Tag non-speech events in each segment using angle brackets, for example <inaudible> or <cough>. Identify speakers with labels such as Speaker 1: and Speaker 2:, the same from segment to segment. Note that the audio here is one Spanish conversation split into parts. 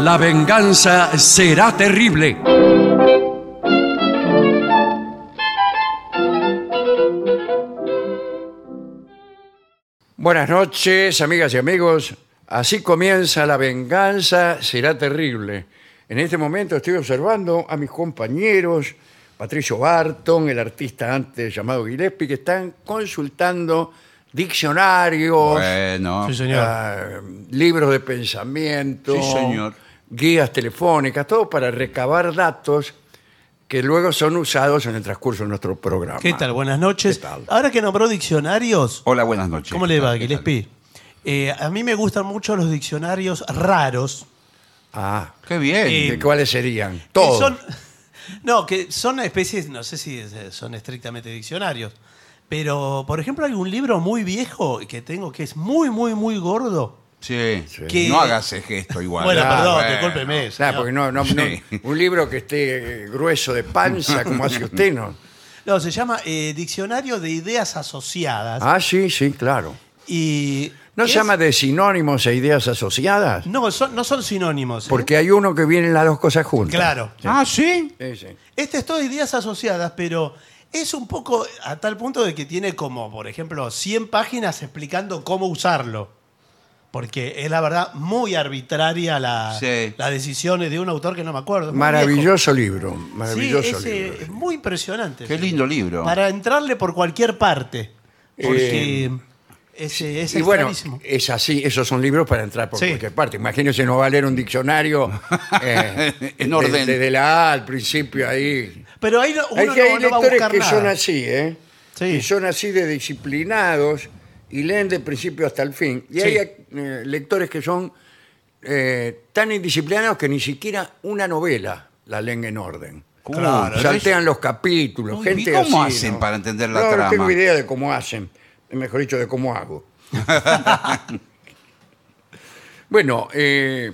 Speaker 1: La venganza será terrible. Buenas noches, amigas y amigos. Así comienza La venganza será terrible. En este momento estoy observando a mis compañeros, Patricio Barton, el artista antes llamado Gillespie, que están consultando diccionarios,
Speaker 2: Bueno.
Speaker 3: Sí, señor.
Speaker 1: ah, libros de pensamiento,
Speaker 2: Sí, señor.
Speaker 1: guías telefónicas, todo para recabar datos que luego son usados en el transcurso de nuestro programa.
Speaker 3: ¿Qué tal? Buenas noches.
Speaker 1: ah, ¿Qué tal?
Speaker 3: Ahora que nombró diccionarios,
Speaker 2: Hola, buenas noches.
Speaker 3: ¿cómo le va,
Speaker 2: ¿Qué tal?
Speaker 3: Gillespie? Eh, a mí me gustan mucho los diccionarios raros.
Speaker 1: Ah,
Speaker 2: Qué bien.
Speaker 3: Eh,
Speaker 1: ¿de cuáles serían?
Speaker 3: que
Speaker 1: Todos.
Speaker 3: son- <laughs> no, que son especies, no sé si es- eh, son estrictamente diccionarios. Pero, por ejemplo, hay un libro muy viejo que tengo que es muy, muy, muy gordo.
Speaker 2: sí.
Speaker 3: que-
Speaker 2: No hagas ese gesto igual.
Speaker 3: bueno,
Speaker 2: Ah,
Speaker 3: perdón,
Speaker 2: bueno.
Speaker 1: Claro,
Speaker 3: discúlpeme. señor.
Speaker 1: porque no, no- no-
Speaker 2: Sí.
Speaker 1: un libro que esté eh, grueso de
Speaker 3: <laughs>
Speaker 1: panza, como hace usted, ¿no?
Speaker 3: No, se llama eh, Diccionario de Ideas Asociadas.
Speaker 1: Ah, sí, sí, claro.
Speaker 3: Y
Speaker 1: ¿No
Speaker 3: ¿qué
Speaker 1: se llama
Speaker 3: es?
Speaker 1: de sinónimos e ideas asociadas?
Speaker 3: No, son, no son sinónimos. ¿eh?
Speaker 1: Porque hay uno que vienen las dos cosas juntas.
Speaker 3: Claro.
Speaker 2: Ah, sí.
Speaker 1: Sí, sí.
Speaker 3: Este es todo ideas asociadas, pero es un poco a tal punto de que tiene como, por ejemplo, 100 páginas explicando cómo usarlo. Porque es la verdad muy arbitraria la,
Speaker 2: Sí.
Speaker 3: las decisiones de un autor que no me acuerdo. es muy viejo.
Speaker 1: Maravilloso libro,
Speaker 3: Sí,
Speaker 1: maravilloso
Speaker 3: es
Speaker 1: libro.
Speaker 3: eh, muy impresionante.
Speaker 2: Qué lindo libro.
Speaker 3: Para entrarle por cualquier parte. Porque
Speaker 1: Eh,
Speaker 3: es, eh, es
Speaker 1: y bueno,
Speaker 3: extrañísimo.
Speaker 1: es así, esos son libros para entrar por
Speaker 3: Sí.
Speaker 1: cualquier parte. Imagínense no valer un
Speaker 3: <laughs>
Speaker 1: diccionario eh,
Speaker 2: En
Speaker 1: de-
Speaker 2: orden.
Speaker 1: Desde la A al principio ahí.
Speaker 3: Pero ahí no- uno
Speaker 1: Hay, que, hay
Speaker 3: no, no va a
Speaker 1: lectores
Speaker 3: buscar
Speaker 1: que
Speaker 3: nada.
Speaker 1: son así, ¿eh?
Speaker 3: Sí.
Speaker 1: Que son así de disciplinados y leen de principio hasta el fin. Y
Speaker 3: Sí.
Speaker 1: hay eh, lectores que son eh, tan indisciplinados que ni siquiera una novela la leen en orden.
Speaker 2: Uy,
Speaker 3: Claro,
Speaker 2: pero es-
Speaker 1: Saltean los capítulos.
Speaker 2: Uy,
Speaker 1: gente
Speaker 2: ¿y cómo
Speaker 1: así,
Speaker 2: hacen
Speaker 1: ¿no?
Speaker 2: para entender la
Speaker 1: no, No
Speaker 2: trama?
Speaker 1: tengo idea de cómo hacen. Mejor dicho, de cómo
Speaker 2: <laughs>
Speaker 1: hago. bueno, eh,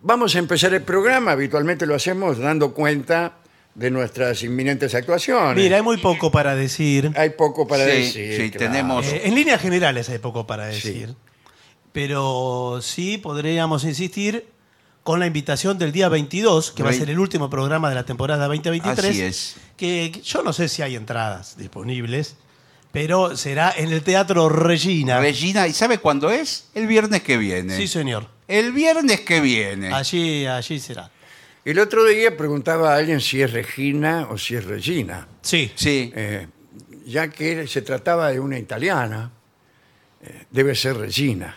Speaker 1: vamos a empezar el programa. Habitualmente lo hacemos dando cuenta de nuestras inminentes actuaciones.
Speaker 3: Mira, hay muy poco para decir.
Speaker 1: Hay poco para
Speaker 2: Sí,
Speaker 1: decir.
Speaker 2: sí,
Speaker 1: claro.
Speaker 2: tenemos-
Speaker 3: Eh, en líneas generales hay poco para
Speaker 1: Sí.
Speaker 3: decir. Pero sí podríamos insistir con la invitación del día 22, que va a
Speaker 2: Vein-
Speaker 3: ser el último programa de la temporada 2023.
Speaker 2: Así es.
Speaker 3: Que que yo no sé si hay entradas disponibles, pero será en el Teatro Regina.
Speaker 2: Regina, ¿y sabe cuándo es? El viernes que viene.
Speaker 3: sí, señor.
Speaker 2: El viernes que
Speaker 1: Eh.
Speaker 2: viene.
Speaker 3: Allí, allí será.
Speaker 1: El otro día preguntaba a alguien si es Regina o si es Regina,
Speaker 3: Sí.
Speaker 2: Sí.
Speaker 1: eh, ya que se trataba de una italiana, eh, debe ser Regina.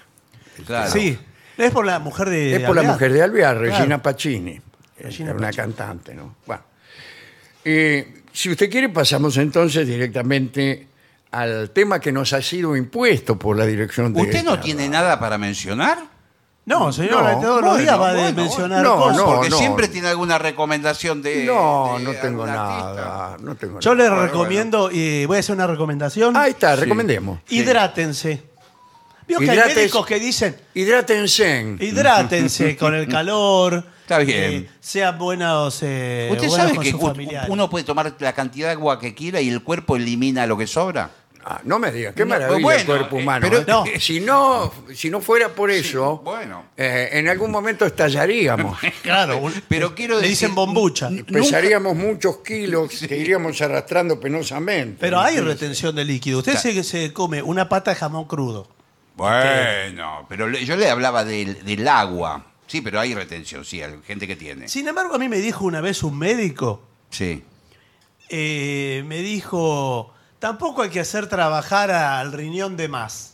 Speaker 2: claro.
Speaker 3: Sí. Es por la mujer de.
Speaker 1: es por la
Speaker 3: Alvear.
Speaker 1: mujer de Alvear, Regina
Speaker 3: Claro.
Speaker 1: Pacini. Eh,
Speaker 3: Regina
Speaker 1: una
Speaker 3: Pacini.
Speaker 1: cantante, ¿no? Bueno. Eh, si usted quiere, pasamos entonces directamente al tema que nos ha sido impuesto por la dirección de.
Speaker 2: ¿Usted no
Speaker 1: esta-
Speaker 2: tiene nada para mencionar?
Speaker 3: No, señor,
Speaker 1: No,
Speaker 3: todos los
Speaker 2: bueno,
Speaker 3: días va a
Speaker 2: bueno,
Speaker 3: mencionar
Speaker 1: bueno. No,
Speaker 3: cosas.
Speaker 1: no.
Speaker 2: Porque siempre tiene alguna recomendación de.
Speaker 1: No,
Speaker 2: de
Speaker 1: no tengo
Speaker 2: algún artista.
Speaker 1: nada. No tengo
Speaker 3: Yo
Speaker 1: nada.
Speaker 3: les recomiendo, eh, voy a hacer una recomendación.
Speaker 1: Ahí está, recomendemos.
Speaker 3: Hidrátense. Vio que hay
Speaker 1: Hidrates-
Speaker 3: médicos que dicen,
Speaker 1: Hidrátense.
Speaker 3: hidrátense con el calor.
Speaker 2: Está bien.
Speaker 3: eh, sean buenos, eh,
Speaker 2: ¿Usted
Speaker 3: buenos
Speaker 2: sabe
Speaker 3: con
Speaker 2: que
Speaker 3: sus
Speaker 2: u-
Speaker 3: familiares.
Speaker 2: uno puede tomar la cantidad de agua que quiera y el cuerpo elimina lo que sobra?
Speaker 1: Ah, no me digas, qué maravilla
Speaker 2: bueno,
Speaker 1: el cuerpo
Speaker 2: eh,
Speaker 1: humano.
Speaker 2: pero-
Speaker 1: ¿eh?
Speaker 3: no.
Speaker 1: Si, no, si no fuera por eso,
Speaker 2: bueno.
Speaker 1: eh, en algún momento
Speaker 3: <laughs>
Speaker 1: estallaríamos.
Speaker 2: <laughs>
Speaker 3: Claro, un-
Speaker 2: Pero quiero
Speaker 3: le
Speaker 2: decir-
Speaker 3: dicen bombucha.
Speaker 1: Pesaríamos muchos kilos que iríamos arrastrando penosamente.
Speaker 3: Pero hay retención de líquido. Usted se, se come una pata de jamón crudo.
Speaker 2: Bueno, pero le- yo le hablaba del, del agua. Sí, pero hay retención, sí, hay gente que tiene.
Speaker 3: Sin embargo, a mí me dijo una vez un médico,
Speaker 2: Sí.
Speaker 3: eh, me dijo, tampoco hay que hacer trabajar al riñón de más.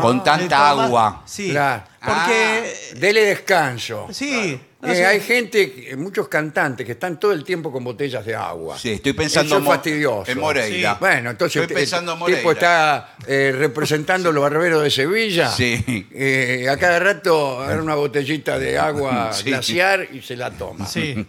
Speaker 2: Con
Speaker 3: le
Speaker 2: tanta
Speaker 3: toma-
Speaker 2: agua. Ah.
Speaker 3: Sí,
Speaker 1: Claro.
Speaker 3: porque...
Speaker 1: Dele descanso.
Speaker 3: Sí, no
Speaker 1: Eh,
Speaker 3: sé.
Speaker 1: hay gente, eh, muchos cantantes que están todo el tiempo con botellas de agua.
Speaker 2: Sí, estoy pensando
Speaker 1: Eso es
Speaker 2: en Mo-
Speaker 1: fastidioso.
Speaker 2: en Moreira.
Speaker 1: Bueno, entonces
Speaker 2: Ah. Estoy
Speaker 1: el-
Speaker 2: pensando en
Speaker 1: el tipo
Speaker 2: Moreira.
Speaker 1: está eh, representando los barberos de Sevilla.
Speaker 2: Sí.
Speaker 1: Eh, a cada rato agarra una botellita de agua
Speaker 2: Sí.
Speaker 1: glaciar y se la toma.
Speaker 3: Sí.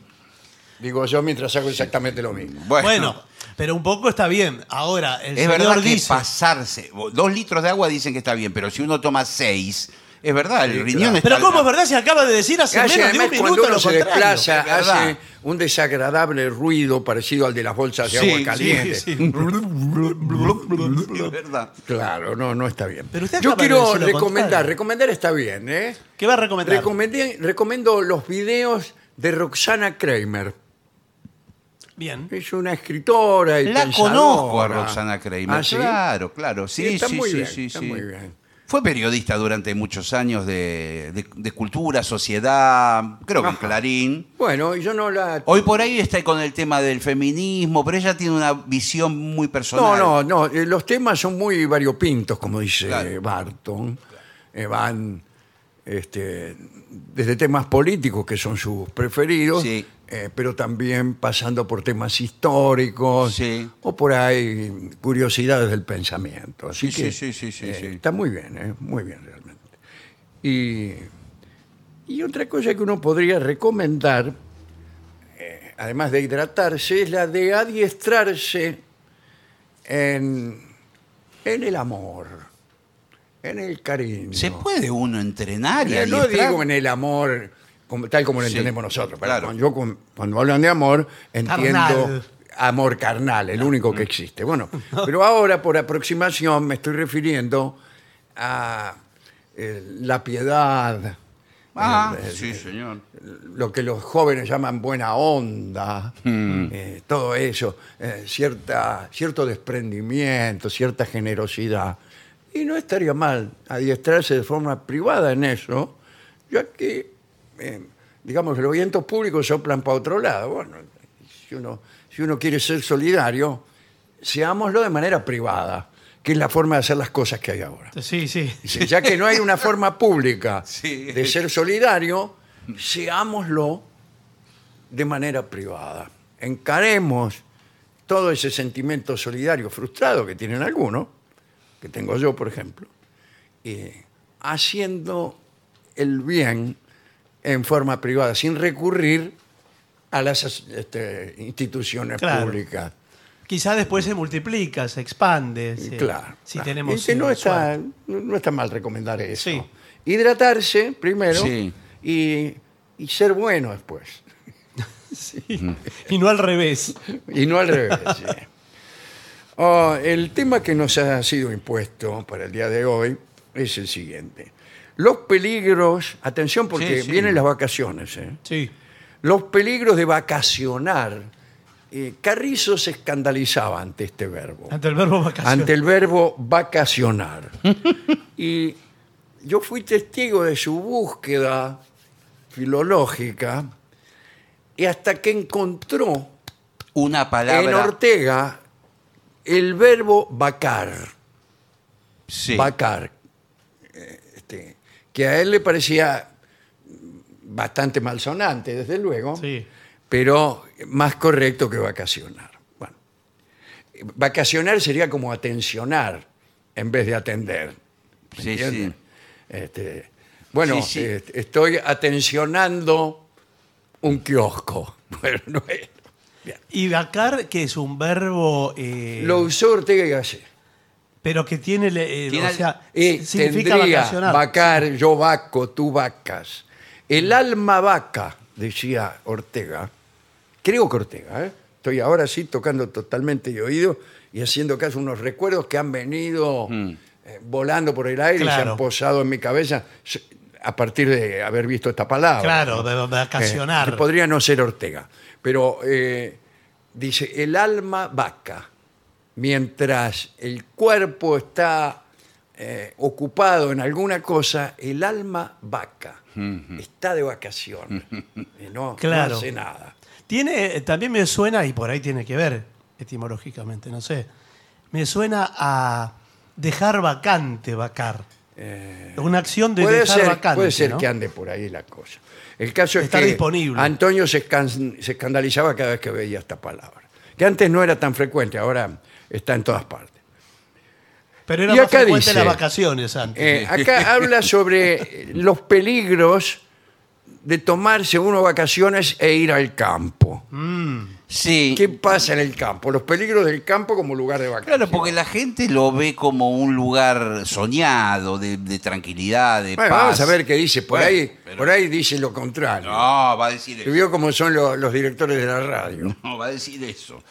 Speaker 1: Digo yo mientras hago exactamente lo mismo.
Speaker 2: Bueno,
Speaker 3: Bueno, pero un poco está bien. Ahora, el
Speaker 2: es
Speaker 3: señor
Speaker 2: verdad que
Speaker 3: dice.
Speaker 2: pasarse. Dos litros de agua dicen que está bien, pero si uno toma seis, Es verdad, el
Speaker 1: Sí,
Speaker 2: riñón
Speaker 1: claro.
Speaker 2: está...
Speaker 3: Pero ¿cómo es verdad si acaba de decir hace
Speaker 1: Casi,
Speaker 3: menos de
Speaker 1: además,
Speaker 3: un
Speaker 1: cuando
Speaker 3: minuto
Speaker 1: uno
Speaker 3: lo
Speaker 1: se
Speaker 3: contrario?
Speaker 1: desplaza,
Speaker 2: es verdad.
Speaker 1: hace un desagradable ruido parecido al de las bolsas de
Speaker 2: Sí,
Speaker 1: agua caliente.
Speaker 2: sí, Es verdad.
Speaker 1: Claro, no, no está bien.
Speaker 3: Pero usted
Speaker 1: Yo
Speaker 3: acaba de
Speaker 1: quiero
Speaker 3: decir lo
Speaker 1: recomendar,
Speaker 3: contrario.
Speaker 1: recomendar está bien, ¿eh?
Speaker 3: ¿Qué va a recomendar?
Speaker 1: Recomendé- recomiendo los videos de Roxana Kramer.
Speaker 3: Bien.
Speaker 1: Es una escritora y
Speaker 2: La
Speaker 1: pensadora.
Speaker 2: conozco a Roxana Kramer.
Speaker 1: ¿Ah, sí?
Speaker 2: Claro, claro. Sí,
Speaker 1: Sí, está
Speaker 2: sí,
Speaker 1: muy
Speaker 2: sí,
Speaker 1: bien,
Speaker 2: sí,
Speaker 1: está
Speaker 2: sí.
Speaker 1: muy bien.
Speaker 2: Fue periodista durante muchos años de, de- de cultura, sociedad, creo que en
Speaker 1: Ajá.
Speaker 2: Clarín.
Speaker 1: Bueno, yo no la...
Speaker 2: Hoy por ahí está con el tema del feminismo, pero ella tiene una visión muy
Speaker 1: No,
Speaker 2: personal.
Speaker 1: no, no. eh, Los temas son muy variopintos, como dice
Speaker 2: Claro.
Speaker 1: Barton. Eh, van este, desde temas políticos, que son sus preferidos,
Speaker 2: Sí.
Speaker 1: eh, pero también pasando por temas históricos
Speaker 2: Sí.
Speaker 1: o por ahí curiosidades del pensamiento. Así
Speaker 2: Sí,
Speaker 1: que,
Speaker 2: sí, sí, sí, sí,
Speaker 1: eh,
Speaker 2: sí.
Speaker 1: Está muy bien, eh, muy bien realmente. Y, y otra cosa que uno podría recomendar, eh, además de hidratarse, es la de adiestrarse en, en el amor, en el cariño.
Speaker 2: ¿Se puede uno entrenar? y
Speaker 1: Eh, No
Speaker 2: adiestrar?
Speaker 1: digo en el amor como- tal como lo
Speaker 2: Sí,
Speaker 1: entendemos nosotros. pero
Speaker 2: claro.
Speaker 1: cuando, yo con- cuando hablan de amor, entiendo
Speaker 3: Carnal.
Speaker 1: amor carnal, el único
Speaker 2: Mm.
Speaker 1: que existe.
Speaker 2: <laughs>
Speaker 1: Bueno, pero ahora por aproximación me estoy refiriendo a eh, la piedad,
Speaker 2: Ah,
Speaker 1: el- el-
Speaker 2: sí, señor.
Speaker 1: lo que los jóvenes llaman buena onda, eh, todo eso, eh, cierta, cierto desprendimiento, cierta generosidad. Y no estaría mal adiestrarse de forma privada en eso, ya que, eh, digamos, los vientos públicos soplan para otro lado. Bueno, si uno, si uno quiere ser solidario, seámoslo de manera privada, que es la forma de hacer las cosas que hay ahora.
Speaker 3: Sí, sí.
Speaker 1: Dice, ya que no hay una forma pública
Speaker 2: Sí.
Speaker 1: de ser solidario, seámoslo de manera privada. Encaremos todo ese sentimiento solidario frustrado que tienen algunos, que tengo yo, por ejemplo, eh, haciendo el bien en forma privada, sin recurrir a las as- este, instituciones
Speaker 3: Claro.
Speaker 1: públicas.
Speaker 3: Quizás después se multiplica, se expande. se-
Speaker 1: Claro.
Speaker 3: Si
Speaker 1: claro.
Speaker 3: tenemos.
Speaker 1: y que no
Speaker 3: eh,
Speaker 1: está, no no está mal recomendar eso.
Speaker 3: Sí.
Speaker 1: Hidratarse primero
Speaker 2: Sí.
Speaker 1: y, y ser bueno después. <laughs>
Speaker 3: suerte. Y no al revés.
Speaker 1: Y no al
Speaker 3: <laughs>
Speaker 1: revés. sí. Oh, el tema que nos ha sido impuesto para el día de hoy es el siguiente. Los peligros, atención porque
Speaker 2: Sí, sí.
Speaker 1: vienen las vacaciones, ¿eh?
Speaker 3: Sí.
Speaker 1: los peligros de vacacionar. Eh, Carrizo se escandalizaba ante este verbo.
Speaker 3: Ante el verbo vacaciones.
Speaker 1: ante el verbo
Speaker 3: <laughs>
Speaker 1: vacacionar. y yo fui testigo de su búsqueda filológica y hasta que encontró
Speaker 2: Una
Speaker 1: en
Speaker 2: palabra...
Speaker 1: Ortega el verbo vacar,
Speaker 2: Sí.
Speaker 1: vacar, eh, este, que a él le parecía bastante malsonante, desde luego,
Speaker 3: Sí.
Speaker 1: pero más correcto que vacacionar. Bueno, vacacionar sería como atencionar en vez de atender. ¿me
Speaker 2: Sí,
Speaker 1: entiende?
Speaker 2: sí.
Speaker 1: Este, bueno,
Speaker 2: Sí, sí.
Speaker 1: est- estoy atencionando un kiosco. <laughs> Bueno, no es-
Speaker 3: Y vacar, que es un verbo. eh,
Speaker 1: Lo usó Ortega y Gasset.
Speaker 3: Pero que tiene. eh,
Speaker 2: Tiene
Speaker 3: o
Speaker 2: al-
Speaker 3: sea,
Speaker 1: Y
Speaker 3: significa
Speaker 1: tendría
Speaker 3: vacacionar.
Speaker 1: vacar, yo vaco, tú vacas. El alma vaca, decía Ortega, creo que Ortega, ¿eh? estoy ahora sí tocando totalmente de oído y haciendo caso a unos recuerdos que han venido eh, volando por el aire y se
Speaker 3: Mm. Claro.
Speaker 1: han posado en mi cabeza se- a partir de haber visto esta palabra.
Speaker 3: claro, de de
Speaker 1: Eh,
Speaker 3: vacacionar.
Speaker 1: que podría no ser Ortega, pero eh, dice, el alma vaca, mientras el cuerpo está eh, ocupado en alguna cosa, el alma vaca, está de vacaciones, y no, no
Speaker 3: Claro.
Speaker 1: hace nada.
Speaker 3: Tiene, también me suena, y por ahí tiene que ver, etimológicamente, no sé. Me suena a dejar vacante, vacar. Una acción de
Speaker 1: Eh, Puede
Speaker 3: dejar
Speaker 1: ser,
Speaker 3: vacante.
Speaker 1: puede ser
Speaker 3: ¿no?
Speaker 1: que ande por ahí la cosa. El caso es
Speaker 3: Está
Speaker 1: que
Speaker 3: disponible.
Speaker 1: Antonio se, escan- se escandalizaba cada vez que veía esta palabra, que antes no era tan frecuente, ahora está en todas partes.
Speaker 3: Pero era
Speaker 1: Y
Speaker 3: más
Speaker 1: acá
Speaker 3: frecuente
Speaker 1: dice-
Speaker 3: las vacaciones antes.
Speaker 1: Eh, acá habla sobre eh, los
Speaker 2: Mm.
Speaker 3: Mm,
Speaker 1: peligros de tomarse uno vacaciones e ir al campo.
Speaker 2: Sí.
Speaker 1: ¿Qué pasa en el campo? Los peligros del campo como lugar de vacaciones.
Speaker 2: Claro, porque la gente lo ve como un lugar soñado, de, de tranquilidad, de
Speaker 1: Bueno,
Speaker 2: paz.
Speaker 1: vamos a ver qué dice. Por,
Speaker 2: Bueno,
Speaker 1: ahí,
Speaker 2: pero-
Speaker 1: por ahí dice lo contrario.
Speaker 2: No, va a decir
Speaker 1: Se
Speaker 2: eso.
Speaker 1: vio cómo son lo- los directores de la radio.
Speaker 2: No, va a decir eso.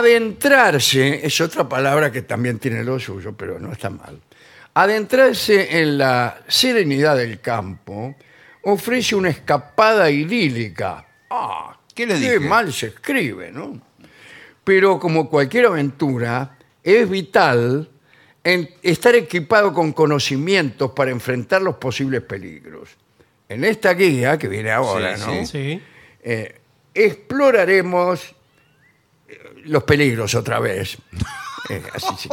Speaker 1: Adentrarse es otra palabra que también tiene lo suyo, pero no está mal. Adentrarse en la serenidad del campo ofrece una escapada idílica. Ah,
Speaker 2: ¿Qué le dije?
Speaker 1: mal se escribe, ¿no? Pero como cualquier aventura, es vital en- estar equipado con conocimientos para enfrentar los posibles peligros. En esta guía que viene ahora,
Speaker 2: Sí,
Speaker 1: ¿no?
Speaker 2: sí.
Speaker 3: Sí.
Speaker 1: Eh, exploraremos eh, los peligros otra vez. Eh, así
Speaker 2: <laughs>
Speaker 1: se-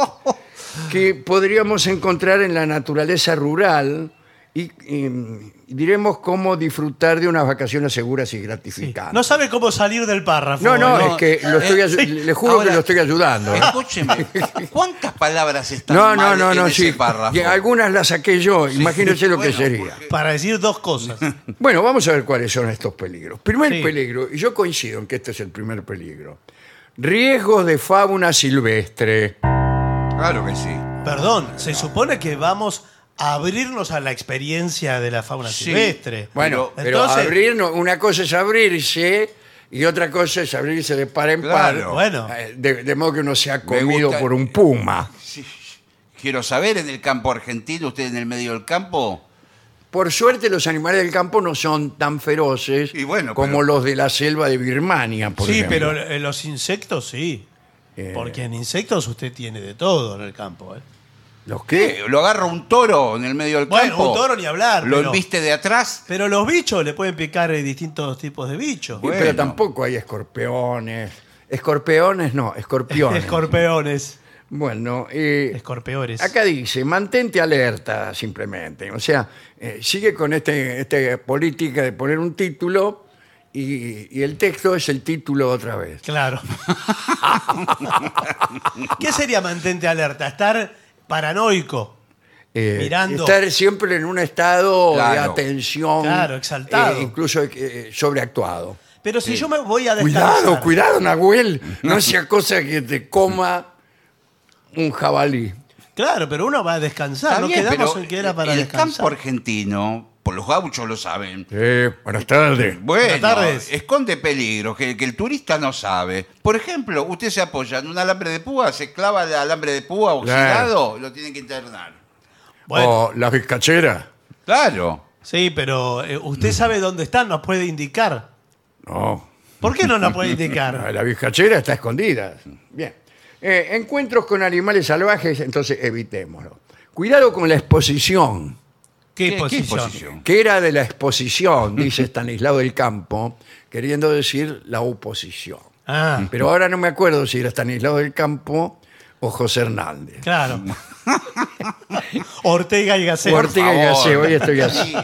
Speaker 1: que podríamos encontrar en la naturaleza rural y, y diremos cómo disfrutar de unas vacaciones seguras y gratificantes.
Speaker 3: No sabe cómo salir del párrafo.
Speaker 1: no, no,
Speaker 2: no. eh,
Speaker 1: es que lo estoy, ayu-
Speaker 2: Sí.
Speaker 1: le juro
Speaker 2: Ahora-
Speaker 1: que lo estoy ayudando. ¿eh? <laughs>
Speaker 2: Escúcheme, ¿cuántas palabras están
Speaker 1: No, no,
Speaker 2: mal
Speaker 1: no,
Speaker 2: en
Speaker 1: no,
Speaker 2: ese
Speaker 1: sí.
Speaker 2: párrafo?
Speaker 1: Y Algunas las saqué yo, imagínense lo que
Speaker 2: Bueno,
Speaker 1: sería.
Speaker 3: Para decir dos
Speaker 1: <laughs>
Speaker 3: cosas.
Speaker 1: Bueno, vamos a ver cuáles son estos peligros. Primer
Speaker 3: Sí.
Speaker 1: peligro, y yo coincido en que este es el primer peligro. Riesgos de fauna silvestre.
Speaker 2: Claro que sí.
Speaker 3: Perdón, se supone que vamos a abrirnos a la experiencia de la fauna
Speaker 2: Sí.
Speaker 3: silvestre.
Speaker 1: Bueno,
Speaker 2: Pero-
Speaker 1: pero
Speaker 3: Entonces-
Speaker 1: abrir no- una cosa es abrirse y otra cosa es abrirse de par en par.
Speaker 2: Claro.
Speaker 3: Bueno.
Speaker 1: Eh, De, de modo que uno sea
Speaker 2: Me
Speaker 1: comido
Speaker 2: gusta-
Speaker 1: por un puma.
Speaker 2: Quiero saber, en el campo argentino, usted en el medio del campo,
Speaker 1: Por suerte los animales del campo no son tan feroces
Speaker 2: Y bueno,
Speaker 1: como
Speaker 2: pero-
Speaker 1: los de la selva de Birmania, por
Speaker 3: sí,
Speaker 1: ejemplo.
Speaker 3: pero eh, los insectos sí. Porque en insectos usted tiene de todo en el campo. ¿eh?
Speaker 1: ¿Los qué?
Speaker 2: eh, lo agarra un toro en el medio del
Speaker 3: Bueno,
Speaker 2: campo.
Speaker 3: un toro ni hablar,
Speaker 2: Lo
Speaker 3: pero-
Speaker 2: viste de atrás.
Speaker 3: Pero los bichos le pueden picar eh, distintos tipos de bichos.
Speaker 1: Y- Pero
Speaker 2: bueno.
Speaker 1: tampoco hay escorpiones. Escorpiones no,
Speaker 3: <laughs>
Speaker 1: escorpiones.
Speaker 3: Escorpeones.
Speaker 1: Bueno, eh,
Speaker 3: Escorpeores.
Speaker 1: acá dice, mantente alerta simplemente. O sea, eh, sigue con este- esta política de poner un título y, y el texto es el título otra vez.
Speaker 3: Claro. ¿Qué sería mantente alerta? Estar paranoico.
Speaker 1: Eh,
Speaker 3: Mirando.
Speaker 1: Estar siempre en un estado de
Speaker 2: Claro.
Speaker 1: atención.
Speaker 3: Claro, exaltado.
Speaker 1: eh, incluso eh, sobreactuado.
Speaker 3: Pero si yo me voy a descansar.
Speaker 1: Cuidado, cuidado, Nahuel. No sea cosa que te coma un jabalí.
Speaker 3: Claro, pero uno va a descansar.
Speaker 2: Está
Speaker 3: No
Speaker 2: bien,
Speaker 3: quedamos
Speaker 2: pero
Speaker 3: en que era para
Speaker 2: el campo
Speaker 3: descansar.
Speaker 2: argentino, por los gauchos lo saben.
Speaker 1: Eh, buenas tardes.
Speaker 2: Bueno,
Speaker 3: Buenas tardes.
Speaker 2: esconde peligros que, que el turista no sabe. Por ejemplo, usted se apoya en un alambre de púa, se clava el alambre de púa oxidado, lo tienen que internar.
Speaker 3: Bueno,
Speaker 1: O las vizcacheras.
Speaker 2: Claro.
Speaker 3: sí, pero eh, usted sabe dónde están, nos puede indicar.
Speaker 1: No.
Speaker 3: ¿Por qué no nos
Speaker 1: <laughs>
Speaker 3: puede indicar?
Speaker 1: Ah, La vizcachera está escondida. Bien. Eh, encuentros con animales salvajes, entonces evitémoslo. Cuidado con la exposición,
Speaker 2: ¿Qué-
Speaker 3: ¿Qué,
Speaker 2: qué
Speaker 3: posición?
Speaker 2: posición?
Speaker 1: que era de la <laughs> exposición, dice Estanislao del Campo, queriendo decir la oposición.
Speaker 3: Ah,
Speaker 1: Pero ahora no me acuerdo si era Estanislao del Campo o José Hernández.
Speaker 3: claro. <laughs> Ortega y Gasset.
Speaker 1: Por- Ortega y
Speaker 2: Por
Speaker 1: Gasset,
Speaker 2: favor.
Speaker 1: hoy estoy así.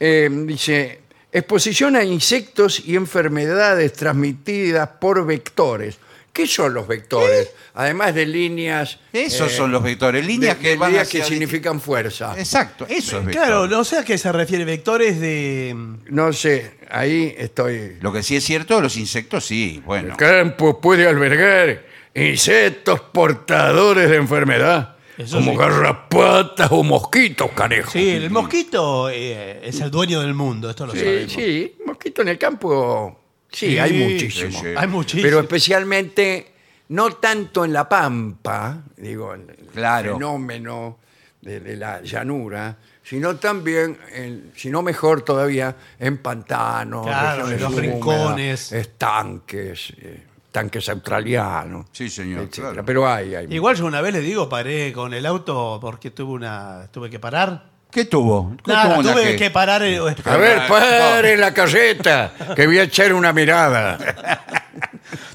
Speaker 1: Eh, dice, exposición a insectos y enfermedades transmitidas por vectores. ¿Qué son los vectores? Además de líneas...
Speaker 2: <laughs> ¿Eh? Esos
Speaker 1: eh,
Speaker 2: son los vectores, líneas
Speaker 1: de-
Speaker 2: que
Speaker 1: de
Speaker 2: van
Speaker 1: líneas que
Speaker 2: hacia-
Speaker 1: significan fuerza.
Speaker 2: Exacto, Ah, eso es vector.
Speaker 3: Claro, no sé a qué se refiere. Vectores de.
Speaker 1: No sé, ahí estoy.
Speaker 2: Lo que sí es cierto, los insectos sí, bueno.
Speaker 1: El campo puede albergar insectos portadores de enfermedad,
Speaker 3: Eso
Speaker 1: como
Speaker 3: sí.
Speaker 1: garrapatas o mosquitos, canejo.
Speaker 3: Sí, el mosquito eh, es el dueño del mundo, esto lo
Speaker 1: sí,
Speaker 3: sabemos.
Speaker 1: sí, mosquito en el campo, sí,
Speaker 3: Sí,
Speaker 1: hay muchísimos.
Speaker 2: sí, sí.
Speaker 3: Hay muchísimos.
Speaker 1: Pero especialmente, no tanto en la pampa, digo, en el
Speaker 2: Claro.
Speaker 1: fenómeno de, de la llanura, sino también, en- si no mejor todavía, en pantanos,
Speaker 3: Claro,
Speaker 1: regiones
Speaker 3: en los
Speaker 1: húmedas,
Speaker 3: rincones.
Speaker 1: estanques, eh, tanques australianos.
Speaker 2: Sí, señor,
Speaker 1: etcétera.
Speaker 2: claro.
Speaker 1: Pero hay, hay.
Speaker 3: Igual yo una vez le digo, paré con el auto porque tuve una tuve que parar.
Speaker 2: ¿Qué tuvo? ¿Qué
Speaker 3: Nada,
Speaker 2: tuvo una
Speaker 3: tuve
Speaker 2: que-
Speaker 3: que parar. eh,
Speaker 1: A ver, pare la caseta, que voy a echar una mirada.
Speaker 3: <laughs>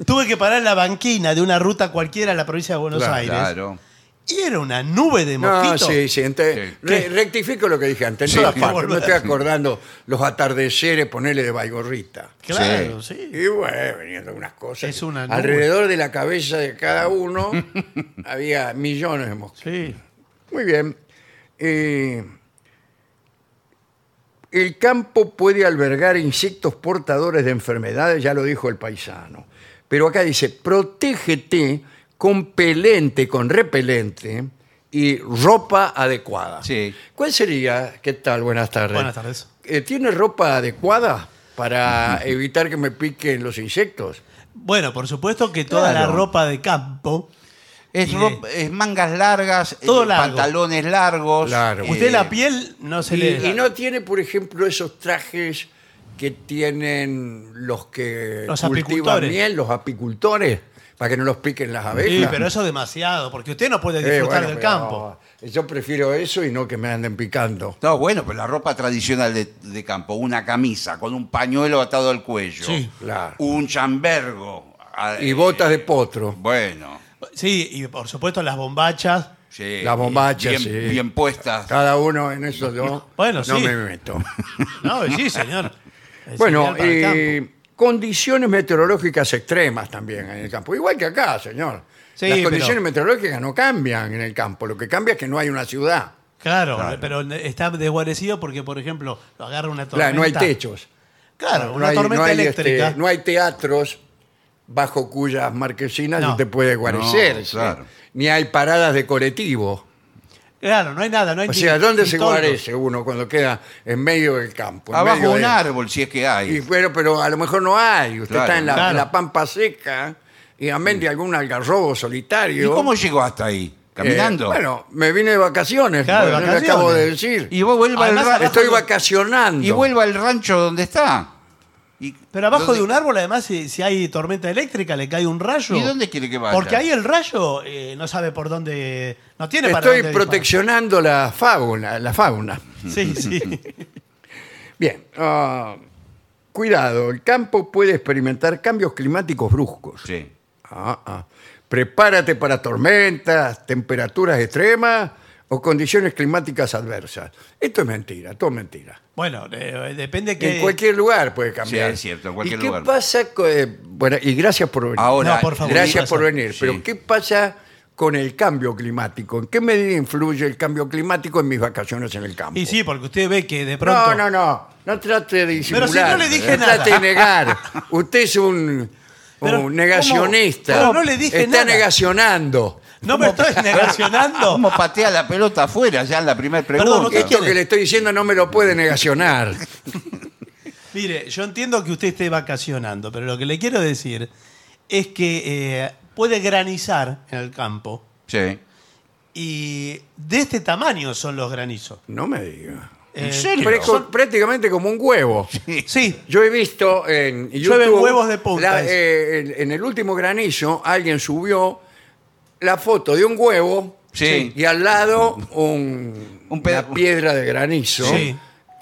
Speaker 3: Tuve que parar en la banquina de una ruta cualquiera en la provincia de Buenos
Speaker 1: Claro,
Speaker 3: Aires.
Speaker 2: Claro.
Speaker 3: Y era una nube de
Speaker 1: No,
Speaker 3: mosquitos.
Speaker 1: sí, sí. ente-
Speaker 2: Sí.
Speaker 1: re- rectifico lo que dije antes.
Speaker 3: Sí,
Speaker 1: No,
Speaker 3: por
Speaker 1: no,
Speaker 3: favor.
Speaker 1: me estoy acordando los atardeceres, ponerle de Baigorrita.
Speaker 3: Claro, sí.
Speaker 1: Y bueno, venían unas cosas.
Speaker 3: Es una nube.
Speaker 1: Alrededor de la cabeza de cada
Speaker 3: <laughs>
Speaker 1: uno había millones de mosquitos.
Speaker 3: Sí.
Speaker 1: Muy bien. Eh, El campo puede albergar insectos portadores de enfermedades, ya lo dijo el paisano. Pero acá dice, protégete con pelente, con repelente y ropa adecuada.
Speaker 2: Sí.
Speaker 1: ¿Cuál sería? ¿Qué tal? Buenas tardes.
Speaker 3: Buenas tardes.
Speaker 1: Eh, ¿Tiene ropa adecuada
Speaker 3: <laughs>
Speaker 1: para evitar que me piquen los insectos?
Speaker 3: Bueno, por supuesto que toda
Speaker 1: Claro.
Speaker 3: la ropa de campo,
Speaker 2: Es,
Speaker 3: Y de-
Speaker 2: ropa- es mangas largas, eh,
Speaker 3: Todo largo.
Speaker 2: pantalones largos.
Speaker 1: Largo.
Speaker 2: eh,
Speaker 3: usted la piel no se
Speaker 1: Y,
Speaker 3: le...
Speaker 1: y no tiene, por ejemplo, esos trajes que tienen los que
Speaker 3: Los
Speaker 1: cultivan
Speaker 3: apicultores.
Speaker 1: miel, los apicultores, para que no los piquen las abejas.
Speaker 3: Sí, pero eso demasiado, porque usted no puede
Speaker 1: Eh,
Speaker 3: disfrutar
Speaker 1: bueno,
Speaker 3: del
Speaker 1: pero
Speaker 3: campo.
Speaker 1: Yo prefiero eso y no que me anden picando.
Speaker 2: No, bueno, pero la ropa tradicional de, de campo, una camisa con un pañuelo atado al cuello,
Speaker 3: Sí.
Speaker 1: Claro.
Speaker 2: un chambergo. ah,
Speaker 1: Y
Speaker 2: eh,
Speaker 1: botas de potro.
Speaker 2: Bueno,
Speaker 3: Sí, y por supuesto las bombachas.
Speaker 2: sí.
Speaker 1: Las bombachas,
Speaker 2: bien,
Speaker 1: sí.
Speaker 2: bien puestas.
Speaker 1: Cada uno en eso yo
Speaker 3: Bueno,
Speaker 1: no
Speaker 3: sí.
Speaker 1: me
Speaker 3: <laughs>
Speaker 1: meto.
Speaker 3: No,
Speaker 1: <laughs>
Speaker 3: sí, señor. Es
Speaker 1: Bueno,
Speaker 3: ideal para el campo.
Speaker 1: eh, condiciones meteorológicas extremas también en el campo. Igual que acá, señor.
Speaker 3: Sí,
Speaker 1: Las condiciones
Speaker 3: pero-
Speaker 1: meteorológicas no cambian en el campo. Lo que cambia es que no hay una ciudad.
Speaker 3: Claro, pero está desguarecido porque, por ejemplo, lo agarra una tormenta.
Speaker 1: Claro, no hay techos.
Speaker 3: Claro,
Speaker 1: no
Speaker 3: una
Speaker 1: hay, no
Speaker 3: tormenta
Speaker 1: hay,
Speaker 3: eléctrica.
Speaker 1: este, no hay teatros bajo cuyas marquesinas
Speaker 3: No.
Speaker 1: no. te puede guarecer.
Speaker 2: No,
Speaker 1: ¿sí?
Speaker 2: claro.
Speaker 1: Ni hay paradas de colectivo.
Speaker 3: Claro, no hay nada. No hay
Speaker 1: O
Speaker 3: ni-
Speaker 1: sea, ¿dónde
Speaker 3: ni
Speaker 1: se
Speaker 3: toldos.
Speaker 1: guarece uno cuando queda en medio del campo? En
Speaker 2: Abajo
Speaker 1: medio
Speaker 2: un
Speaker 1: de-
Speaker 2: árbol, si es que hay.
Speaker 1: Y, pero, pero a lo mejor no hay. Usted
Speaker 2: Claro.
Speaker 1: está en la,
Speaker 3: Claro.
Speaker 1: la pampa seca y amén de algún algarrobo
Speaker 2: ¿Y
Speaker 1: solitario.
Speaker 2: cómo llegó hasta ahí? ¿Caminando?
Speaker 1: Eh, bueno, me vine de vacaciones,
Speaker 3: Claro,
Speaker 1: como
Speaker 3: de
Speaker 1: le
Speaker 3: vacaciones.
Speaker 1: acabo de decir.
Speaker 2: y vos vuelva al
Speaker 3: Además,
Speaker 2: ra-
Speaker 3: abajo
Speaker 1: Estoy
Speaker 3: de-
Speaker 1: vacacionando.
Speaker 2: y vuelva al rancho donde está. Y-
Speaker 3: Pero abajo
Speaker 2: ¿dónde-
Speaker 3: de un árbol, además, si, si hay tormenta eléctrica, le cae un rayo.
Speaker 2: ¿Y dónde quiere que vaya?
Speaker 3: Porque ahí el rayo eh, no sabe por dónde. No tiene para
Speaker 1: Estoy
Speaker 3: dónde
Speaker 1: proteccionando la fauna, la fauna.
Speaker 3: disparar. Sí, sí.
Speaker 1: <laughs> Bien, ah, cuidado, el campo puede experimentar cambios climáticos bruscos.
Speaker 2: Sí.
Speaker 1: Ah, ah. Prepárate para tormentas, temperaturas extremas o condiciones climáticas adversas. Esto es mentira, todo mentira.
Speaker 3: Bueno, eh, depende que.
Speaker 1: En cualquier lugar puede cambiar.
Speaker 2: Sí, es cierto, en cualquier
Speaker 1: ¿Y qué
Speaker 2: lugar.
Speaker 1: pasa? co- eh, bueno, y gracias por venir.
Speaker 2: Ahora,
Speaker 3: No, por favor.
Speaker 1: gracias por
Speaker 3: gracias.
Speaker 1: venir.
Speaker 2: Sí.
Speaker 1: Pero ¿qué pasa con el cambio climático? ¿En qué medida influye el cambio climático en mis vacaciones en el campo?
Speaker 3: Y sí, porque usted ve que de pronto.
Speaker 1: no, no, no. No trate de disimular.
Speaker 3: si no le dije
Speaker 1: no
Speaker 3: nada.
Speaker 1: trate de negar.
Speaker 3: <laughs>
Speaker 1: Usted es un,
Speaker 3: Pero,
Speaker 1: un negacionista.
Speaker 3: ¿cómo? Pero no le dije
Speaker 1: Está
Speaker 3: nada.
Speaker 1: negacionando.
Speaker 3: No
Speaker 1: <laughs>
Speaker 3: me estoy negacionando.
Speaker 2: ¿Cómo patea la pelota afuera ya en la primera pregunta?
Speaker 3: Perdón, ¿usted
Speaker 1: Esto que le estoy diciendo no me lo puede negacionar.
Speaker 3: Mire, yo entiendo que usted esté vacacionando, pero lo que le quiero decir es que eh, puede granizar en el campo
Speaker 2: Sí.
Speaker 3: y de este tamaño son los granizos.
Speaker 1: No me diga.
Speaker 2: ¿En
Speaker 3: Eh,
Speaker 2: serio?
Speaker 1: Pero es co- prácticamente como un huevo.
Speaker 3: <laughs> Sí,
Speaker 1: Yo he visto en YouTube...
Speaker 3: Llueven huevos de punta,
Speaker 1: la-
Speaker 3: es.
Speaker 1: eh, en- en el último granizo, alguien subió la foto de un huevo
Speaker 2: Sí.
Speaker 1: y al lado un,
Speaker 2: Un peda-
Speaker 1: una piedra de granizo
Speaker 3: Sí.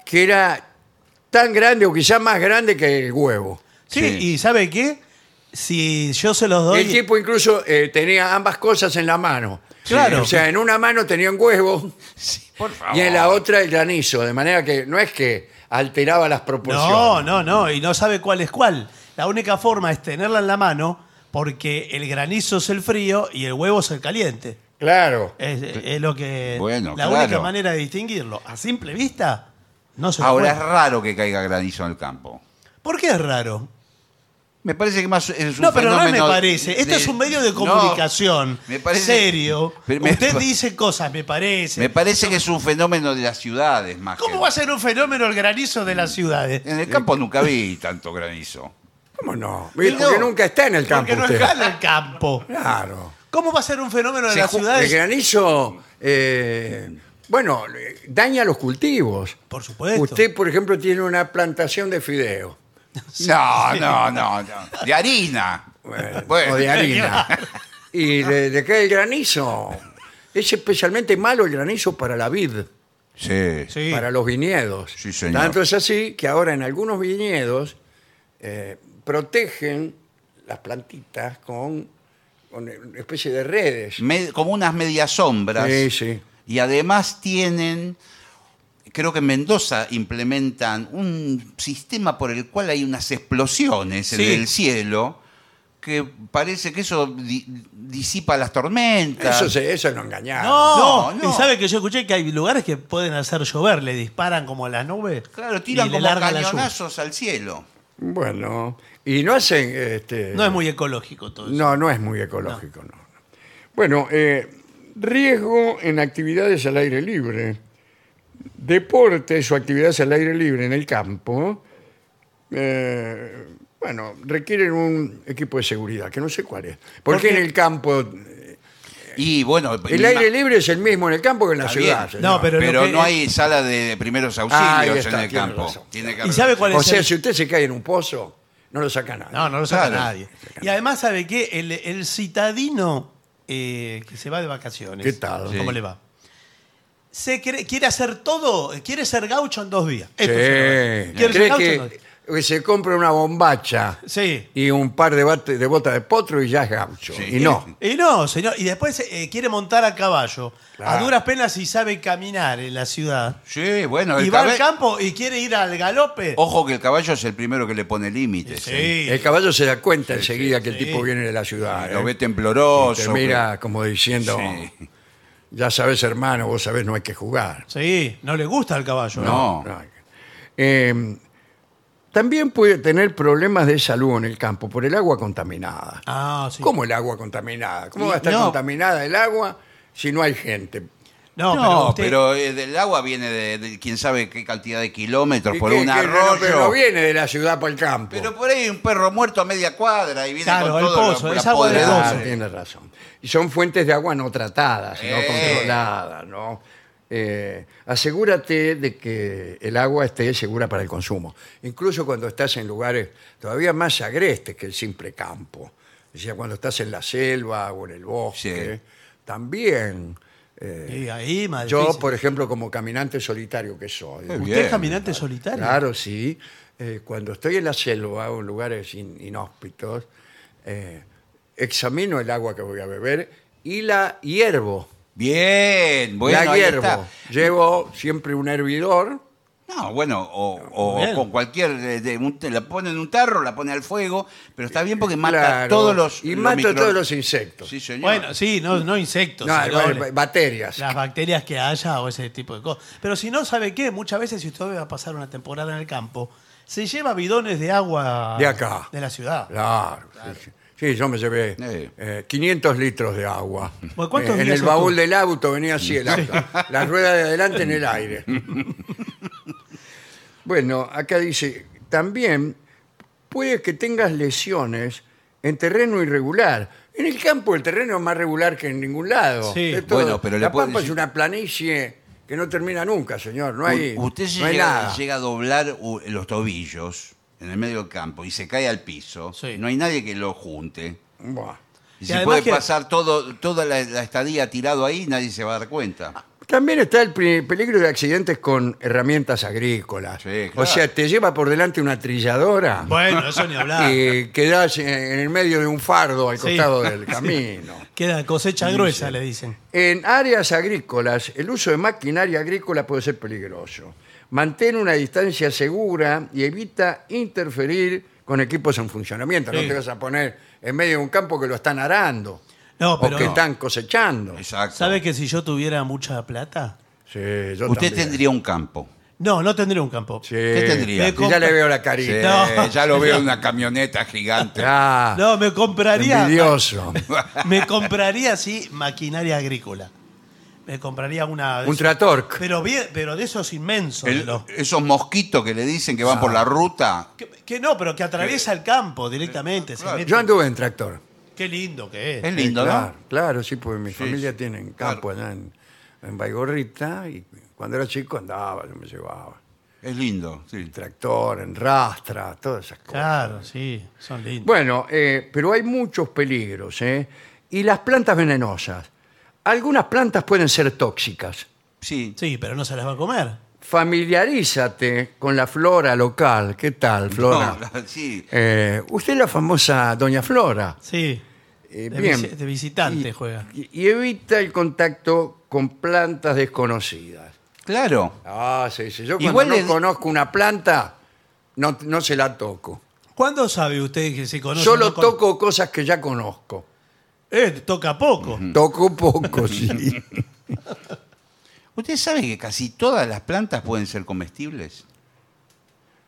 Speaker 1: que era tan grande o quizá más grande que el huevo.
Speaker 3: sí,
Speaker 2: Sí.
Speaker 3: y ¿sabe qué? Si yo se los
Speaker 1: El
Speaker 3: doy.
Speaker 1: tipo incluso eh, tenía ambas cosas en la mano.
Speaker 3: Claro.
Speaker 1: O sea, en una mano tenía un huevo
Speaker 2: Por favor.
Speaker 1: y en la otra el granizo, de manera que no es que alteraba las proporciones.
Speaker 3: No, no, no, y no sabe cuál es cuál. La única forma es tenerla en la mano porque el granizo es el frío y el huevo es el caliente.
Speaker 1: Claro.
Speaker 3: Es, es lo que.
Speaker 2: Bueno,
Speaker 3: la
Speaker 2: claro.
Speaker 3: única manera de distinguirlo. A simple vista, no se
Speaker 2: Ahora es
Speaker 3: puede.
Speaker 2: raro que caiga granizo en el campo.
Speaker 3: ¿Por qué es raro?
Speaker 2: Me parece que más es un
Speaker 3: No, pero no me
Speaker 2: fenómeno
Speaker 3: parece. Esto
Speaker 2: de-
Speaker 3: es un medio de
Speaker 2: No,
Speaker 3: comunicación.
Speaker 2: me parece-
Speaker 3: serio.
Speaker 2: Pero me-
Speaker 3: Usted dice cosas, me parece.
Speaker 2: me parece que es un fenómeno de las ciudades más
Speaker 3: ¿Cómo
Speaker 2: que-
Speaker 3: va a ser un fenómeno el granizo de las ciudades?
Speaker 2: En el campo nunca vi tanto
Speaker 3: <laughs>
Speaker 2: granizo.
Speaker 1: ¿Cómo no?
Speaker 3: Y no.
Speaker 1: Porque nunca está en el campo
Speaker 3: Porque no
Speaker 1: usted.
Speaker 3: escala el campo.
Speaker 1: Claro.
Speaker 3: ¿Cómo va a ser un fenómeno de
Speaker 1: Se
Speaker 3: las
Speaker 1: ju- El
Speaker 3: ciudades?
Speaker 1: granizo, eh, bueno, eh, daña los cultivos.
Speaker 3: Por supuesto.
Speaker 1: Usted, por ejemplo, tiene una plantación de fideo.
Speaker 2: No, no, no, no. De harina. <laughs>
Speaker 1: Bueno,
Speaker 2: Bueno.
Speaker 1: eh, o de harina. y le, le cae el granizo. Es especialmente malo el granizo para la vid,
Speaker 2: Sí.
Speaker 3: Sí.
Speaker 1: para los viñedos.
Speaker 2: Sí, señor.
Speaker 1: Tanto es así que ahora en algunos viñedos eh, protegen las plantitas con, con una especie de redes.
Speaker 2: Me- como unas medias sombras.
Speaker 1: Sí, sí.
Speaker 2: Y además tienen, creo que en Mendoza implementan un sistema por el cual hay unas explosiones
Speaker 3: Sí.
Speaker 2: en el cielo que parece que eso di- disipa las tormentas.
Speaker 1: Eso, se- eso no engañaron.
Speaker 2: No,
Speaker 3: No,
Speaker 2: no.
Speaker 3: Y sabe que yo escuché que hay lugares que pueden hacer llover, le disparan como a las nubes.
Speaker 2: Claro, tiran
Speaker 3: y le
Speaker 2: como
Speaker 3: largan la lluvia.
Speaker 2: cañonazos al cielo.
Speaker 1: Bueno, y no hacen... Este,
Speaker 3: No es muy ecológico todo eso.
Speaker 1: No, no es muy ecológico, no. Bueno, eh, riesgo en actividades al aire libre. Deportes o actividades al aire libre en el campo, eh, bueno, requieren un equipo de seguridad, que no sé cuál es. ¿Por qué en el campo?
Speaker 2: Y bueno,
Speaker 1: El aire libre es el mismo en el campo que en la
Speaker 2: Está
Speaker 1: ciudad.
Speaker 2: bien.
Speaker 1: señor.
Speaker 3: No, pero
Speaker 2: pero,
Speaker 3: lo que-
Speaker 2: no hay sala de primeros
Speaker 1: ahí
Speaker 2: auxilios
Speaker 1: está,
Speaker 2: en el
Speaker 1: tiene
Speaker 2: campo.
Speaker 1: razón.
Speaker 2: Tiene que
Speaker 3: ¿Y
Speaker 2: haber-
Speaker 3: sabe cuál
Speaker 1: O
Speaker 3: es
Speaker 1: sea,
Speaker 3: el-
Speaker 1: si usted se cae en un pozo, no lo saca nadie.
Speaker 3: No, no lo sabe
Speaker 2: Claro.
Speaker 3: nadie. Y además, ¿sabe qué? El, el citadino eh, que se va de vacaciones.
Speaker 1: ¿Qué tal?
Speaker 3: ¿Cómo
Speaker 2: Sí.
Speaker 3: le va? Se cree- quiere hacer todo, quiere ser gaucho en dos días.
Speaker 1: Sí.
Speaker 3: Esto es una- quiere ser
Speaker 1: ¿Cree
Speaker 3: gaucho en dos
Speaker 1: que,
Speaker 3: días.
Speaker 1: que se compra una bombacha
Speaker 3: Sí.
Speaker 1: y un par de, bate- de botas de potro y ya es gaucho?
Speaker 2: Sí.
Speaker 1: Y no.
Speaker 3: Y no, señor. Y después eh, quiere montar a caballo.
Speaker 1: Claro.
Speaker 3: A duras penas y sabe caminar en la ciudad.
Speaker 2: Sí, bueno,
Speaker 3: Y
Speaker 2: el
Speaker 3: va
Speaker 2: cabe-
Speaker 3: al campo y quiere ir al galope.
Speaker 2: Ojo que el caballo es el primero que le pone límites. ¿eh?
Speaker 3: Sí.
Speaker 1: Oh, El caballo se da cuenta enseguida que el
Speaker 3: sí.
Speaker 1: tipo viene de la ciudad.
Speaker 2: Lo
Speaker 1: ¿eh?
Speaker 2: ve tembloroso.
Speaker 1: Te mira como diciendo,
Speaker 2: Sí.
Speaker 1: ya sabes hermano, vos sabés no hay que jugar.
Speaker 3: Sí, no le gusta el caballo.
Speaker 2: No.
Speaker 1: Eh, también puede tener problemas de salud en el campo por el agua contaminada.
Speaker 3: Ah, sí.
Speaker 1: ¿Cómo el agua contaminada? ¿Cómo va a estar
Speaker 3: No.
Speaker 1: contaminada el agua si no hay gente?
Speaker 3: No,
Speaker 2: No,
Speaker 3: usted-
Speaker 2: pero, eh, del agua viene de, de quién sabe qué cantidad de kilómetros
Speaker 1: ¿Y
Speaker 2: por
Speaker 1: qué-
Speaker 2: un
Speaker 1: qué- no,
Speaker 2: arroyo.
Speaker 1: pero no viene de la ciudad para el campo.
Speaker 2: Pero por ahí hay un perro muerto a media cuadra y viene
Speaker 3: Claro,
Speaker 2: con
Speaker 3: el
Speaker 2: todo lo-
Speaker 3: pozo,
Speaker 2: la
Speaker 3: es agua del
Speaker 2: podredumbre.
Speaker 1: Claro,
Speaker 3: Entonces-
Speaker 1: tiene
Speaker 3: pozo.
Speaker 1: razón. Y son fuentes de agua no tratadas, no
Speaker 2: Eh.
Speaker 1: controladas, ¿no? Eh, asegúrate de que el agua esté segura para el consumo. Incluso cuando estás en lugares todavía más agrestes que el simple campo. O sea, cuando estás en la selva o en el bosque. También. eh,
Speaker 3: Sí, ahí, más
Speaker 1: yo,
Speaker 3: difícil.
Speaker 1: por ejemplo, como caminante solitario que soy.
Speaker 2: Eh,
Speaker 3: ¿Usted
Speaker 2: Bien.
Speaker 3: es caminante solitario?
Speaker 1: Claro, sí. Eh, cuando estoy en la selva o en lugares in- inhóspitos, eh, examino el agua que voy a beber y la hiervo.
Speaker 2: Bien, bueno,
Speaker 1: la
Speaker 2: ahí
Speaker 1: hiervo.
Speaker 2: está.
Speaker 1: Llevo siempre un hervidor.
Speaker 2: No, bueno, o, o
Speaker 3: Muy bien.
Speaker 2: con cualquier. eh, de un- te la pone en un tarro, la pone al fuego, pero está bien porque mata
Speaker 1: claro,
Speaker 2: todos los.
Speaker 1: Y
Speaker 2: los
Speaker 1: mata
Speaker 2: micro-
Speaker 1: todos los insectos.
Speaker 2: Sí, señor.
Speaker 3: Bueno, sí, no, no insectos.
Speaker 1: No,
Speaker 3: sino
Speaker 1: ba-
Speaker 3: le-
Speaker 1: ba- bacterias.
Speaker 3: las bacterias que haya o ese tipo de cosas. Pero si no, ¿sabe qué? Muchas veces, si usted va a pasar una temporada en el campo, se lleva bidones de agua
Speaker 1: De acá.
Speaker 3: de la ciudad.
Speaker 1: Claro. sí, sí. Sí, yo me llevé
Speaker 2: Sí.
Speaker 1: eh, 500 litros de agua.
Speaker 3: <laughs>
Speaker 1: Eh,
Speaker 3: Bueno, ¿cuántos
Speaker 1: en
Speaker 3: días
Speaker 1: el baúl
Speaker 3: estuvo?
Speaker 1: del auto venía así el auto. La rueda de adelante en el
Speaker 3: <laughs>
Speaker 1: aire. bueno, acá dice, también puede que tengas lesiones en terreno irregular. En el campo el terreno es más regular que en ningún lado.
Speaker 3: Sí.
Speaker 1: Es todo-
Speaker 2: Bueno, pero le
Speaker 1: la
Speaker 2: puedo
Speaker 1: pampa es
Speaker 2: decir-
Speaker 1: una planicie que no termina nunca, señor. No hay,
Speaker 2: U- Usted si
Speaker 1: no hay
Speaker 2: llega,
Speaker 1: nada.
Speaker 2: llega a doblar u- los tobillos en el medio del campo y se cae al piso,
Speaker 3: Sí.
Speaker 2: no hay nadie que lo junte.
Speaker 1: Buah.
Speaker 2: Y,
Speaker 3: Y
Speaker 2: si
Speaker 3: además
Speaker 2: puede
Speaker 3: que-
Speaker 2: pasar todo, toda la, la estadía tirado ahí, nadie se va a dar
Speaker 3: Ah,
Speaker 2: cuenta.
Speaker 1: También está el pri- peligro de accidentes con herramientas agrícolas.
Speaker 2: Sí,
Speaker 1: O
Speaker 2: claro.
Speaker 1: sea, te lleva por delante una trilladora
Speaker 3: Bueno, eso
Speaker 1: <laughs>
Speaker 3: ni hablar.
Speaker 1: y quedás eh, en el medio de un fardo al
Speaker 3: Sí.
Speaker 1: costado del camino.
Speaker 3: Queda cosecha gruesa, le dicen.
Speaker 1: En áreas agrícolas, el uso de maquinaria agrícola puede ser peligroso. Mantén una distancia segura y evita interferir con equipos en funcionamiento. No
Speaker 3: Sí.
Speaker 1: te vas a poner en medio de un campo que lo están arando
Speaker 3: No, pero
Speaker 1: o que
Speaker 3: no.
Speaker 1: están cosechando.
Speaker 2: Exacto.
Speaker 3: ¿Sabe que si yo tuviera mucha plata?
Speaker 1: Sí, yo
Speaker 2: Usted
Speaker 1: también.
Speaker 2: tendría un campo.
Speaker 3: No, no tendría un campo.
Speaker 1: Sí.
Speaker 2: ¿Qué tendría?
Speaker 1: Y ya le veo la carita.
Speaker 2: Sí,
Speaker 3: No.
Speaker 2: Eh, Ya lo veo en una
Speaker 1: <laughs>
Speaker 2: camioneta gigante.
Speaker 1: Ah,
Speaker 3: No, me compraría.
Speaker 1: envidioso.
Speaker 3: <laughs> Me compraría, sí, maquinaria agrícola. Me compraría una. de
Speaker 1: Un
Speaker 3: esas-
Speaker 1: tratorc.
Speaker 3: Pero, bien, pero de esos inmensos. de
Speaker 2: El-
Speaker 3: los-
Speaker 2: esos mosquitos que le dicen que van por la ruta.
Speaker 3: que, que no, pero que atraviesa el campo directamente. se mete.
Speaker 1: Yo anduve en tractor. Eh,
Speaker 3: Qué lindo que es.
Speaker 2: Es lindo,
Speaker 1: claro,
Speaker 2: ¿no?
Speaker 1: claro, sí, porque mi familia
Speaker 2: sí,
Speaker 1: tiene en campo allá en, en Baigorrita y cuando era chico andaba, yo me llevaba.
Speaker 2: Es lindo, sí.
Speaker 1: En tractor, en rastra, todas esas cosas.
Speaker 3: Claro, sí, son lindos.
Speaker 1: Bueno, eh, pero hay muchos peligros, ¿eh? Y las plantas venenosas. Algunas plantas pueden ser tóxicas.
Speaker 2: Sí.
Speaker 3: sí, pero no se las va a comer.
Speaker 1: Familiarízate con la flora local. ¿Qué tal, Flora?
Speaker 2: No, la- <laughs> sí.
Speaker 1: Eh, usted es la famosa Doña Flora.
Speaker 3: Sí.
Speaker 1: Eh,
Speaker 3: de,
Speaker 1: bien.
Speaker 3: visi- de visitante
Speaker 1: Y-
Speaker 3: juega.
Speaker 1: Y, y evita el contacto con plantas desconocidas.
Speaker 2: Claro.
Speaker 1: Ah, sí, sí. Yo cuando
Speaker 2: Igual
Speaker 1: no
Speaker 2: le-
Speaker 1: conozco una planta, no, no se la toco.
Speaker 3: ¿Cuándo sabe usted que se conoce?
Speaker 1: Solo
Speaker 3: no con-
Speaker 1: toco cosas que ya conozco.
Speaker 3: Eh, toca poco.
Speaker 1: Toco poco, <laughs> sí.
Speaker 2: ¿Ustedes saben que casi todas las plantas pueden ser comestibles?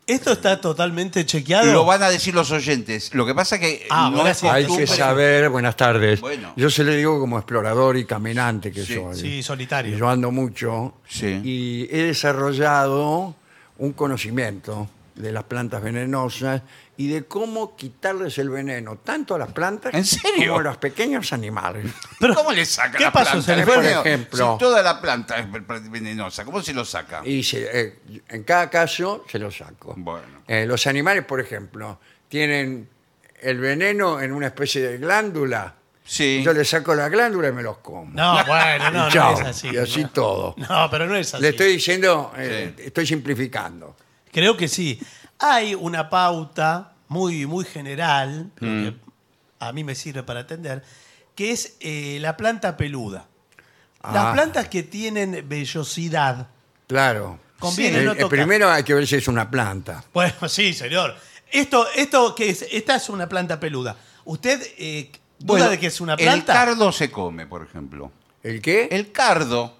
Speaker 3: Esto está totalmente chequeado.
Speaker 2: Lo van a decir los oyentes. Lo que pasa que
Speaker 3: Ah,
Speaker 2: no
Speaker 3: ahora
Speaker 2: es
Speaker 3: sí.
Speaker 1: Hay que
Speaker 2: costumbre-
Speaker 1: saber, buenas tardes.
Speaker 2: Bueno.
Speaker 1: Yo se le digo como explorador y caminante que
Speaker 2: Sí,
Speaker 1: soy.
Speaker 3: sí, solitario.
Speaker 1: Yo ando mucho
Speaker 2: Sí.
Speaker 1: y he desarrollado un conocimiento de las plantas venenosas y de cómo quitarles el veneno, tanto a las plantas
Speaker 2: ¿En serio?
Speaker 1: como a los pequeños animales.
Speaker 2: Pero ¿cómo le saca
Speaker 3: ¿Qué
Speaker 2: la
Speaker 3: pasó?
Speaker 2: planta?
Speaker 3: Se le
Speaker 2: El
Speaker 3: fue el
Speaker 2: veneno.
Speaker 1: ejemplo.
Speaker 2: Si toda la planta es venenosa, ¿cómo se lo saca?
Speaker 1: Y se- eh, en cada caso se los saco.
Speaker 2: Bueno.
Speaker 1: Eh, los animales, por ejemplo, tienen el veneno en una especie de glándula.
Speaker 2: Sí.
Speaker 1: Yo les saco la glándula y me los como.
Speaker 3: No, bueno,
Speaker 1: Y
Speaker 3: no, no
Speaker 1: chao.
Speaker 3: es así.
Speaker 1: Y así
Speaker 3: no.
Speaker 1: todo.
Speaker 3: No, pero no es así.
Speaker 1: Le estoy diciendo, eh, estoy simplificando.
Speaker 3: Creo que sí. Hay una pauta muy, muy general, pero que a mí me sirve para atender, que es eh, la planta peluda.
Speaker 1: Ah.
Speaker 3: Las plantas que tienen vellosidad.
Speaker 1: Claro.
Speaker 3: Conviene
Speaker 1: Eh,
Speaker 3: no
Speaker 1: eh,
Speaker 3: tocar.
Speaker 1: primero hay que ver si es una planta.
Speaker 3: Bueno, <laughs> sí, señor. Esto, esto que es, esta es una planta peluda. ¿Usted eh, duda
Speaker 2: Bueno,
Speaker 3: de que es una
Speaker 2: El
Speaker 3: planta?
Speaker 2: cardo se come, por ejemplo.
Speaker 1: ¿El qué?
Speaker 2: El cardo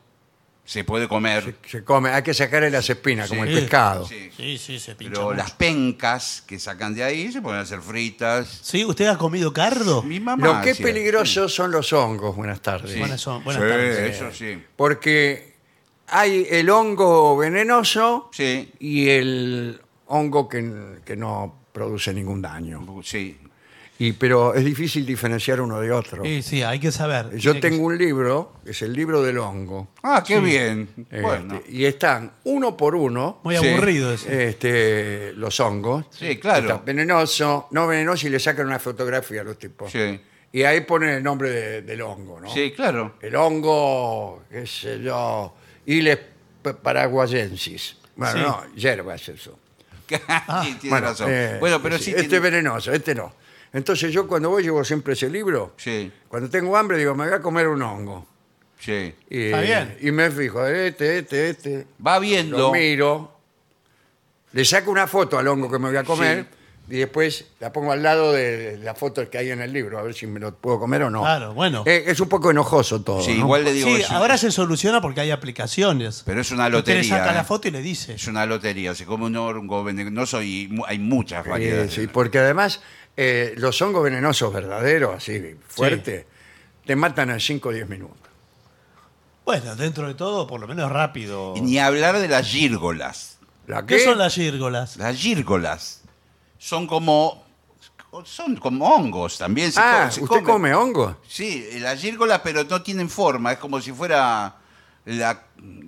Speaker 2: se puede comer,
Speaker 1: Se come, hay que sacarle las espinas, como el
Speaker 3: Sí.
Speaker 1: pescado.
Speaker 2: sí,
Speaker 3: Sí, sí, se pincha.
Speaker 2: pero
Speaker 3: mucho.
Speaker 2: las pencas que sacan de ahí se pueden hacer fritas.
Speaker 3: Sí, ¿usted ha comido cardo?
Speaker 2: Mi mamá.
Speaker 1: Lo que es
Speaker 2: hacía-
Speaker 1: peligroso son los hongos, buenas tardes.
Speaker 2: Sí.
Speaker 3: Buenas, son- buenas
Speaker 2: Sí,
Speaker 3: tardes. eh.
Speaker 2: Eso sí.
Speaker 1: Porque hay el hongo venenoso
Speaker 2: Sí,
Speaker 1: y el hongo que, que no produce ningún daño.
Speaker 2: sí.
Speaker 1: Y, pero es difícil diferenciar uno de otro.
Speaker 3: Sí, sí, hay que saber.
Speaker 1: Yo
Speaker 3: Tiene que-
Speaker 1: tengo un libro, es el libro del hongo.
Speaker 2: Ah, qué bien.
Speaker 1: Este,
Speaker 2: Bueno.
Speaker 1: Y están uno por uno
Speaker 3: Muy
Speaker 2: Sí.
Speaker 3: aburrido eso.
Speaker 1: este, los hongos.
Speaker 2: Sí, claro.
Speaker 1: Está venenoso, no venenoso y le sacan una fotografía a los tipos.
Speaker 2: Sí.
Speaker 1: Y ahí ponen el nombre de- del hongo, ¿no?
Speaker 2: Sí, claro.
Speaker 1: El hongo, qué sé yo, Iles p- paraguayensis. Bueno,
Speaker 3: Sí.
Speaker 1: no, hierbas eso. <laughs>
Speaker 2: sí, tiene
Speaker 1: Bueno,
Speaker 2: razón.
Speaker 1: eh,
Speaker 2: bueno, pero sí.
Speaker 1: Este es
Speaker 2: tiene-
Speaker 1: venenoso, este no. Entonces yo cuando voy llevo siempre ese libro.
Speaker 2: Sí,
Speaker 1: Cuando tengo hambre digo, me voy a comer un hongo.
Speaker 2: sí.
Speaker 1: Y,
Speaker 3: Está bien.
Speaker 1: y me fijo, este, este, este.
Speaker 2: Va
Speaker 1: lo
Speaker 2: viendo.
Speaker 1: miro, le saco una foto al hongo que me voy a comer y después la pongo al lado de la foto que hay en el libro, a ver si me lo puedo comer o no.
Speaker 3: Claro, bueno.
Speaker 1: Eh, es un poco enojoso todo.
Speaker 2: Sí,
Speaker 1: ¿no? Eh,
Speaker 2: igual le digo.
Speaker 3: sí,
Speaker 2: es-
Speaker 3: ahora se soluciona porque hay aplicaciones.
Speaker 2: Pero es una
Speaker 3: Usted
Speaker 2: lotería.
Speaker 3: le saca
Speaker 2: ¿eh?
Speaker 3: la foto y le dice.
Speaker 2: Es una lotería. Se come un hongo venenoso y mu- hay muchas
Speaker 1: Eh,
Speaker 2: variedades.
Speaker 1: sí, porque además eh, los hongos venenosos verdaderos, así fuerte, te matan en 5 o 10 minutos.
Speaker 3: Bueno, dentro de todo, por lo menos rápido.
Speaker 2: Y ni hablar de las gírgolas.
Speaker 1: ¿La
Speaker 3: ¿Qué
Speaker 1: qué?
Speaker 3: son las gírgolas?
Speaker 2: Las gírgolas son como. Son como hongos también. se
Speaker 1: Ah,
Speaker 2: co- se
Speaker 1: ¿usted come,
Speaker 2: comen.
Speaker 1: hongos?
Speaker 2: Sí, las gírgolas, pero no tienen forma. Es como si fuera la.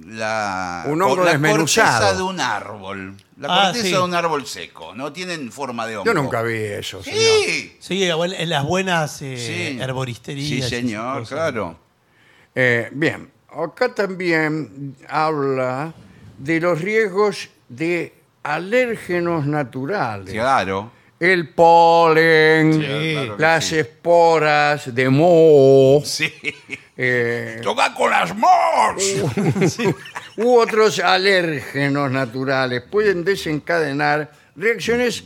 Speaker 2: la-
Speaker 1: Un hongo
Speaker 2: la
Speaker 1: desmenuzado.
Speaker 2: corteza de un árbol. La
Speaker 3: Ah,
Speaker 2: corteza
Speaker 3: sí.
Speaker 2: de un árbol seco. No tienen forma de hongo.
Speaker 1: Yo nunca vi eso. señor.
Speaker 2: Sí.
Speaker 3: Sí, bueno, en las buenas eh,
Speaker 2: Sí.
Speaker 3: herboristerías. y
Speaker 2: Sí,
Speaker 3: esas
Speaker 2: señor,
Speaker 3: cosas.
Speaker 2: claro.
Speaker 1: Eh, bien, acá también habla de los riesgos de alérgenos naturales.
Speaker 2: Claro.
Speaker 1: el polen,
Speaker 2: ah. Sí, claro que
Speaker 1: las
Speaker 2: sí.
Speaker 1: esporas de moho,
Speaker 2: Sí.
Speaker 1: eh,
Speaker 2: ¡Toca con las mors!
Speaker 1: u otros alérgenos naturales pueden desencadenar reacciones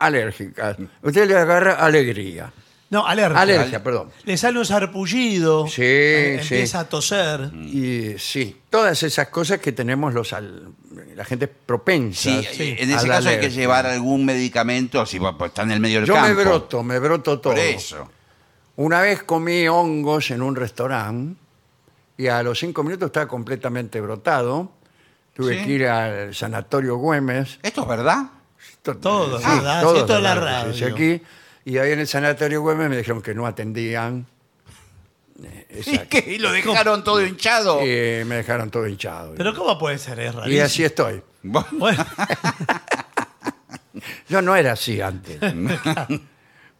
Speaker 1: alérgicas. Usted le agarra alegría.
Speaker 3: No, alergia.
Speaker 1: Alergia, perdón.
Speaker 3: Le sale un sarpullido.
Speaker 1: Sí,
Speaker 3: eh,
Speaker 1: sí.
Speaker 3: Empieza a toser.
Speaker 2: Mm.
Speaker 1: Y sí, todas esas cosas que tenemos los al- la gente propensa.
Speaker 2: Sí, en
Speaker 1: a
Speaker 2: ese
Speaker 1: la
Speaker 2: caso hay que
Speaker 1: alergia.
Speaker 2: llevar algún medicamento, si va- pues, está en el medio del
Speaker 1: Yo
Speaker 2: campo.
Speaker 1: me broto, me broto todo.
Speaker 2: Por eso.
Speaker 1: Una vez comí hongos en un restaurante y a los cinco minutos estaba completamente brotado. Tuve
Speaker 2: Sí.
Speaker 1: que ir al sanatorio Güemes.
Speaker 2: ¿Esto es verdad?
Speaker 1: Esto-
Speaker 3: Todo, ¿verdad?
Speaker 1: todo
Speaker 3: Sí, esto es la
Speaker 1: verdad,
Speaker 3: radio.
Speaker 1: sí, aquí. Y ahí en el sanatorio Güemes me dijeron que no atendían. Eh,
Speaker 2: ¿Y
Speaker 1: exacto.
Speaker 2: qué? ¿Y lo dejaron todo hinchado?
Speaker 1: Y me dejaron todo hinchado.
Speaker 3: Pero ¿cómo puede ser? Es
Speaker 1: y
Speaker 3: rarísimo.
Speaker 1: así estoy.
Speaker 2: Bueno,
Speaker 3: Bueno,
Speaker 1: Yo no era así antes.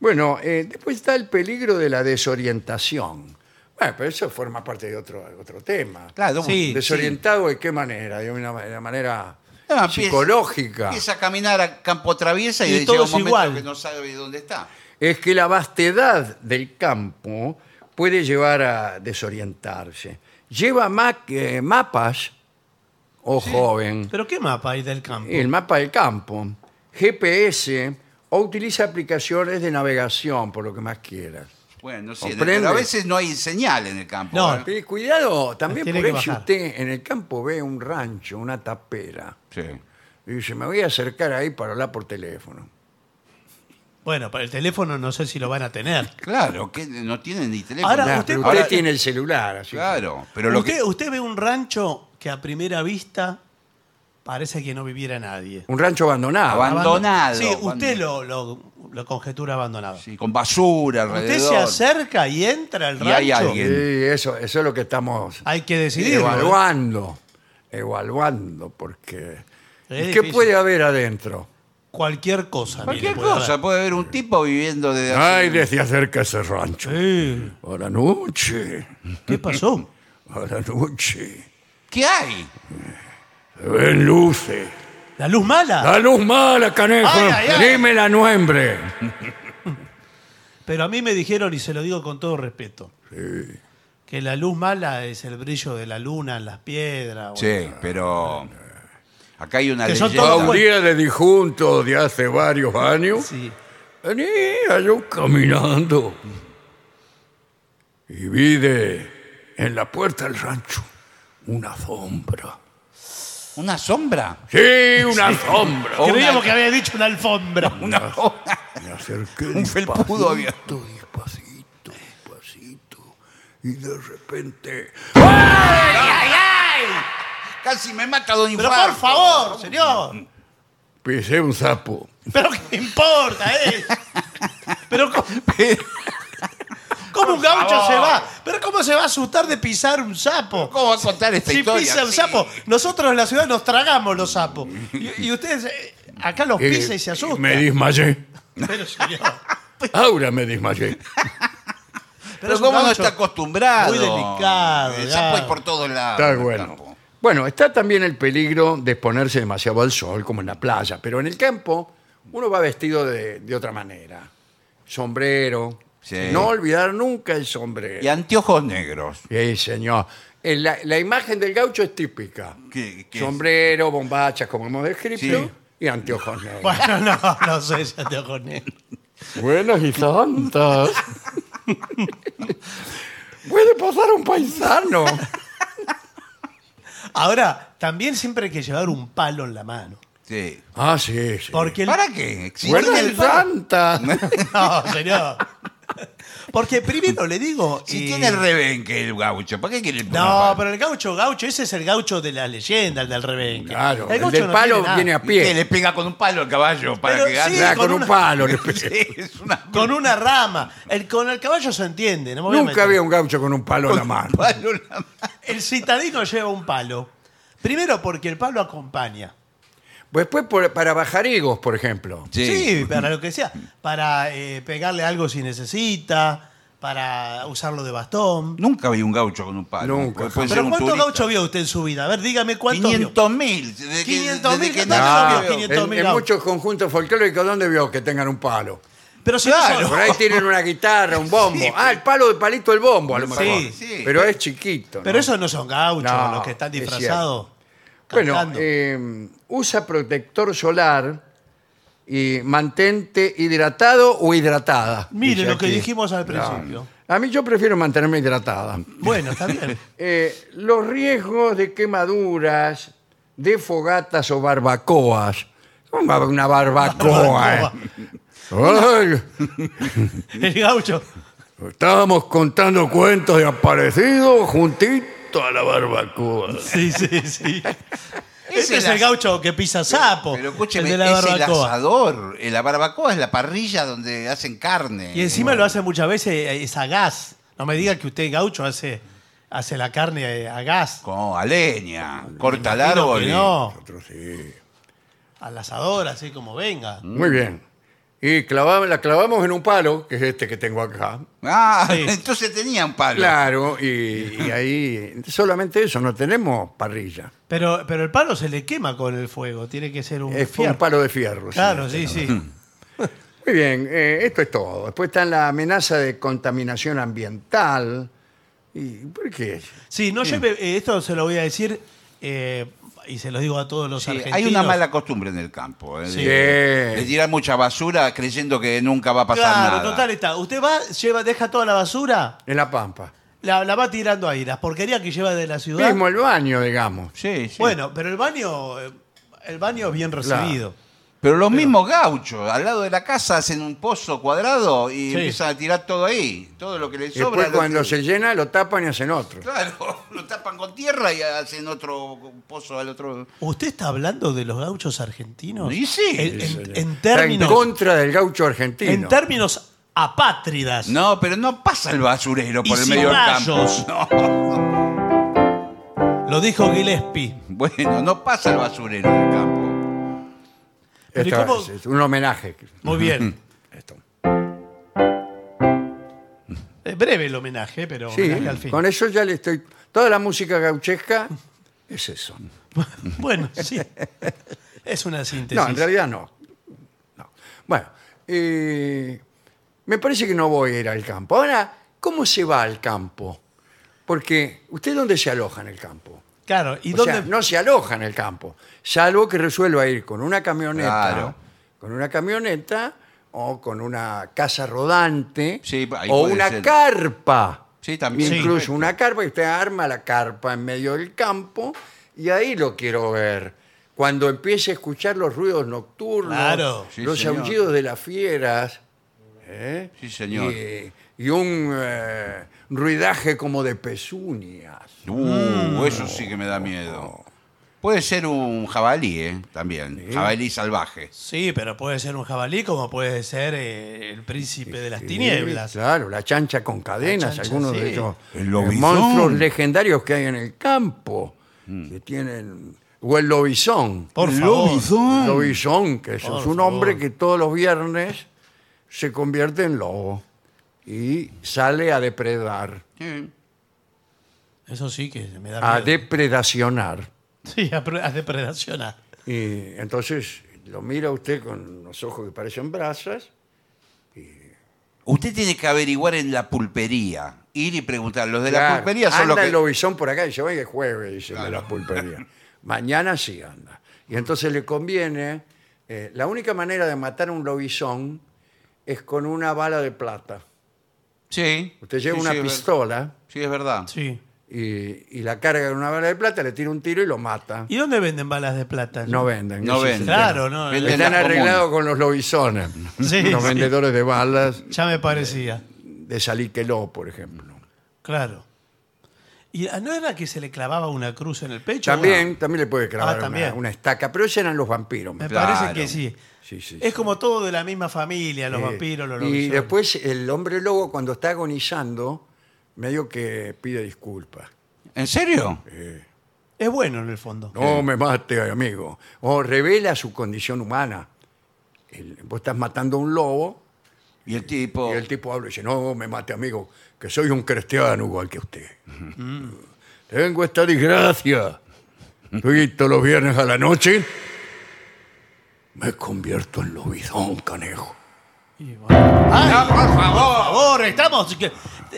Speaker 1: bueno, eh, después está el peligro de la desorientación. Bueno, pero eso forma parte de otro, otro tema.
Speaker 2: claro.
Speaker 3: Sí.
Speaker 1: ¿Desorientado de qué manera? De una ma- de manera
Speaker 2: No, empieza-
Speaker 1: psicológica.
Speaker 2: Empieza a caminar a campo traviesa y,
Speaker 3: Y
Speaker 2: llega
Speaker 3: todo
Speaker 2: un
Speaker 3: es
Speaker 2: momento
Speaker 3: igual.
Speaker 2: que no sabe dónde está.
Speaker 1: Es que la vastedad del campo puede llevar a desorientarse. Lleva ma- eh, mapas, o joven,
Speaker 3: ¿Pero qué mapa hay del campo?
Speaker 1: el mapa del campo, GPS o utiliza aplicaciones de navegación, por lo que más quieras.
Speaker 2: Bueno, sí,
Speaker 1: Comprende.
Speaker 2: pero a veces no hay señal en el campo.
Speaker 3: No.
Speaker 2: ¿eh?
Speaker 1: Pero cuidado, también
Speaker 3: Tiene
Speaker 1: por
Speaker 3: que
Speaker 1: ahí si
Speaker 3: bajar.
Speaker 1: usted en el campo ve un rancho, una tapera,
Speaker 2: Sí.
Speaker 1: y dice, me voy a acercar ahí para hablar por teléfono.
Speaker 3: Bueno, para el teléfono no sé si lo van a tener.
Speaker 2: Claro, que no tienen ni teléfono.
Speaker 3: Ahora,
Speaker 1: Ya,
Speaker 3: usted
Speaker 1: pero
Speaker 3: puede-
Speaker 1: usted tiene el celular, así. que-
Speaker 2: Claro, pero lo
Speaker 3: usted,
Speaker 2: que...
Speaker 3: usted ve un rancho que a primera vista parece que no viviera nadie.
Speaker 1: Un rancho abandonado.
Speaker 2: Aban- Abandonado.
Speaker 3: Sí, usted lo, lo- lo conjetura abandonado.
Speaker 2: Sí, con basura alrededor.
Speaker 3: usted se acerca y entra al
Speaker 2: Y hay
Speaker 3: rancho.
Speaker 1: Sí,
Speaker 2: alguien.
Speaker 1: eso, eso es lo que estamos
Speaker 3: Hay que decidirlo. ¿eh?
Speaker 1: evaluando. Evaluando, porque... ¿Y
Speaker 3: Es
Speaker 1: ¿Qué
Speaker 3: difícil.
Speaker 1: puede haber adentro?
Speaker 3: Cualquier cosa.
Speaker 2: Cualquier
Speaker 3: mire, puede
Speaker 2: cosa, puede haber un tipo viviendo de...
Speaker 1: Ay, desde acerca ese rancho.
Speaker 3: haber. Sí.
Speaker 1: A la noche,
Speaker 3: ¿Qué pasó?
Speaker 1: a la noche.
Speaker 2: ¿Qué hay?
Speaker 1: Se ven luces.
Speaker 3: ¿La luz mala?
Speaker 1: La luz mala, canejo.
Speaker 3: Ay, ay, ay.
Speaker 1: Dime la nuembre.
Speaker 3: Pero a mí me dijeron, y se lo digo con todo respeto, que la luz mala es el brillo de la luna en las piedras. o-
Speaker 2: Sí, pero... Acá hay una
Speaker 3: Que son
Speaker 2: leyenda.
Speaker 1: A
Speaker 3: todos
Speaker 1: un día de disjunto de hace varios años,
Speaker 3: Sí.
Speaker 1: venía yo caminando y vi de, en la puerta del rancho una sombra.
Speaker 2: ¿Una sombra?
Speaker 1: Sí, una sombra.
Speaker 2: O
Speaker 3: Creíamos
Speaker 2: una-
Speaker 3: que había dicho una alfombra.
Speaker 2: <laughs> Una
Speaker 3: <laughs>
Speaker 1: Me acerqué
Speaker 2: Un felpudo
Speaker 1: despacito,
Speaker 2: abierto.
Speaker 1: despacito, despacito. Y de repente...
Speaker 2: Casi me mata Don
Speaker 3: Pero
Speaker 2: Infarto.
Speaker 3: por favor, señor.
Speaker 1: Pisé un sapo.
Speaker 3: Pero qué importa, eh. Pero co-
Speaker 2: Pero-
Speaker 3: cómo un gaucho
Speaker 2: favor.
Speaker 3: se va. Pero cómo se va a asustar de pisar un sapo.
Speaker 2: ¿Cómo va a contar esta
Speaker 3: Si
Speaker 2: historia?
Speaker 3: pisa un
Speaker 2: Sí.
Speaker 3: sapo, nosotros en la ciudad nos tragamos los sapos. Y, y ustedes eh, acá los
Speaker 1: Eh,
Speaker 3: pisa y se asustan.
Speaker 1: Me desmayé.
Speaker 3: <laughs> Pero señor,
Speaker 1: Ahora me desmayé.
Speaker 2: Pero,
Speaker 3: es un
Speaker 2: cómo no
Speaker 3: gaucho-
Speaker 2: está acostumbrado.
Speaker 3: muy delicado,
Speaker 2: El
Speaker 3: ya.
Speaker 2: sapo hay por todos lados.
Speaker 1: Está
Speaker 2: en el
Speaker 1: bueno.
Speaker 2: campo.
Speaker 1: Bueno, está también el peligro de exponerse demasiado al sol, como en la playa, pero en el campo uno va vestido de, de otra manera. Sombrero.
Speaker 2: Sí.
Speaker 1: No olvidar nunca el sombrero.
Speaker 2: Y anteojos negros.
Speaker 1: Sí, señor. Eh, La, la imagen del gaucho es típica.
Speaker 2: ¿Qué- qué es?
Speaker 1: sombrero, bombachas, como hemos descrito,
Speaker 2: Sí.
Speaker 1: y anteojos negros.
Speaker 3: Bueno, no, no sé si te negro.
Speaker 1: Buenas y santas. <laughs> Puede pasar un paisano.
Speaker 3: Ahora, también siempre hay que llevar un palo en la mano.
Speaker 2: Sí.
Speaker 1: Ah, sí, sí.
Speaker 3: Porque el-
Speaker 2: ¿Para qué? Si
Speaker 1: Buenas
Speaker 2: tiene
Speaker 1: y
Speaker 2: el palo-
Speaker 1: santas.
Speaker 3: <laughs>
Speaker 2: <laughs>
Speaker 3: No, señor. Porque primero le digo.
Speaker 2: Si
Speaker 3: eh,
Speaker 2: tiene el rebenque el gaucho, ¿para qué quiere el
Speaker 3: No, pero el gaucho, gaucho, ese es el gaucho de la leyenda, el del rebenque.
Speaker 1: Claro, el,
Speaker 3: gaucho
Speaker 1: del
Speaker 3: no
Speaker 1: palo
Speaker 3: tiene nada.
Speaker 1: viene a
Speaker 2: Que
Speaker 1: pie.
Speaker 2: le pega con un palo al caballo para
Speaker 3: Pero
Speaker 2: que gane.
Speaker 3: <laughs> sí,
Speaker 1: Ah, con,
Speaker 3: con
Speaker 1: un
Speaker 3: una-
Speaker 1: palo. le pega.
Speaker 2: <laughs> Sí, es una
Speaker 3: Con una rama. El, con el caballo se entiende. no me voy a
Speaker 1: Nunca
Speaker 3: meter.
Speaker 1: había un gaucho con un palo en la mano.
Speaker 2: palo en la mano.
Speaker 3: <laughs> El citadino lleva un palo. Primero porque el palo acompaña.
Speaker 1: Después por- para bajarigos, por ejemplo.
Speaker 3: Sí, para lo que sea. Para eh, pegarle algo si necesita, para usarlo de bastón.
Speaker 2: Nunca vi un gaucho con un palo.
Speaker 1: Nunca. pues,
Speaker 2: Pu- puede ser
Speaker 3: Pero
Speaker 2: un
Speaker 3: ¿cuántos
Speaker 2: turista.
Speaker 3: gauchos vio usted en su vida? A ver, dígame cuántos vio.
Speaker 2: 500 mil. 500
Speaker 3: 500.000, ¿cuántos
Speaker 1: Ah,
Speaker 3: había?
Speaker 1: en,
Speaker 3: 500.000
Speaker 1: en
Speaker 3: gauchos.
Speaker 1: muchos conjuntos folclóricos, ¿dónde vio que tengan un palo?
Speaker 3: Pero si no solo-
Speaker 1: Por ahí tienen una guitarra, un bombo. ah, el palo del palito del bombo, a lo mejor.
Speaker 3: Sí,
Speaker 2: sí.
Speaker 1: Pero es chiquito. ¿no?
Speaker 3: <laughs> Pero esos no son gauchos,
Speaker 1: No,
Speaker 3: los que están
Speaker 1: es
Speaker 3: disfrazados.
Speaker 1: Bueno,
Speaker 3: cantando.
Speaker 1: eh, usa protector solar y mantente hidratado o hidratada.
Speaker 3: Mire
Speaker 1: dice
Speaker 3: lo que
Speaker 1: aquí.
Speaker 3: dijimos al principio.
Speaker 1: A mí yo prefiero mantenerme hidratada.
Speaker 3: Bueno,
Speaker 1: <laughs>
Speaker 3: está bien.
Speaker 1: Eh, los riesgos de quemaduras, de fogatas o barbacoas. ¿Cómo va a haber una barbacoa? eh?
Speaker 3: El gaucho.
Speaker 1: Ay, estábamos contando cuentos de aparecidos juntito a la barbacoa.
Speaker 3: Sí, sí, sí. Ese
Speaker 2: <laughs> Ese
Speaker 3: es el
Speaker 2: as-
Speaker 3: gaucho que pisa sapo.
Speaker 2: Pero escúcheme,
Speaker 3: el de
Speaker 2: es
Speaker 3: la
Speaker 2: el
Speaker 3: barbacoa.
Speaker 2: asador. Eh, La barbacoa es la parrilla donde hacen carne.
Speaker 3: Y encima lo hace muchas veces eh, es a gas. No me diga que usted gaucho hace, hace la carne eh, a gas.
Speaker 2: Con a leña. Corta el
Speaker 3: Imagino
Speaker 2: árbol.
Speaker 3: que
Speaker 2: y-
Speaker 3: No,
Speaker 1: Nosotros sí.
Speaker 3: al asador, así como venga.
Speaker 2: Mm.
Speaker 1: Muy bien. Y clavamos, la clavamos en un palo, que es este que tengo acá.
Speaker 2: Ah,
Speaker 3: Sí.
Speaker 2: <laughs> entonces tenía un palo.
Speaker 1: Claro, y, y ahí solamente eso, no tenemos parrilla.
Speaker 3: Pero, pero el palo se le quema con el fuego. Tiene que ser un
Speaker 1: Es un
Speaker 3: fierro.
Speaker 1: palo de fierro. sí.
Speaker 3: Claro, sí, sí.
Speaker 1: Mm. Muy bien, eh, esto es todo. Después está la amenaza de contaminación ambiental. ¿Y por qué? Mm.
Speaker 3: Sí, no lleve, eh, esto se lo voy a decir eh, y se los digo a todos los
Speaker 2: Sí,
Speaker 3: argentinos.
Speaker 2: hay una mala costumbre en el campo. ¿eh?
Speaker 3: Sí.
Speaker 2: De,
Speaker 1: Sí.
Speaker 2: de tirar mucha basura creyendo que nunca va a pasar
Speaker 3: Claro,
Speaker 2: nada.
Speaker 3: total está. Usted va, lleva, deja toda la basura,
Speaker 1: En la pampa.
Speaker 3: la, la va tirando ahí, las porquerías que lleva de la ciudad.
Speaker 1: Mismo el baño, digamos.
Speaker 2: Sí, sí.
Speaker 3: Bueno, pero el baño, eh, el baño es bien recibido.
Speaker 2: pero los mismos gauchos al lado de la casa hacen un pozo cuadrado y
Speaker 3: Sí.
Speaker 2: empiezan a tirar todo ahí, todo lo que les
Speaker 1: Y
Speaker 2: sobra.
Speaker 1: después
Speaker 2: lo
Speaker 1: cuando se
Speaker 2: tiran.
Speaker 1: llena lo tapan y hacen otro.
Speaker 2: Claro, <laughs> lo tapan con tierra y hacen otro pozo al otro.
Speaker 3: ¿Usted está hablando de los gauchos argentinos?
Speaker 2: Y sí.
Speaker 3: En,
Speaker 1: Sí,
Speaker 3: en-
Speaker 1: señor.
Speaker 3: en
Speaker 1: Está en
Speaker 3: términos,
Speaker 1: contra del gaucho
Speaker 3: en
Speaker 1: argentino.
Speaker 3: términos apátridas.
Speaker 2: No, pero no pasa el basurero
Speaker 3: Y
Speaker 2: por el
Speaker 3: sin
Speaker 2: medio del campo.
Speaker 3: rayos.
Speaker 2: No,
Speaker 3: <laughs> Lo dijo Gillespie.
Speaker 2: bueno, no pasa el basurero del campo.
Speaker 3: Pero ¿y
Speaker 1: Esto
Speaker 3: cómo-
Speaker 1: es- es un homenaje.
Speaker 3: Muy bien.
Speaker 1: Esto.
Speaker 3: Eh, Breve el homenaje, pero
Speaker 1: Sí,
Speaker 3: homenaje al fin.
Speaker 1: con eso ya le estoy... Toda la música gauchesca es eso.
Speaker 3: Bueno, sí. Es una síntesis.
Speaker 1: No, en realidad no. No. Bueno, eh, me parece que no voy a ir al campo. Ahora, ¿cómo se va al campo? Porque, ¿usted dónde se aloja en el campo?
Speaker 3: Claro, ¿y
Speaker 1: o
Speaker 3: dónde?
Speaker 1: sea, no se aloja en el campo, salvo que resuelva ir con una camioneta,
Speaker 2: Claro.
Speaker 1: con una camioneta o con una casa rodante
Speaker 2: Sí, ahí
Speaker 1: o
Speaker 2: puede
Speaker 1: una
Speaker 2: ser.
Speaker 1: carpa.
Speaker 2: Sí, también.
Speaker 1: Incluso
Speaker 2: Sí.
Speaker 1: una carpa y usted arma la carpa en medio del campo y ahí lo quiero ver. Cuando empiece a escuchar los ruidos nocturnos,
Speaker 3: Claro.
Speaker 2: Sí,
Speaker 1: los
Speaker 2: señor.
Speaker 1: aullidos de las fieras, ¿eh?
Speaker 2: Sí, señor.
Speaker 1: Y, y un eh, ruidaje como de pezuñas.
Speaker 3: Mm.
Speaker 2: Uh, eso sí que me da miedo. Puede ser un jabalí, ¿eh? También. Jabalí salvaje.
Speaker 3: Sí, pero puede ser un jabalí como puede ser eh, el príncipe de las
Speaker 1: Sí,
Speaker 3: tinieblas.
Speaker 1: Claro, la chancha con cadenas,
Speaker 3: chancha,
Speaker 1: algunos
Speaker 3: sí.
Speaker 1: de ellos.
Speaker 2: El lobizón.
Speaker 1: monstruos legendarios que hay en el campo,
Speaker 2: Mm.
Speaker 1: que tienen. O el lobizón.
Speaker 3: Por
Speaker 2: El
Speaker 3: favor.
Speaker 2: lobizón.
Speaker 1: El lobizón, que es
Speaker 3: Por
Speaker 1: un
Speaker 3: favor.
Speaker 1: hombre que todos los viernes se convierte en lobo y sale a depredar,
Speaker 2: Sí.
Speaker 3: Eso sí que me da
Speaker 1: a
Speaker 3: miedo.
Speaker 1: depredacionar.
Speaker 3: <laughs> Sí, a, pre- a ah. depredacionar.
Speaker 1: Y entonces lo mira usted con los ojos que parecen brasas.
Speaker 2: Usted tiene que averiguar en la pulpería. Ir y preguntar. Los de la
Speaker 1: Claro,
Speaker 2: pulpería son
Speaker 1: anda
Speaker 2: los que.
Speaker 1: el lobizón por acá y dice, oye, es jueves, dice, de la pulpería. Mañana sí anda. Y entonces le conviene, eh, la única manera de matar a un lobizón es con una bala de plata.
Speaker 2: Sí.
Speaker 1: Usted lleva
Speaker 2: Sí,
Speaker 1: una
Speaker 2: sí, es ver-
Speaker 1: pistola
Speaker 2: Sí, es verdad.
Speaker 3: Sí.
Speaker 1: y, y la carga con una bala de plata, le tira un tiro y lo mata.
Speaker 3: ¿Y dónde venden balas de plata?
Speaker 1: No venden.
Speaker 2: No
Speaker 1: ese es el
Speaker 2: venden.
Speaker 1: tema.
Speaker 3: Claro, no.
Speaker 2: Venden
Speaker 1: Están
Speaker 2: las comunes.
Speaker 1: arreglados con los lobizones,
Speaker 3: Sí,
Speaker 1: los
Speaker 3: sí.
Speaker 1: vendedores de balas
Speaker 3: Ya me parecía.
Speaker 1: de Saliqueló, por ejemplo.
Speaker 3: Claro. ¿Y ah, no era que se le clavaba una cruz en el pecho?
Speaker 1: También, también le puede
Speaker 3: Ah,
Speaker 1: clavar una,
Speaker 3: también.
Speaker 1: una estaca, pero esos eran los vampiros. me
Speaker 3: Ah, Me
Speaker 2: Claro.
Speaker 3: parece que sí.
Speaker 1: Sí, sí,
Speaker 3: es
Speaker 1: sí.
Speaker 3: como todo de la misma familia, los
Speaker 1: Eh,
Speaker 3: vampiros, los
Speaker 1: Y
Speaker 3: lobisones.
Speaker 1: después el hombre lobo cuando está agonizando, medio que pide disculpas.
Speaker 2: ¿En serio?
Speaker 3: Es bueno en el fondo.
Speaker 1: No me mate, amigo. O revela su condición humana. El- vos estás matando a un lobo
Speaker 2: Y el tipo.
Speaker 1: y el tipo habla y dice, no me mate, amigo, que soy un cristiano igual que usted.
Speaker 3: Mm.
Speaker 1: Tengo esta desgracia. Estoy todos los viernes a la noche. Me convierto en lobizón, canejo.
Speaker 3: Y bueno.
Speaker 2: ¡Ay, no, por
Speaker 3: Por
Speaker 2: favor!
Speaker 3: favor, estamos. que-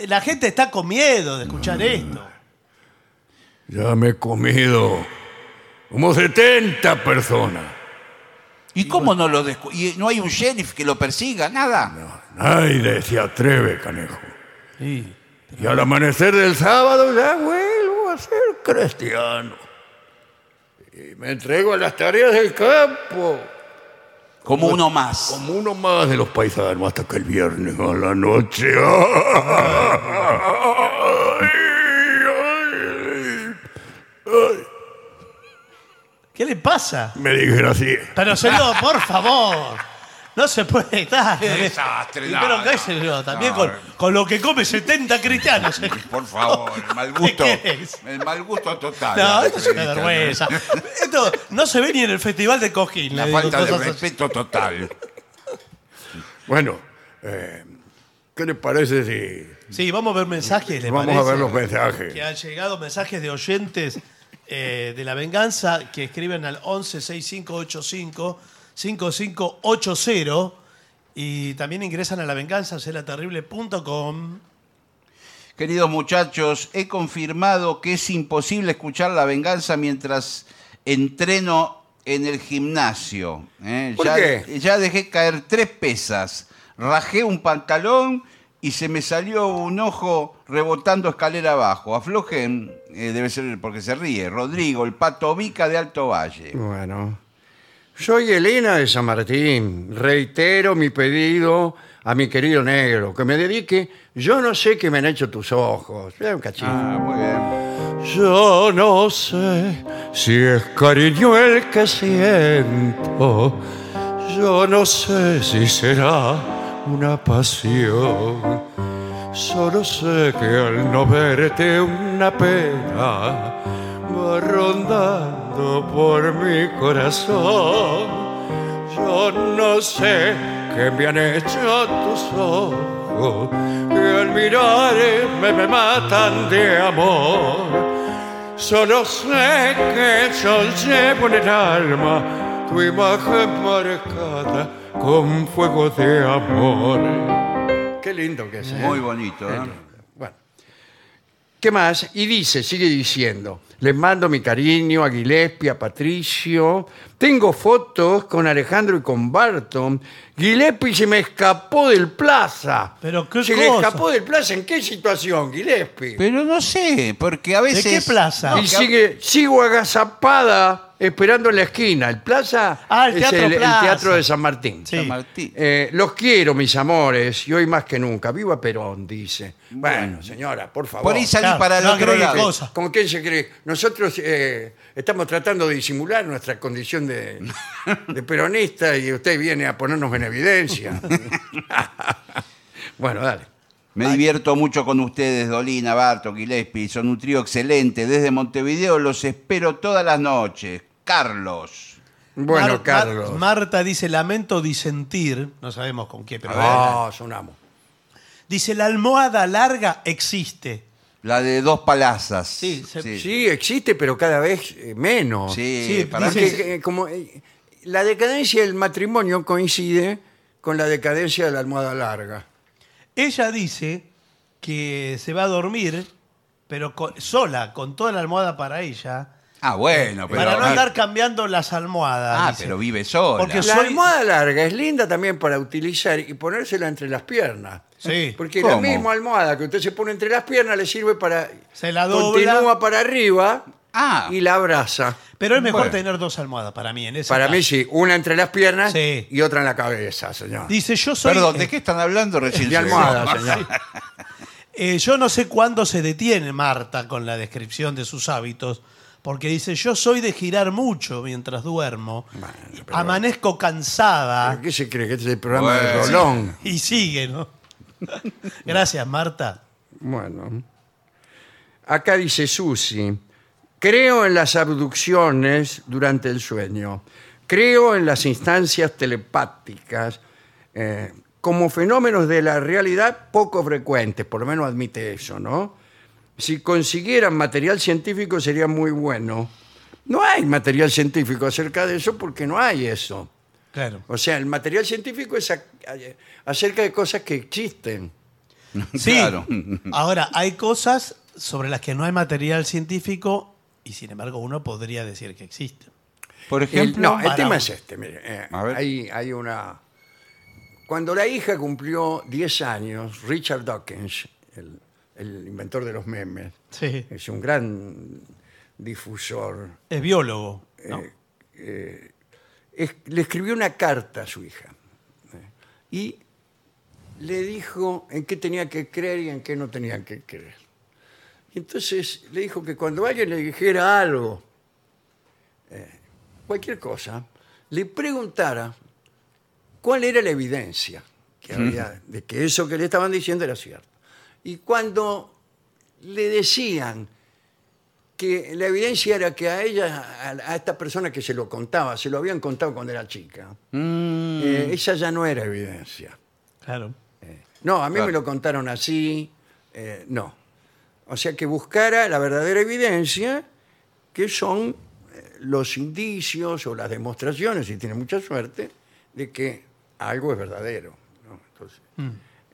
Speaker 3: La gente está con miedo de
Speaker 2: Mm.
Speaker 3: escuchar esto.
Speaker 1: Ya me he comido como 70 personas.
Speaker 2: ¿Y cómo no lo descu- ¿Y no hay un sheriff que lo persiga? Nada.
Speaker 1: Nadie se atreve, canejo.
Speaker 3: Sí.
Speaker 1: Y al amanecer del sábado ya vuelvo a ser cristiano. Y me entrego a las tareas del campo,
Speaker 2: Como uno más.
Speaker 1: como uno más de los paisanos, hasta que el viernes a la noche. <laughs>
Speaker 3: ¿Qué le pasa?
Speaker 1: Me desgracié.
Speaker 3: Pero señor, por favor. No se puede estar.
Speaker 2: Qué desastre,
Speaker 3: Y
Speaker 2: no,
Speaker 3: pero qué
Speaker 2: no.
Speaker 3: sé yo, también
Speaker 2: No.
Speaker 3: con, con lo que come
Speaker 2: <laughs>
Speaker 3: 70 cristianos.
Speaker 2: Por favor, el mal gusto.
Speaker 3: ¿Qué querés?
Speaker 2: El mal gusto total.
Speaker 3: No, esto es una
Speaker 2: Acredita, ¿no?
Speaker 3: vergüenza. Esto no se ve ni en el Festival de Cojín.
Speaker 2: La
Speaker 3: le digo
Speaker 2: falta de
Speaker 3: cosas así.
Speaker 2: respeto total.
Speaker 1: Bueno, eh, ¿qué le parece si
Speaker 3: Sí, vamos a ver mensajes. ¿le
Speaker 1: vamos a ver
Speaker 3: parece?
Speaker 1: los mensajes?
Speaker 3: Que han llegado mensajes de oyentes eh, de la venganza que escriben al 116585-5580 y también ingresan a lavenganzaserlaterrible.com.
Speaker 2: Queridos muchachos, he confirmado que es imposible escuchar la venganza mientras entreno en el gimnasio. ¿eh?
Speaker 1: ¿Por
Speaker 2: ya,
Speaker 1: qué?
Speaker 2: ya dejé caer tres pesas, rajé un pantalón y se me salió un ojo rebotando escalera abajo. Aflojen, eh, debe ser porque se ríe, Rodrigo, el pato Vica de Alto Valle.
Speaker 1: Bueno. Soy Elena de San Martín. Reitero mi pedido a mi querido negro, que me dedique. Yo no sé qué me han hecho tus ojos. Mira un cachín.
Speaker 2: Ah, muy bien.
Speaker 1: Yo no sé si es cariño el que siento. Yo no sé si será una pasión. Solo sé que al no verte una pena va rondando por mi corazón. Yo no sé qué me han hecho tus ojos, que al mirarme me matan de amor. Solo sé que yo llevo en el alma tu imagen marcada con fuego de amor. Qué lindo que es. ¿eh?
Speaker 2: Muy bonito. ¿eh?
Speaker 1: Bueno. ¿Qué más? Y dice, sigue diciendo, les mando mi cariño a Gillespie, a Patricio. Tengo fotos con Alejandro y con Barton. Gillespie se me escapó del plaza.
Speaker 3: Pero qué
Speaker 1: se le
Speaker 3: cosa.
Speaker 1: escapó del plaza. ¿En qué situación, Gillespie?
Speaker 2: Pero no sé, porque a veces...
Speaker 3: qué plaza?
Speaker 1: y sigue, sigo agazapada esperando en la esquina. El plaza
Speaker 3: Ah, el
Speaker 1: es
Speaker 3: Teatro
Speaker 1: el, el
Speaker 3: Plaza.
Speaker 1: teatro de San Martín.
Speaker 3: Sí.
Speaker 2: San Martín.
Speaker 1: Eh, los quiero, mis amores, y hoy más que nunca. Viva Perón, dice. Bueno,
Speaker 2: Bueno.
Speaker 1: señora, por favor.
Speaker 2: Por ahí salí
Speaker 3: Claro,
Speaker 2: para el
Speaker 3: no
Speaker 2: otro
Speaker 3: agregue
Speaker 2: lado.
Speaker 3: cosas. cosa.
Speaker 1: ¿Con quién se cree? Nosotros eh, estamos tratando de disimular nuestra condición de, de peronista y usted viene a ponernos en evidencia. bueno, dale.
Speaker 2: Me divierto mucho con ustedes, Dolina, Barto, Gillespie. Son un trío excelente. Desde Montevideo los espero todas las noches. Carlos.
Speaker 1: Bueno,
Speaker 3: Mar- Mar-
Speaker 1: Carlos.
Speaker 3: Marta dice, lamento disentir, no sabemos con qué, pero...
Speaker 1: Ah, es un amo.
Speaker 3: Dice, la almohada larga existe.
Speaker 2: La de dos palazas.
Speaker 3: Sí, se-
Speaker 1: Sí, existe, pero cada vez eh, menos.
Speaker 2: Sí,
Speaker 3: Sí,
Speaker 2: para
Speaker 1: Porque,
Speaker 3: dice-
Speaker 2: mí-
Speaker 1: eh, como, eh, la decadencia del matrimonio coincide con la decadencia de la almohada larga.
Speaker 3: Ella dice que se va a dormir, pero con- sola, con toda la almohada para ella,
Speaker 2: Ah, bueno, pero.
Speaker 3: para no andar cambiando las almohadas.
Speaker 2: Ah,
Speaker 3: dice.
Speaker 2: pero vive sola.
Speaker 3: Porque-
Speaker 1: La
Speaker 3: Soy-
Speaker 1: almohada larga es linda también para utilizar y ponérsela entre las piernas.
Speaker 3: Sí.
Speaker 1: Porque la
Speaker 2: ¿Cómo?
Speaker 1: misma almohada que usted se pone entre las piernas le sirve para...
Speaker 3: Se la dobla.
Speaker 1: Continúa para arriba
Speaker 2: Ah.
Speaker 1: y la abraza.
Speaker 3: Pero es mejor
Speaker 2: Bueno.
Speaker 3: tener dos almohadas para mí en ese
Speaker 1: Para
Speaker 3: caso.
Speaker 1: mí sí, una entre las piernas
Speaker 3: Sí.
Speaker 1: y otra en la cabeza, señor.
Speaker 3: Dice, yo soy...
Speaker 2: Perdón, ¿de qué están hablando recién?
Speaker 1: De
Speaker 2: llegó?
Speaker 1: almohada, señor.
Speaker 3: <laughs> Eh, yo no sé cuándo se detiene Marta con la descripción de sus hábitos, porque dice, yo soy de girar mucho mientras duermo,
Speaker 1: Bueno, pero-
Speaker 3: amanezco cansada
Speaker 1: ¿Pero ¿Qué se cree? Que este es el programa de
Speaker 2: Bueno.
Speaker 1: Rolón.
Speaker 3: y sigue, ¿no? <laughs> Gracias, Marta.
Speaker 1: Bueno. Acá dice Susi, creo en las abducciones durante el sueño, creo en las instancias telepáticas eh, como fenómenos de la realidad poco frecuentes, por lo menos admite eso, ¿no? Si consiguieran material científico sería muy bueno. No hay material científico acerca de eso porque no hay eso. <laughs>
Speaker 3: Claro.
Speaker 1: O sea, el material científico es ac- acerca de cosas que existen.
Speaker 3: Sí.
Speaker 2: Claro.
Speaker 3: Ahora, hay cosas sobre las que no hay material científico y sin embargo uno podría decir que existen.
Speaker 2: <laughs> Por
Speaker 1: El-
Speaker 2: ejemplo.
Speaker 1: no, el
Speaker 3: para-
Speaker 1: tema es este, mire. eh,
Speaker 2: A ver.
Speaker 1: hay, hay una... Cuando la hija cumplió 10 años, Richard Dawkins, el, el inventor de los memes,
Speaker 3: Sí.
Speaker 1: es un gran difusor,
Speaker 3: Es biólogo. ¿no?
Speaker 1: es- le escribió una carta a su hija eh, y le dijo en qué tenía que creer y en qué no tenía que creer. Y entonces le dijo que cuando alguien le dijera algo, eh, cualquier cosa, le preguntara cuál era la evidencia que había de que eso que le estaban diciendo era cierto. Y cuando le decían que la evidencia era que a ella, a, a esta persona que se lo contaba, se lo habían contado cuando era chica,
Speaker 2: Mm.
Speaker 1: eh, esa ya no era evidencia.
Speaker 3: Claro.
Speaker 1: No, a mí
Speaker 2: Claro.
Speaker 1: me lo contaron así, eh, no. O sea, que buscara la verdadera evidencia, que son eh, los indicios o las demostraciones, si tiene mucha suerte, de que algo es verdadero. ¿no? Entonces,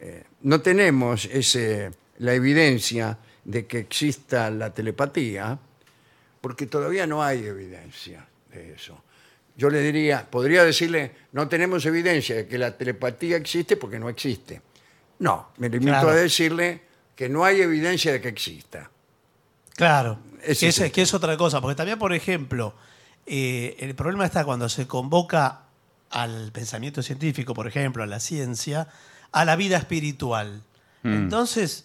Speaker 1: eh, no tenemos ese la evidencia de que exista la telepatía, porque todavía no hay evidencia de eso. Yo le diría, podría decirle, no tenemos evidencia de que la telepatía existe porque no existe. No, me limito
Speaker 3: Claro.
Speaker 1: a decirle que no hay evidencia de que exista.
Speaker 3: Claro,
Speaker 1: Ese
Speaker 3: que
Speaker 1: es
Speaker 3: es,
Speaker 1: el
Speaker 3: que es otra cosa, porque también, por ejemplo, eh, el problema está cuando se convoca al pensamiento científico, por ejemplo, a la ciencia, a la vida espiritual.
Speaker 1: Mm.
Speaker 3: Entonces,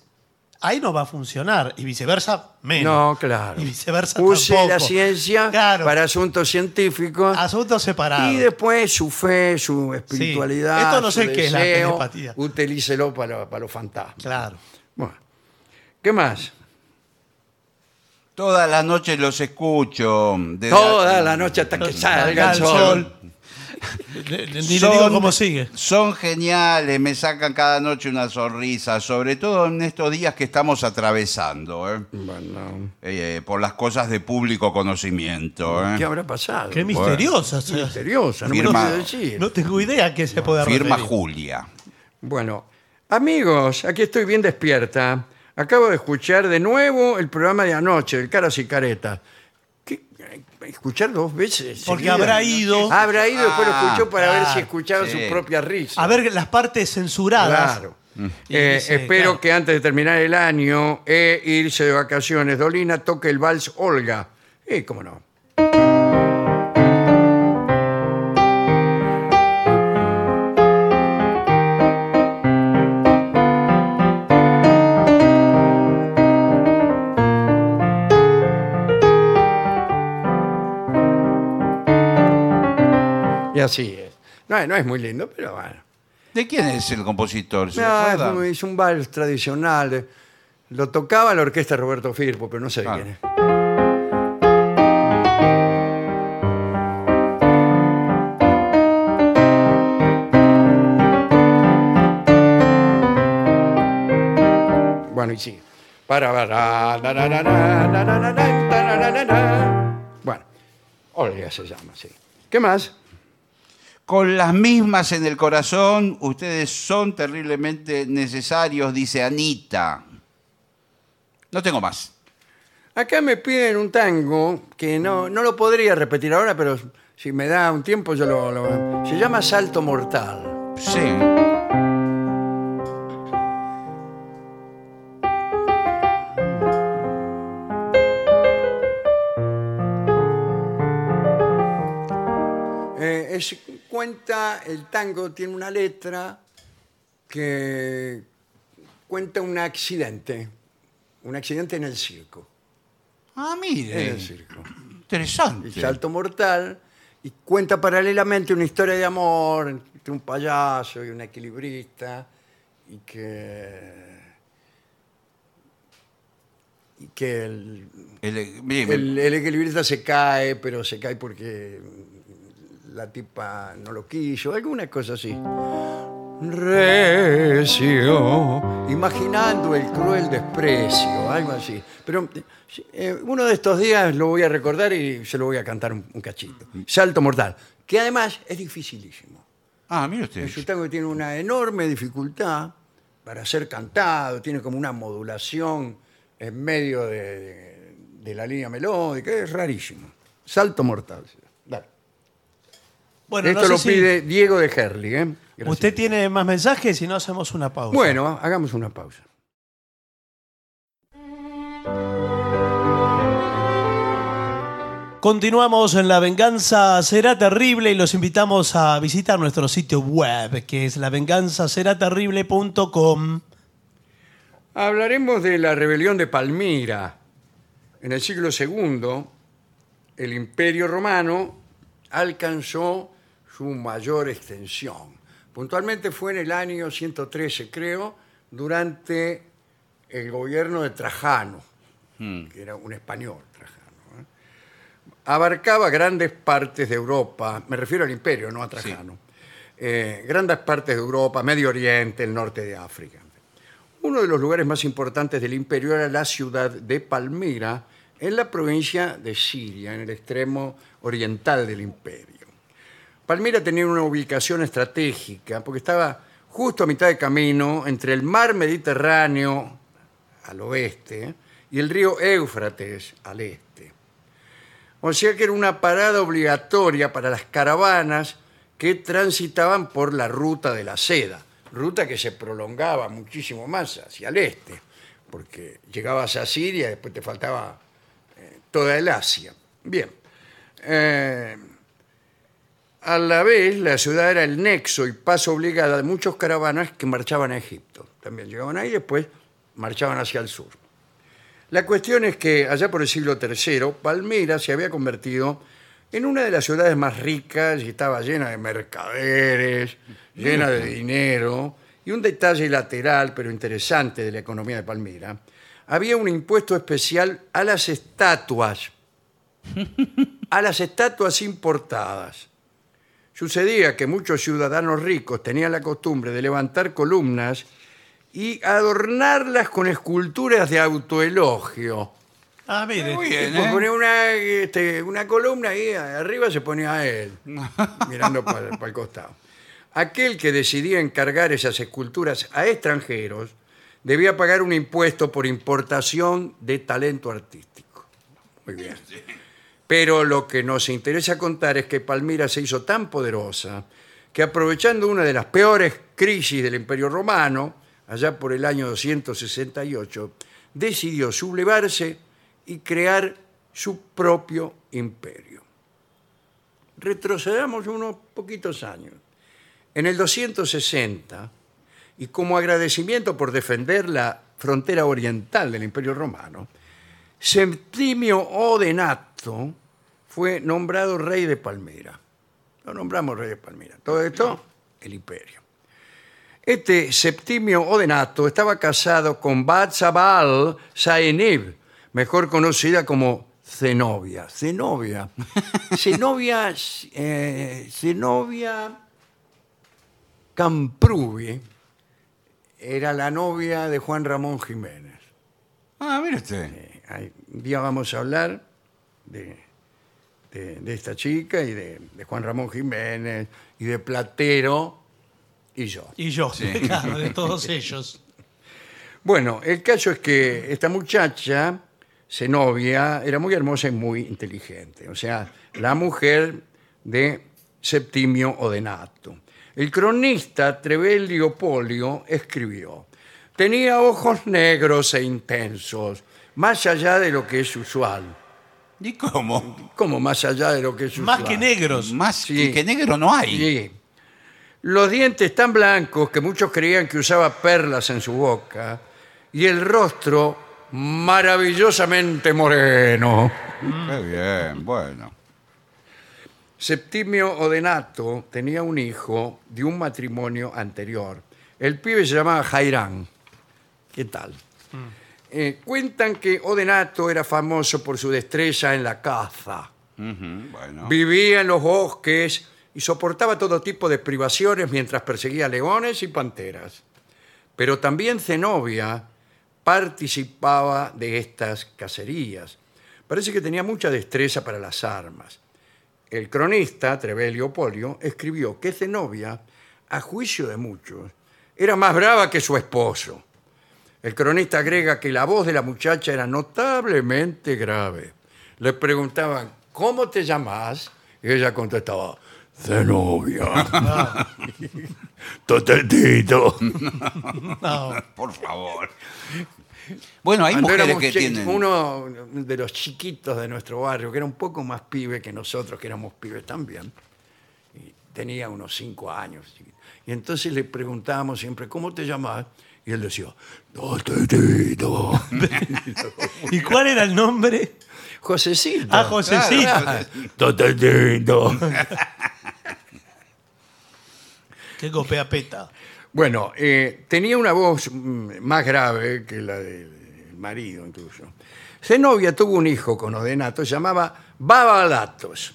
Speaker 3: ahí no va a funcionar, y viceversa, menos.
Speaker 1: No, claro.
Speaker 3: Y viceversa,
Speaker 1: Use
Speaker 3: tampoco.
Speaker 1: la ciencia
Speaker 3: Claro.
Speaker 1: para asuntos científicos
Speaker 3: Asuntos separados.
Speaker 1: y después su fe, su espiritualidad,
Speaker 3: Esto no
Speaker 1: su
Speaker 3: sé qué es la
Speaker 1: deseo,
Speaker 3: telepatía.
Speaker 1: utilícelo para, para los fantasmas.
Speaker 3: Claro.
Speaker 1: Bueno, ¿qué más?
Speaker 2: Todas las noches los escucho. de
Speaker 1: Toda la noche hasta que salga el sol. <laughs>
Speaker 3: Ni- Ni le digo cómo sigue.
Speaker 2: Son geniales, me sacan cada noche una sonrisa, sobre todo en estos días que estamos atravesando, ¿eh?
Speaker 1: Bueno,
Speaker 2: Eh, por las cosas de público conocimiento. ¿eh?
Speaker 1: ¿qué habrá pasado?
Speaker 3: Qué misteriosa. o sea,
Speaker 1: misteriosa, no
Speaker 2: Firma-
Speaker 1: me lo puedes decir.
Speaker 3: No tengo idea que se puede
Speaker 2: Firma
Speaker 3: referir.
Speaker 2: Julia.
Speaker 1: Bueno, amigos, aquí estoy bien despierta. Acabo de escuchar de nuevo el programa de anoche, el Caras y Caretas. ¿Qué? Escuchar dos veces.
Speaker 3: Porque
Speaker 1: seguidas?
Speaker 3: habrá ido-
Speaker 1: Habrá ido y después lo
Speaker 2: Ah,
Speaker 1: escuchó para ver si
Speaker 3: claro,
Speaker 1: escuchaba
Speaker 2: sí.
Speaker 1: su propia risa.
Speaker 3: A ver las partes censuradas.
Speaker 1: Claro.
Speaker 3: Y
Speaker 1: Eh,
Speaker 3: dice,
Speaker 1: espero
Speaker 3: claro.
Speaker 1: que antes de terminar el año e irse de vacaciones, Dolina toque el vals Olga. Eh, cómo no. Y así es. No, no es muy lindo, pero bueno.
Speaker 2: ¿De quién es el compositor? ¿Se
Speaker 1: No, es,
Speaker 2: acuerda?
Speaker 1: un- es un vals tradicional. eh. Lo tocaba la orquesta de Roberto Firpo, pero no sé de
Speaker 2: Ah.
Speaker 1: quién es. Bueno, y sí. Para, para, na, na, na, na, na, na, na, na, na, na, na. Bueno, Olga se llama, sí. ¿Qué más?
Speaker 2: Con las mismas en el corazón, ustedes son terriblemente necesarios, dice Anita. No tengo más.
Speaker 1: Acá me piden un tango que no, no lo podría repetir ahora, pero si me da un tiempo yo lo... lo- se llama Salto Mortal.
Speaker 2: Sí.
Speaker 1: Eh, es, cuenta, el tango tiene una letra que cuenta un accidente, un accidente en el circo.
Speaker 2: Ah,
Speaker 1: En
Speaker 2: mire.
Speaker 1: el circo.
Speaker 2: Interesante.
Speaker 1: El Salto Mortal y cuenta paralelamente una historia de amor entre un payaso y un equilibrista y que... Y que el,
Speaker 2: El- eh, bien,
Speaker 1: El, el equilibrista se cae, pero se cae porque la tipa no lo quiso, alguna cosa así. Recio, imaginando el cruel desprecio, algo así. Pero eh, uno de estos días lo voy a recordar y se lo voy a cantar un, un cachito. Salto mortal, que además es dificilísimo.
Speaker 2: Ah, mire usted.
Speaker 1: Es un tango que tiene una enorme dificultad para ser cantado, tiene como una modulación en medio de, de- de la línea melódica, es rarísimo. Salto mortal. Dale.
Speaker 3: Bueno,
Speaker 1: Esto
Speaker 3: no sé
Speaker 1: lo
Speaker 3: si
Speaker 1: pide Diego de Herli. ¿eh? Gracias.
Speaker 3: usted tiene más mensajes, si no hacemos una pausa.
Speaker 1: Bueno, hagamos una pausa.
Speaker 3: Continuamos en La Venganza Será Terrible y los invitamos a visitar nuestro sitio web, que es lavenganzaseraterrible.com.
Speaker 1: Hablaremos de la rebelión de Palmira. En el siglo II, el imperio romano alcanzó su mayor extensión. Puntualmente fue en el año 113, creo, durante el gobierno de Trajano,
Speaker 2: Mm.
Speaker 1: que era un español, Trajano. ¿eh? Abarcaba grandes partes de Europa, me refiero al imperio, no a Trajano. Eh, grandes partes de Europa, Medio Oriente, el norte de África. Uno de los lugares más importantes del imperio era la ciudad de Palmira, en la provincia de Siria, en el extremo oriental del imperio. Palmira tenía una ubicación estratégica porque estaba justo a mitad de camino entre el mar Mediterráneo al oeste y el río Éufrates al este. O sea que era una parada obligatoria para las caravanas que transitaban por la ruta de la seda, ruta que se prolongaba muchísimo más hacia el este, porque llegabas a Siria y después te faltaba eh, toda el Asia. Bien. Eh, a la vez, la ciudad era el nexo y paso obligada de muchos caravanas que marchaban a Egipto. También llegaban ahí y después marchaban hacia el sur. La cuestión es que allá por el siglo III, Palmira se había convertido en una de las ciudades más ricas y estaba llena de mercaderes, llena de dinero. Y un detalle lateral, pero interesante, de la economía de Palmira, había un impuesto especial a las estatuas, a las estatuas importadas. Sucedía que muchos ciudadanos ricos tenían la costumbre de levantar columnas y adornarlas con esculturas de autoelogio.
Speaker 3: Ah, mire.
Speaker 2: Muy bien,
Speaker 1: Pues
Speaker 2: ¿eh?
Speaker 1: ponía una, este, una columna y arriba se ponía él, mirando para el costado. Aquel que decidía encargar esas esculturas a extranjeros debía pagar un impuesto por importación de talento artístico. Muy bien. Pero lo que nos interesa contar es que Palmira se hizo tan poderosa que aprovechando una de las peores crisis del Imperio Romano, allá por el año 268, decidió sublevarse y crear su propio imperio. Retrocedamos unos poquitos años. En el 260, y como agradecimiento por defender la frontera oriental del Imperio Romano, Septimio Odenato fue nombrado rey de Palmira. Lo nombramos rey de Palmira. Todo esto, el imperio. Este Septimio Odenato estaba casado con Batsabal Zaenib, mejor conocida como Zenobia. Zenobia. Zenobia, eh, Zenobia Camprubi era la novia de Juan Ramón Jiménez.
Speaker 2: Ah, mire usted.
Speaker 1: Eh, hay- un día vamos a hablar de, de- de esta chica y de, de Juan Ramón Jiménez y de Platero y yo.
Speaker 3: Y yo,
Speaker 2: Sí.
Speaker 3: <laughs> claro, de todos
Speaker 1: <laughs>
Speaker 3: ellos.
Speaker 1: Bueno, el caso es que esta muchacha, Zenobia, era muy hermosa y muy inteligente. O sea, la mujer de Septimio Odenato. El cronista Trevelio Polio escribió, tenía ojos negros e intensos, más allá de lo que es usual.
Speaker 2: ¿Y cómo?
Speaker 1: como más allá de lo que es
Speaker 3: Más
Speaker 1: usual.
Speaker 3: que negros.
Speaker 2: Más
Speaker 1: Sí.
Speaker 2: que, que negro no hay.
Speaker 1: Sí. Los dientes tan blancos que muchos creían que usaba perlas en su boca y el rostro maravillosamente moreno.
Speaker 2: Qué bien, bueno.
Speaker 1: Septimio Odenato tenía un hijo de un matrimonio anterior. El pibe se llamaba Jairán. ¿Qué tal?
Speaker 3: Mm.
Speaker 1: Eh, cuentan que Odenato era famoso por su destreza en la caza.
Speaker 2: Ujú, bueno.
Speaker 1: Vivía en los bosques y soportaba todo tipo de privaciones mientras perseguía leones y panteras. Pero también Zenobia participaba de estas cacerías. Parece que tenía mucha destreza para las armas. El cronista Trevelio Polio escribió que Zenobia, a juicio de muchos, era más brava que su esposo. El cronista agrega que la voz de la muchacha era notablemente grave. Le preguntaban, ¿cómo te llamás? Y ella contestaba, Zenobia. Totetito.
Speaker 3: No.
Speaker 2: Por favor. Bueno, hay
Speaker 1: Cuando
Speaker 2: mujeres
Speaker 1: éramos
Speaker 2: que
Speaker 1: chi-
Speaker 2: tienen.
Speaker 1: uno de los chiquitos de nuestro barrio, que era un poco más pibe que nosotros, que éramos pibes también, y tenía unos cinco años. Y entonces le preguntábamos siempre, ¿cómo te llamás? Y él decía, Totetito.
Speaker 3: ¿Y cuál era el nombre?
Speaker 1: Josecito.
Speaker 3: Ah, Josecito.
Speaker 1: Totetito.
Speaker 3: Qué copea
Speaker 1: <laughs>
Speaker 3: peta.
Speaker 1: Bueno, eh, tenía una voz mm, más grave que la del marido incluso. Zenobia tuvo un hijo con Odenato, se llamaba Babalatos.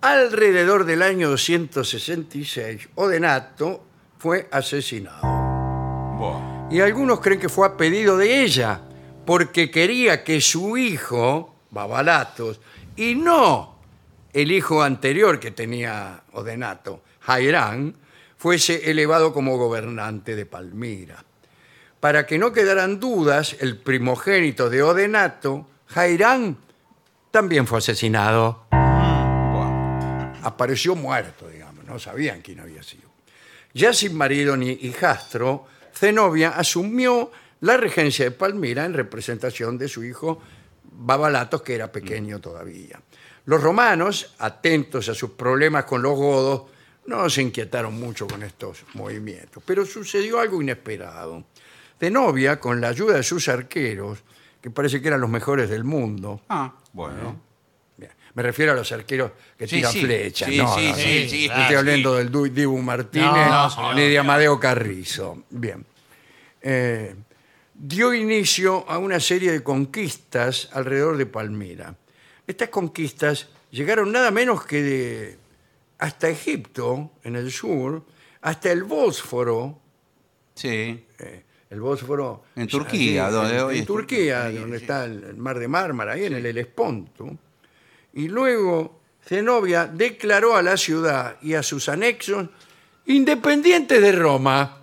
Speaker 1: Alrededor del año 266, Odenato fue asesinado.
Speaker 2: Bueno,
Speaker 1: Y algunos creen que fue a pedido de ella, porque quería que su hijo, Babalatos, y no el hijo anterior que tenía Odenato, Jairán, fuese elevado como gobernante de Palmira. para que no quedaran dudas, el primogénito de Odenato, Jairán, también fue asesinado.
Speaker 2: Buah.
Speaker 1: Apareció muerto, digamos, no sabían quién había sido. Ya sin marido ni hijastro, Zenobia asumió la regencia de Palmira en representación de su hijo Babalatos, que era pequeño todavía. Los romanos, atentos a sus problemas con los godos, no se inquietaron mucho con estos movimientos, pero sucedió algo inesperado. Zenobia, con la ayuda de sus arqueros, que parece que eran los mejores del mundo,
Speaker 2: Ah, bueno.
Speaker 1: Bien. Me refiero a los arqueros que
Speaker 2: Sí,
Speaker 1: tiran
Speaker 2: sí.
Speaker 1: flechas.
Speaker 2: Sí,
Speaker 1: no,
Speaker 2: sí,
Speaker 1: no,
Speaker 2: sí,
Speaker 1: no.
Speaker 2: sí, sí.
Speaker 1: No estoy hablando del Du- Dibu Martínez
Speaker 3: No, no,
Speaker 1: ni de Amadeo Carrizo. Bien. Eh, dio inicio a una serie de conquistas alrededor de Palmira. Estas conquistas llegaron nada menos que de hasta Egipto, en el sur, hasta el Bósforo,
Speaker 2: Sí.
Speaker 1: eh, el Bósforo.
Speaker 2: En
Speaker 1: es
Speaker 2: Turquía,
Speaker 1: allí,
Speaker 2: donde
Speaker 1: en,
Speaker 2: hoy
Speaker 1: en
Speaker 2: es
Speaker 1: Turquía,
Speaker 2: Turquía,
Speaker 1: donde
Speaker 2: sí.
Speaker 1: está el, el mar de Mármara, ahí en el Helesponto. Y luego Zenobia declaró a la ciudad y a sus anexos independientes de Roma.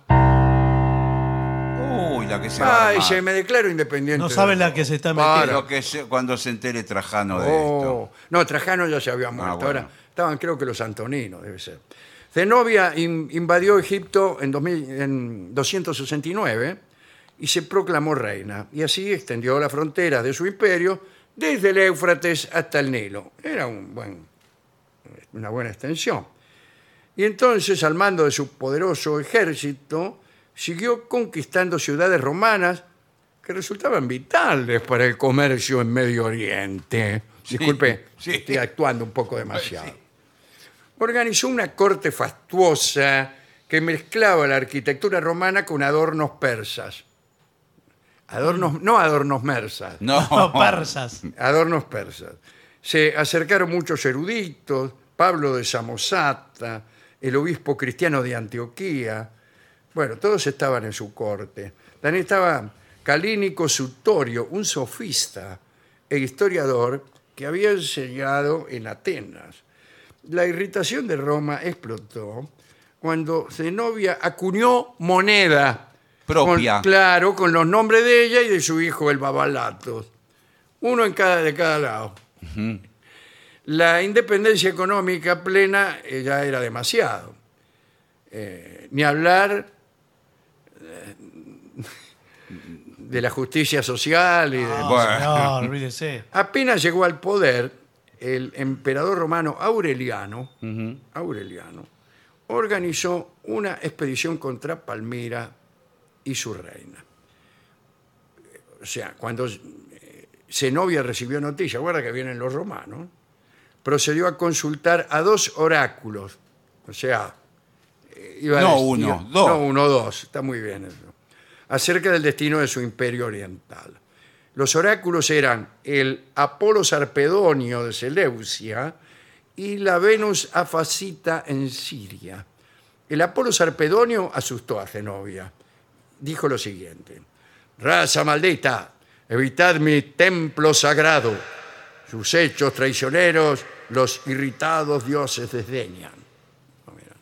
Speaker 2: Uy, la que se va a
Speaker 1: Ay,
Speaker 2: armar.
Speaker 1: se me declaro independiente.
Speaker 3: No
Speaker 1: de
Speaker 3: saben
Speaker 1: Roma.
Speaker 3: la que se está
Speaker 2: Para
Speaker 3: metiendo.
Speaker 2: lo que se- cuando se entere Trajano de esto.
Speaker 1: Oh, No, Trajano ya se había muerto.
Speaker 2: bueno.
Speaker 1: Ahora estaban, creo que los antoninos, debe ser. Zenobia in- invadió Egipto en, 2000 en 269 y se proclamó reina. Y así extendió las fronteras de su imperio desde el Éufrates hasta el Nilo. Era un buen- una buena extensión. Y entonces, al mando de su poderoso ejército, siguió conquistando ciudades romanas que resultaban vitales para el comercio en Medio Oriente. Disculpe,
Speaker 2: sí.
Speaker 1: estoy actuando un poco demasiado. Organizó una corte fastuosa que mezclaba la arquitectura romana con adornos persas. Adornos, no adornos persas
Speaker 2: Mm. <laughs> No,
Speaker 3: No, persas.
Speaker 1: adornos persas. Se acercaron muchos eruditos, Pablo de Samosata, el obispo cristiano de Antioquía. Bueno, todos estaban en su corte. También estaba Calínico Sutorio, un sofista e historiador que había enseñado en Atenas. La irritación de Roma explotó cuando Zenobia acuñó moneda
Speaker 2: Propia.
Speaker 1: con- claro, con los nombres de ella y de su hijo, el Babalatos uno en cada de cada lado. La independencia económica plena eh, ya era demasiado. Eh, ni hablar eh, de la justicia social y de-
Speaker 3: No,
Speaker 2: Bueno.
Speaker 3: señor, olvídese.
Speaker 1: Apenas llegó al poder, el emperador romano Aureliano, Aureliano organizó una expedición contra Palmira y su reina. O sea, cuando eh, Zenobia recibió noticia, guarda que vienen los romanos, procedió a consultar a dos oráculos. O sea, eh, iba a
Speaker 2: No
Speaker 1: decir-
Speaker 2: uno, dos.
Speaker 1: No uno, dos. Está muy bien eso. Acerca del destino de su imperio oriental. Los oráculos eran el Apolo Sarpedonio de Seleucia y la Venus Afasita en Siria. El Apolo Sarpedonio asustó a Zenobia. Dijo lo siguiente: Raza maldita, evitad mi templo sagrado. Sus hechos traicioneros, los irritados dioses desdeñan. No, mira.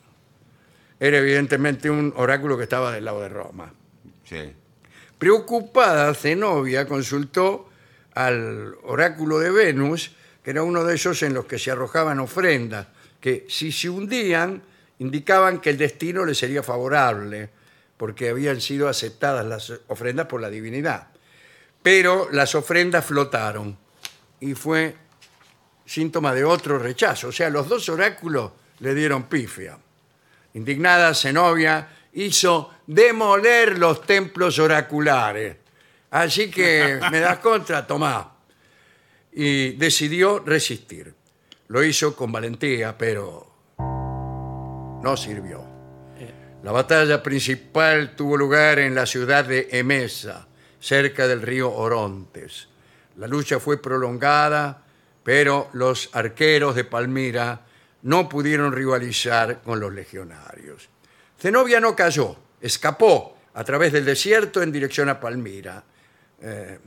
Speaker 1: Era evidentemente un oráculo que estaba del lado de Roma.
Speaker 2: Sí.
Speaker 1: Preocupada, Zenobia consultó al oráculo de Venus, que era uno de esos en los que se arrojaban ofrendas, que si se hundían indicaban que el destino le sería favorable, porque habían sido aceptadas las ofrendas por la divinidad. Pero las ofrendas flotaron y fue síntoma de otro rechazo. O sea, los dos oráculos le dieron pifia. Indignada, Zenobia hizo demoler los templos oraculares. Así que me das contra, tomá. Y decidió resistir. Lo hizo con valentía, pero no sirvió. La batalla principal tuvo lugar en la ciudad de Emesa, cerca del río Orontes. La lucha fue prolongada, pero los arqueros de Palmira no pudieron rivalizar con los legionarios. Zenobia no cayó, escapó a través del desierto en dirección a Palmira. Eh,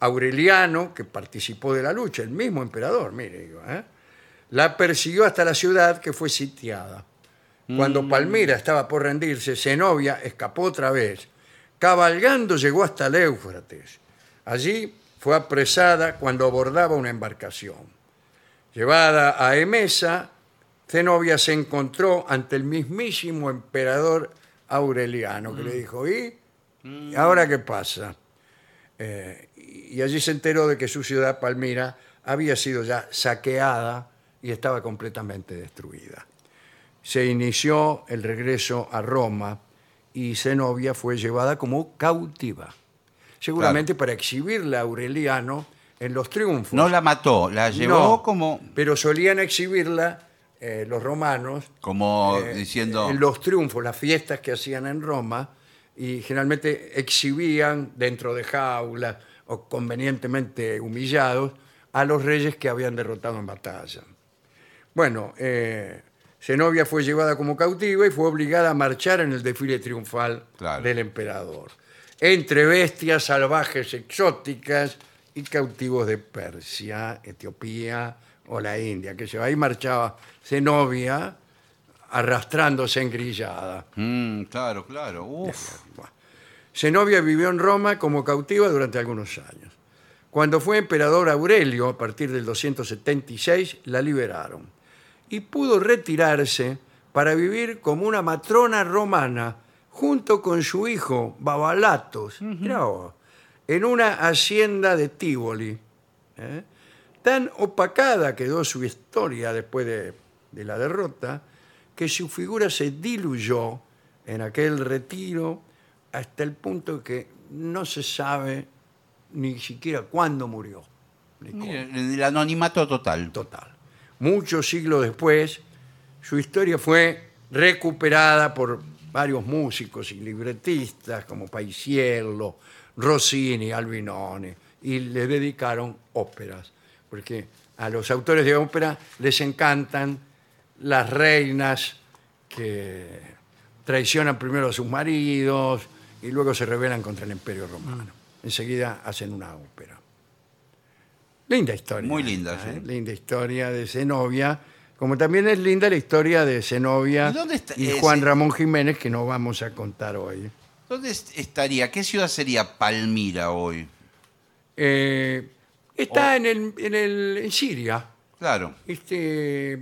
Speaker 1: Aureliano, que participó de la lucha, el mismo emperador, mire, digo, ¿eh? la persiguió hasta la ciudad que fue sitiada. Cuando Palmira estaba por rendirse, Zenobia escapó otra vez, Cabalgando llegó hasta el Éufrates. Allí fue apresada cuando abordaba una embarcación. Llevada a Emesa, Zenobia se encontró ante el mismísimo emperador Aureliano,
Speaker 2: Mm.
Speaker 1: que le dijo, ¿y? ¿Y ahora qué pasa? Eh, y allí se enteró de que su ciudad, Palmira, había sido ya saqueada y estaba completamente destruida. Se inició el regreso a Roma y Zenobia fue llevada como cautiva, seguramente para exhibirla a Aureliano en los triunfos.
Speaker 2: No la mató, la llevó
Speaker 1: No,
Speaker 2: como,
Speaker 1: Pero solían exhibirla eh, los romanos
Speaker 2: como
Speaker 1: eh,
Speaker 2: diciendo...
Speaker 1: en los triunfos, las fiestas que hacían en Roma, y generalmente exhibían dentro de jaulas o convenientemente humillados a los reyes que habían derrotado en batalla. Bueno, eh, Zenobia fue llevada como cautiva y fue obligada a marchar en el desfile triunfal
Speaker 2: Claro.
Speaker 1: del emperador, entre bestias salvajes exóticas y cautivos de Persia, Etiopía o la India, que se ahí marchaba Zenobia arrastrándose engrillada.
Speaker 2: Mm, claro, claro. Uf.
Speaker 1: Buah. Zenobia vivió en Roma como cautiva durante algunos años. Cuando fue emperador Aurelio, a partir del 276, la liberaron y pudo retirarse para vivir como una matrona romana junto con su hijo Babalatos, mirá vos, en una hacienda de Tívoli. ¿eh? Tan opacada quedó su historia después de, de la derrota que su figura se diluyó en aquel retiro hasta el punto que no se sabe ni siquiera cuándo murió. ni cómo.
Speaker 2: Mire, el anonimato total.
Speaker 1: Total. Muchos siglos después, su historia fue recuperada por varios músicos y libretistas como Paisiello, Rossini, Albinoni, y le dedicaron óperas, porque a los autores de ópera les encantan las reinas que traicionan primero a sus maridos y luego se rebelan contra el imperio romano. Enseguida hacen una ópera. Linda historia.
Speaker 2: Muy linda,
Speaker 1: esta,
Speaker 2: sí.
Speaker 1: ¿eh? Linda historia de Zenobia, como también es linda la historia de Zenobia
Speaker 2: ¿Y dónde está Eh,
Speaker 1: y
Speaker 2: ese?
Speaker 1: Juan Ramón Jiménez, que no vamos a contar hoy.
Speaker 2: ¿Dónde est- estaría? ¿Qué ciudad sería Palmira hoy?
Speaker 1: Eh,
Speaker 2: Oh.
Speaker 1: está en, el, en, el- en Siria.
Speaker 2: Claro. Ah,
Speaker 1: Este,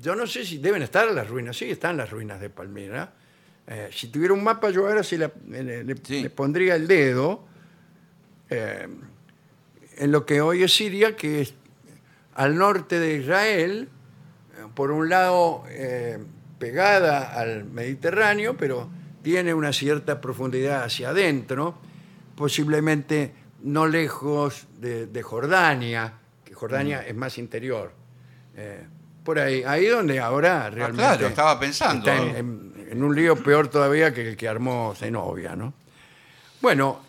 Speaker 1: yo no sé si deben estar las ruinas. Sí, están las ruinas de Palmira. Eh, si tuviera un mapa, yo ahora sí la- le, le-
Speaker 2: Sí.
Speaker 1: le pondría el dedo eh, en lo que hoy es Siria, que es al norte de Israel, eh, por un lado eh, pegada al Mediterráneo, pero tiene una cierta profundidad hacia adentro, posiblemente no lejos de, de Jordania, que Jordania es más interior. Eh, por ahí, ahí donde ahora realmente
Speaker 2: claro, estaba pensando.
Speaker 1: está en, en- en un lío peor todavía que el que armó Zenobia, ¿no? Bueno,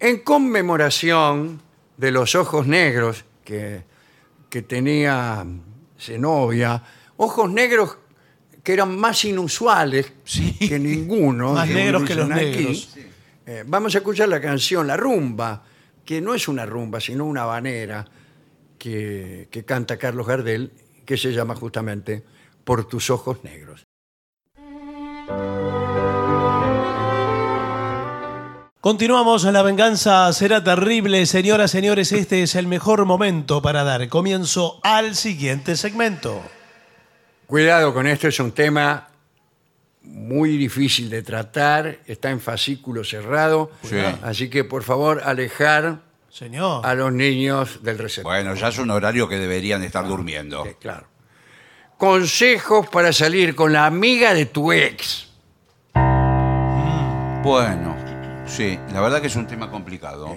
Speaker 1: en conmemoración de los ojos negros que, que tenía Zenobia, ojos negros que eran más inusuales que ninguno.
Speaker 3: Más
Speaker 1: según
Speaker 3: negros que
Speaker 1: dicen
Speaker 3: los negros.
Speaker 1: Eh, vamos a escuchar la canción La Rumba, que no es una rumba, sino una banera que, que canta Carlos Gardel, que se llama justamente Por tus ojos negros.
Speaker 3: Continuamos, la venganza será terrible. Señoras, señores, este es el mejor momento para dar comienzo al siguiente segmento.
Speaker 1: Cuidado con esto, es un tema muy difícil de tratar, está en fascículo cerrado,
Speaker 2: Sí.
Speaker 1: así que por favor alejar
Speaker 3: Señor.
Speaker 1: a los niños del receptor.
Speaker 2: Bueno, ya es un horario que deberían estar durmiendo.
Speaker 1: Ah, Sí, claro. Consejos para salir con la amiga de tu ex.
Speaker 2: Bueno, sí, la verdad que es un tema complicado.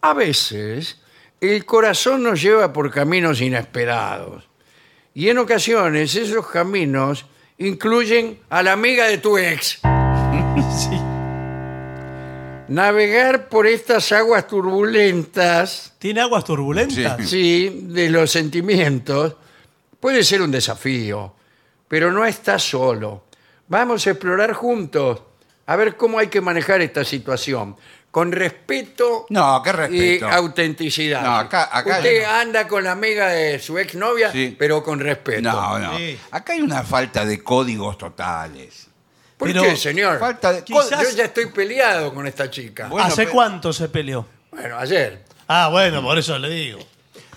Speaker 1: A veces el corazón nos lleva por caminos inesperados y en ocasiones esos caminos incluyen a la amiga de tu ex.
Speaker 3: Sí.
Speaker 1: Navegar por estas aguas turbulentas
Speaker 3: ¿Tiene aguas turbulentas?
Speaker 1: sí, de los sentimientos, puede ser un desafío, pero no estás solo. Vamos a explorar juntos, a ver cómo hay que manejar esta situación, con respeto,
Speaker 2: No, ¿qué respeto?
Speaker 1: y autenticidad.
Speaker 2: No, acá- acá-
Speaker 1: Usted anda con la amiga de su exnovia,
Speaker 2: Sí.
Speaker 1: pero con respeto.
Speaker 2: No, no.
Speaker 3: Sí.
Speaker 2: Acá hay una falta de códigos totales.
Speaker 1: ¿Por
Speaker 3: Pero
Speaker 1: qué, señor?
Speaker 2: falta de-
Speaker 1: Yo
Speaker 3: Quizás-
Speaker 1: ya estoy peleado con esta chica.
Speaker 2: Bueno,
Speaker 3: ¿Hace
Speaker 2: pe-
Speaker 3: cuánto se peleó?
Speaker 1: Bueno, ayer.
Speaker 3: Ah, bueno, por eso le digo.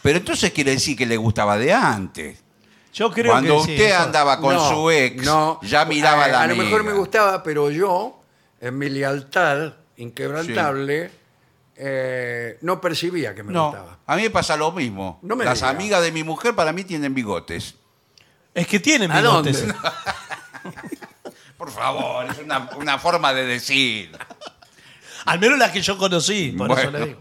Speaker 2: Pero entonces quiere decir que le gustaba de antes.
Speaker 3: Yo creo
Speaker 2: Cuando
Speaker 3: que sí,
Speaker 2: usted
Speaker 3: eso-
Speaker 2: andaba con
Speaker 1: No,
Speaker 2: su ex,
Speaker 1: no.
Speaker 2: ya miraba
Speaker 1: a,
Speaker 2: a la
Speaker 1: A lo mejor me
Speaker 2: amiga.
Speaker 1: gustaba, pero yo, en mi lealtad inquebrantable, eh, no percibía que me
Speaker 2: No,
Speaker 1: gustaba.
Speaker 2: a mí me pasa lo mismo.
Speaker 1: No me
Speaker 2: Las
Speaker 1: diga.
Speaker 2: amigas de mi mujer para mí tienen bigotes.
Speaker 3: Es que tienen
Speaker 1: ¿A
Speaker 3: bigotes.
Speaker 1: dónde?
Speaker 2: Por favor, es una, una forma de decir.
Speaker 3: Al menos las que yo conocí, por eso
Speaker 2: Bueno.
Speaker 3: le digo.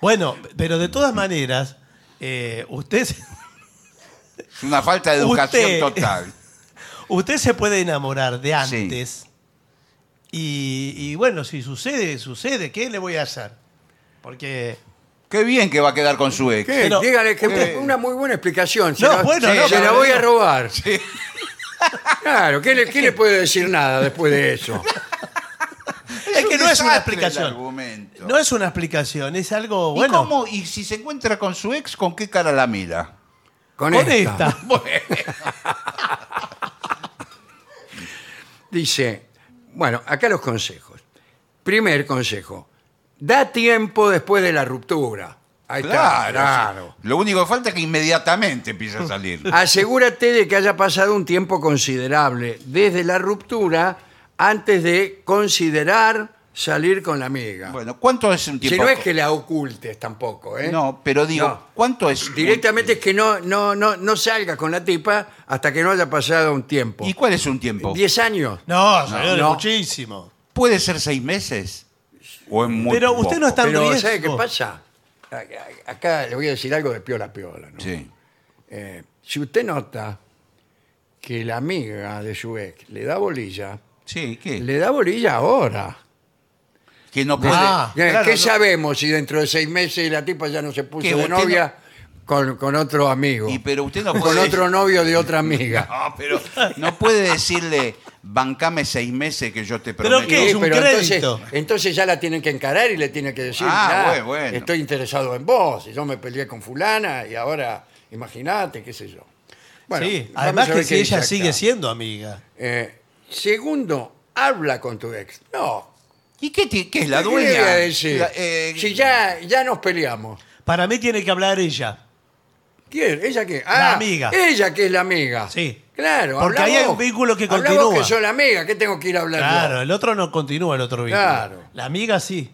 Speaker 3: Bueno, pero de todas maneras, eh, usted,
Speaker 2: Es una falta de educación
Speaker 3: Usted-
Speaker 2: total.
Speaker 3: usted se puede enamorar de
Speaker 2: Sí.
Speaker 3: antes. Y, y bueno, si sucede, sucede. ¿Qué le voy a hacer? Porque.
Speaker 2: Qué bien que va a quedar con su ex.
Speaker 1: ¿Qué?
Speaker 3: Pero- eh,
Speaker 1: Dígale que
Speaker 2: ¿Qué?
Speaker 1: una muy buena explicación. Se
Speaker 3: No,
Speaker 1: la,
Speaker 3: bueno,
Speaker 1: se
Speaker 3: no,
Speaker 1: la
Speaker 3: pero
Speaker 1: voy a
Speaker 3: digo-
Speaker 1: robar. Claro, ¿qué le, qué le puede decir nada después de eso?
Speaker 3: Es, que no es
Speaker 2: desastre
Speaker 3: una
Speaker 2: el
Speaker 3: explicación.
Speaker 2: argumento.
Speaker 3: No es una explicación, es algo
Speaker 2: ¿Y,
Speaker 3: bueno.
Speaker 2: cómo- ¿Y si se encuentra con su ex, con qué cara la mira?
Speaker 1: Con,
Speaker 3: Con
Speaker 1: esta. <laughs>
Speaker 3: esta.
Speaker 1: Dice, bueno, acá los consejos. Primer consejo, da tiempo después de la ruptura. Ahí está, claro.
Speaker 2: Lo único que falta es que inmediatamente empiece a
Speaker 3: <laughs>
Speaker 2: salir.
Speaker 3: Ah.
Speaker 1: Asegúrate de que haya pasado un tiempo considerable desde la ruptura antes de considerar salir con la amiga.
Speaker 2: Bueno, ¿cuánto es un
Speaker 1: si
Speaker 2: tiempo?
Speaker 1: no es que la ocultes tampoco, ¿eh?
Speaker 2: No, pero digo,
Speaker 1: No.
Speaker 2: ¿cuánto es? un-
Speaker 1: Directamente es que no, no, no, no salgas con la tipa hasta que no haya pasado un tiempo.
Speaker 2: ¿Y cuál es un tiempo?
Speaker 1: ¿Diez años?
Speaker 3: No, señor,
Speaker 1: no.
Speaker 3: muchísimo.
Speaker 2: ¿Puede ser seis meses? O es muy
Speaker 3: Pero usted
Speaker 2: poco?
Speaker 3: no está en
Speaker 1: Pero,
Speaker 3: riesgo.
Speaker 1: ¿sabe qué pasa? A- a- Acá le voy a decir algo de piola a piola. ¿no?
Speaker 2: Sí.
Speaker 1: Eh, si usted nota que la amiga de su ex le da bolilla,
Speaker 2: Sí, ¿qué?
Speaker 1: le da bolilla ahora.
Speaker 2: Que no puede.
Speaker 3: Ah,
Speaker 1: ¿Qué,
Speaker 3: claro,
Speaker 1: qué
Speaker 3: no.
Speaker 1: sabemos si dentro de seis meses la tipa ya no se puso
Speaker 2: Que
Speaker 1: de
Speaker 2: usted
Speaker 1: novia con, con otro amigo?
Speaker 2: Y pero usted no
Speaker 1: O con
Speaker 2: puede-
Speaker 1: otro novio de otra amiga.
Speaker 2: No, pero no puede decirle, bancame seis meses que yo te
Speaker 3: ¿Pero
Speaker 2: prometo.
Speaker 3: qué? Es un
Speaker 1: entonces,
Speaker 3: crédito.
Speaker 1: entonces ya la tienen que encarar y le tienen que decir,
Speaker 2: Ah,
Speaker 1: "Mirá,
Speaker 2: bueno.
Speaker 1: estoy interesado en vos, y yo me peleé con fulana y ahora, imagínate, qué sé yo. Bueno,
Speaker 3: sí,
Speaker 1: vamos
Speaker 3: además
Speaker 1: a ver
Speaker 3: que si
Speaker 1: qué dice
Speaker 3: ella
Speaker 1: acá.
Speaker 3: sigue siendo amiga.
Speaker 1: Eh, segundo, habla con tu ex. No.
Speaker 2: ¿Y qué, ti- qué es la
Speaker 1: ¿Qué le voy
Speaker 2: dueña?
Speaker 1: a decir?
Speaker 2: La- eh,
Speaker 1: si ya, ya nos peleamos.
Speaker 3: Para mí tiene que hablar ella.
Speaker 1: ¿Quién? ¿Ella qué? Ah,
Speaker 3: La amiga.
Speaker 1: Ella que es la amiga.
Speaker 3: Sí.
Speaker 1: Claro.
Speaker 3: Porque
Speaker 1: habla
Speaker 3: ahí hay
Speaker 1: vos.
Speaker 3: un vínculo que
Speaker 1: Habla vos
Speaker 3: continúa.
Speaker 1: que soy la amiga, que tengo que ir a hablar yo?
Speaker 3: Claro, el otro no continúa el otro vínculo.
Speaker 1: Claro.
Speaker 3: La amiga sí.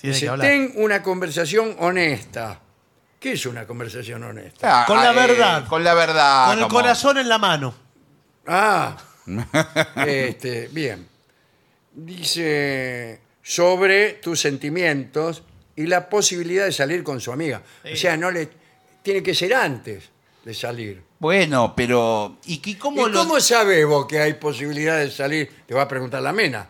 Speaker 3: Tiene
Speaker 1: Dice,
Speaker 3: que hablar.
Speaker 1: ten una conversación honesta. ¿Qué es una conversación honesta?
Speaker 2: ah,
Speaker 3: Con la
Speaker 2: eh,
Speaker 3: verdad.
Speaker 2: con la verdad.
Speaker 3: Con el
Speaker 2: Ah, como-
Speaker 3: corazón en la mano.
Speaker 2: <laughs>
Speaker 1: Ah. este, bien. Dice sobre tus sentimientos y la posibilidad de salir con su amiga. O
Speaker 3: Sí.
Speaker 1: sea, no le tiene que ser antes de salir.
Speaker 2: Bueno, pero. ¿Y qué- cómo
Speaker 1: ¿Y
Speaker 2: lo.?
Speaker 1: cómo sabes vos que hay posibilidad de salir? Te va a preguntar la mena.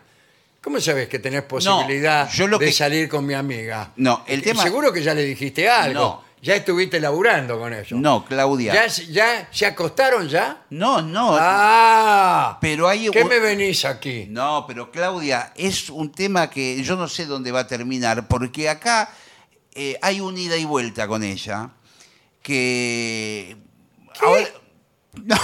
Speaker 1: ¿Cómo sabes que tenés posibilidad
Speaker 2: yo lo
Speaker 1: de
Speaker 2: que-
Speaker 1: salir con mi amiga?
Speaker 2: No, el
Speaker 1: Eh,
Speaker 2: tema-
Speaker 1: Seguro que ya le dijiste algo.
Speaker 2: No.
Speaker 1: Ya estuviste laburando con eso.
Speaker 2: No, Claudia.
Speaker 1: ¿Ya, se- ya se acostaron ya?
Speaker 2: No, no.
Speaker 1: ¡Ah!
Speaker 2: Pero hay.
Speaker 1: ¿Qué me venís aquí?
Speaker 2: No, pero Claudia, es un tema que yo no sé dónde va a terminar, porque acá eh, hay un ida y vuelta con ella, que... Ahora- <laughs> No.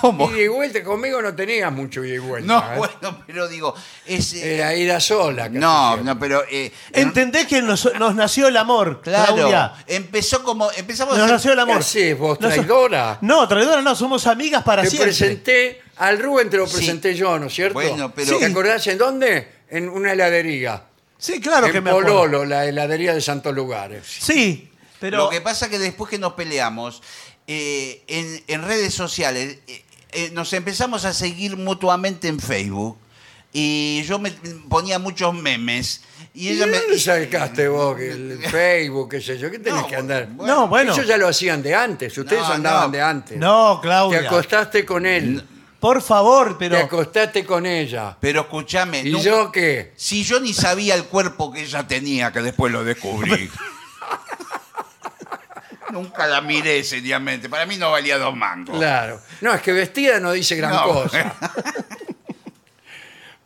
Speaker 2: ¿Cómo?
Speaker 1: Y de vuelta conmigo no tenías mucho ida y vuelta.
Speaker 2: No,
Speaker 1: ¿eh?
Speaker 2: bueno, pero digo, es... eh,
Speaker 1: Era ida sola. casi
Speaker 2: no,
Speaker 1: siempre.
Speaker 2: no, pero... eh,
Speaker 3: ¿Entendés que nos, nos nació el amor,
Speaker 2: claro,
Speaker 3: Claudia?
Speaker 2: empezó como... Empezamos... a
Speaker 3: Nos
Speaker 2: ser-
Speaker 3: nació el amor.
Speaker 1: ¿Qué hacés vos,
Speaker 3: No so-
Speaker 1: traidora?
Speaker 3: No, traidora no, somos amigas para
Speaker 1: Te
Speaker 3: siempre.
Speaker 1: presenté, al Rubén te lo
Speaker 2: Sí.
Speaker 1: presenté yo, ¿no es cierto?
Speaker 2: Bueno, pero-
Speaker 1: ¿Te
Speaker 2: Sí.
Speaker 1: acordás en dónde? En una heladería.
Speaker 3: Sí, claro
Speaker 1: en
Speaker 3: que me acuerdo.
Speaker 1: Pololo, la heladería de Santos Lugares.
Speaker 3: Sí, pero
Speaker 2: Lo que pasa que después que nos peleamos, eh, en, en redes sociales, eh, eh, nos empezamos a seguir mutuamente en Facebook. Y yo me ponía muchos memes. Y
Speaker 1: ¿Y
Speaker 2: ella
Speaker 1: de
Speaker 2: me. eh,
Speaker 1: dónde sacaste vos? que El Facebook, qué sé yo. ¿Qué tenés
Speaker 2: No,
Speaker 1: que andar?
Speaker 2: bueno.
Speaker 3: No, bueno.
Speaker 1: Eso ya lo hacían de antes. Ustedes
Speaker 2: No,
Speaker 1: andaban
Speaker 2: no.
Speaker 1: de antes.
Speaker 3: no,
Speaker 1: Te
Speaker 3: Claudia.
Speaker 1: acostaste con él.
Speaker 3: Por favor,
Speaker 1: Te
Speaker 3: pero
Speaker 1: acostaste con ella.
Speaker 2: Pero escúchame.
Speaker 1: ¿Y
Speaker 2: nunca-
Speaker 1: yo qué?
Speaker 2: Si yo ni sabía el cuerpo que ella tenía, que después lo descubrí. nunca la miré seriamente. Para mí no valía dos mangos.
Speaker 1: Claro. No, es que vestida no dice gran
Speaker 2: No. <laughs>
Speaker 1: cosa.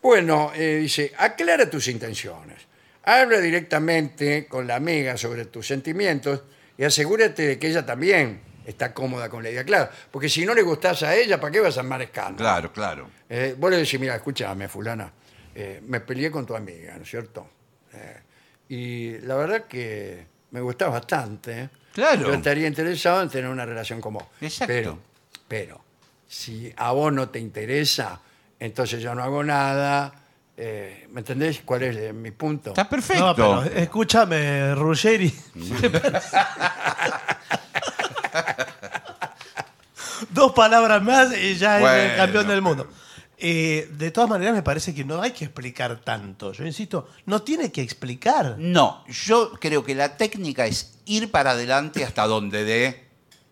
Speaker 1: bueno, eh, dice, aclara tus intenciones. Habla directamente con la amiga sobre tus sentimientos y asegúrate de que ella también está cómoda con la idea. Claro, porque si no le gustás a ella, ¿para qué vas a armar escándalo?
Speaker 2: Claro, claro.
Speaker 1: Eh, vos le decís, mira, escúchame, fulana, eh, me peleé con tu amiga, ¿no es cierto? Eh, y la verdad que me gustaba bastante. ¿eh?
Speaker 2: Claro.
Speaker 1: Yo estaría interesado en tener una relación con vos.
Speaker 2: Exacto.
Speaker 1: Pero, pero, si a vos no te interesa, entonces yo no hago nada. eh, ¿Me entendés cuál es eh, mi punto?
Speaker 2: Está perfecto.
Speaker 3: No, pero
Speaker 1: <laughs>
Speaker 3: escúchame, Ruggeri. Dos palabras más y ya es
Speaker 2: Bueno,
Speaker 3: el campeón del
Speaker 2: pero-
Speaker 3: mundo. Eh, de todas maneras, me parece que no hay que explicar tanto. Yo insisto, no tiene que explicar.
Speaker 2: No, yo creo que la técnica es ir para adelante hasta donde dé.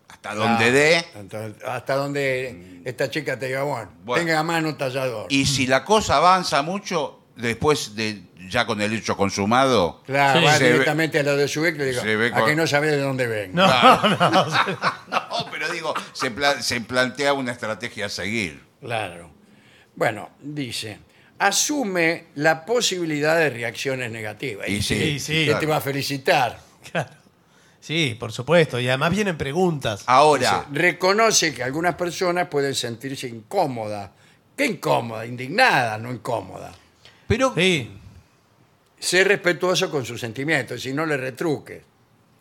Speaker 2: Hasta donde dé.
Speaker 1: Entonces, hasta donde esta chica te diga, bueno,
Speaker 2: Bueno.
Speaker 1: tenga a mano un tallador.
Speaker 2: Y si la cosa avanza mucho, después de ya con el hecho consumado.
Speaker 1: Claro,
Speaker 3: Sí.
Speaker 1: va
Speaker 2: Se ve-
Speaker 1: directamente a lo de su ex y le digo,
Speaker 2: se ve
Speaker 1: a
Speaker 2: con-
Speaker 1: que no sabés de dónde vengo.
Speaker 3: No, no.
Speaker 2: <laughs> No, pero digo, se, pla- se plantea una estrategia a seguir.
Speaker 1: Claro. Bueno, dice, asume la posibilidad de reacciones negativas.
Speaker 2: Y sí,
Speaker 3: Sí, sí.
Speaker 1: Que
Speaker 2: claro.
Speaker 1: te va a felicitar.
Speaker 3: <laughs> Claro. Sí, por supuesto. Y además vienen preguntas.
Speaker 2: Ahora,
Speaker 1: Reconoce que algunas personas pueden sentirse incómodas. ¿Qué incómoda? Indignada, no incómoda.
Speaker 2: pero
Speaker 3: Sí.
Speaker 1: Sé respetuoso con sus sentimientos, si no le retruques.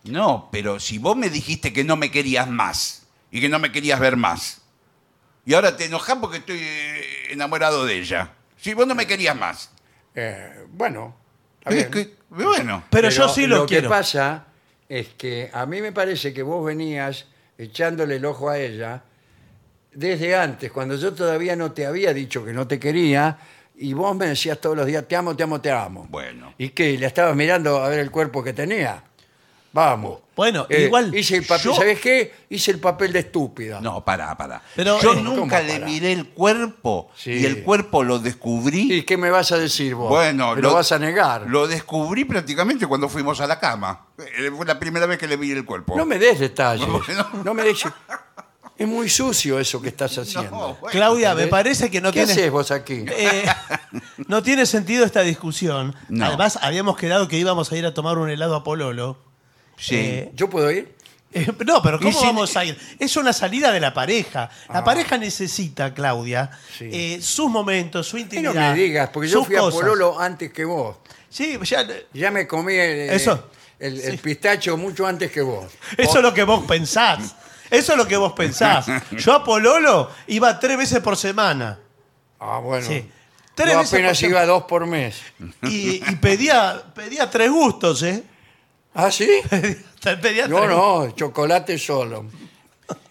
Speaker 2: no, pero si vos me dijiste que no me querías más y que no me querías ver más. Y ahora te enojas porque estoy eh, enamorado de ella. Si vos no me querías más.
Speaker 1: Eh, bueno, está
Speaker 2: Es
Speaker 1: bien.
Speaker 2: que- bueno.
Speaker 3: Pero, yo sí lo, quiero.
Speaker 1: que pasa es que a mí me parece que vos venías echándole el ojo a ella desde antes, cuando yo todavía no te había dicho que no te quería y vos me decías todos los días te amo, te amo, te amo.
Speaker 2: Bueno.
Speaker 1: Y que le estabas mirando a ver el cuerpo que tenía. Vamos. Eh,
Speaker 3: Bueno, igual
Speaker 1: Hice el papel,
Speaker 2: yo-
Speaker 1: ¿sabés qué? Hice el papel de estúpida.
Speaker 2: No, pará, pará.
Speaker 3: Pero,
Speaker 2: Yo
Speaker 3: eh,
Speaker 1: ¿cómo
Speaker 2: nunca le
Speaker 1: pará?
Speaker 2: miré el cuerpo
Speaker 1: Sí.
Speaker 2: y el cuerpo lo descubrí.
Speaker 1: ¿Y qué me vas a decir vos?
Speaker 2: Bueno,
Speaker 1: Me lo, vas a negar.
Speaker 2: Lo descubrí prácticamente cuando fuimos a la cama. Eh, Fue la primera vez que le vi el cuerpo.
Speaker 1: No me des detalles.
Speaker 2: Bueno.
Speaker 1: No me des. Es muy sucio eso que estás haciendo.
Speaker 2: No, bueno.
Speaker 3: Claudia, me
Speaker 1: ¿Entendés?
Speaker 3: parece que no
Speaker 1: ¿Qué
Speaker 3: tienes.
Speaker 1: haces vos aquí?
Speaker 3: Eh, <laughs> no tiene sentido esta discusión.
Speaker 2: No.
Speaker 3: Además, habíamos quedado que íbamos a ir a tomar un helado a Pololo.
Speaker 2: Sí.
Speaker 3: Eh,
Speaker 1: ¿Yo puedo ir?
Speaker 3: eh, no, pero
Speaker 2: Y
Speaker 3: ¿cómo
Speaker 2: si-
Speaker 3: vamos a ir? Es una salida de la pareja. La
Speaker 1: Ah.
Speaker 3: pareja necesita, Claudia,
Speaker 1: Sí.
Speaker 3: eh, sus momentos, su
Speaker 1: Que
Speaker 3: intimidad.
Speaker 1: no me digas, porque yo
Speaker 3: sus
Speaker 1: fui
Speaker 3: cosas.
Speaker 1: a Pololo antes que vos.
Speaker 3: Sí, ya-
Speaker 1: Ya me comí el, eh,
Speaker 3: Eso.
Speaker 1: el- el pistacho mucho antes que vos.
Speaker 3: eso es lo que vos pensás. Eso es lo que vos
Speaker 1: <laughs>
Speaker 3: pensás. Yo a Pololo iba tres veces por semana.
Speaker 1: Ah, bueno.
Speaker 3: Sí.
Speaker 1: Yo
Speaker 3: Tres veces
Speaker 1: apenas
Speaker 3: por
Speaker 1: iba dos por mes.
Speaker 3: Y, y pedía, pedía tres gustos, ¿eh? <laughs>
Speaker 1: ¿Ah, sí?
Speaker 3: Pedía
Speaker 1: No,
Speaker 3: tres
Speaker 1: no, chocolate solo.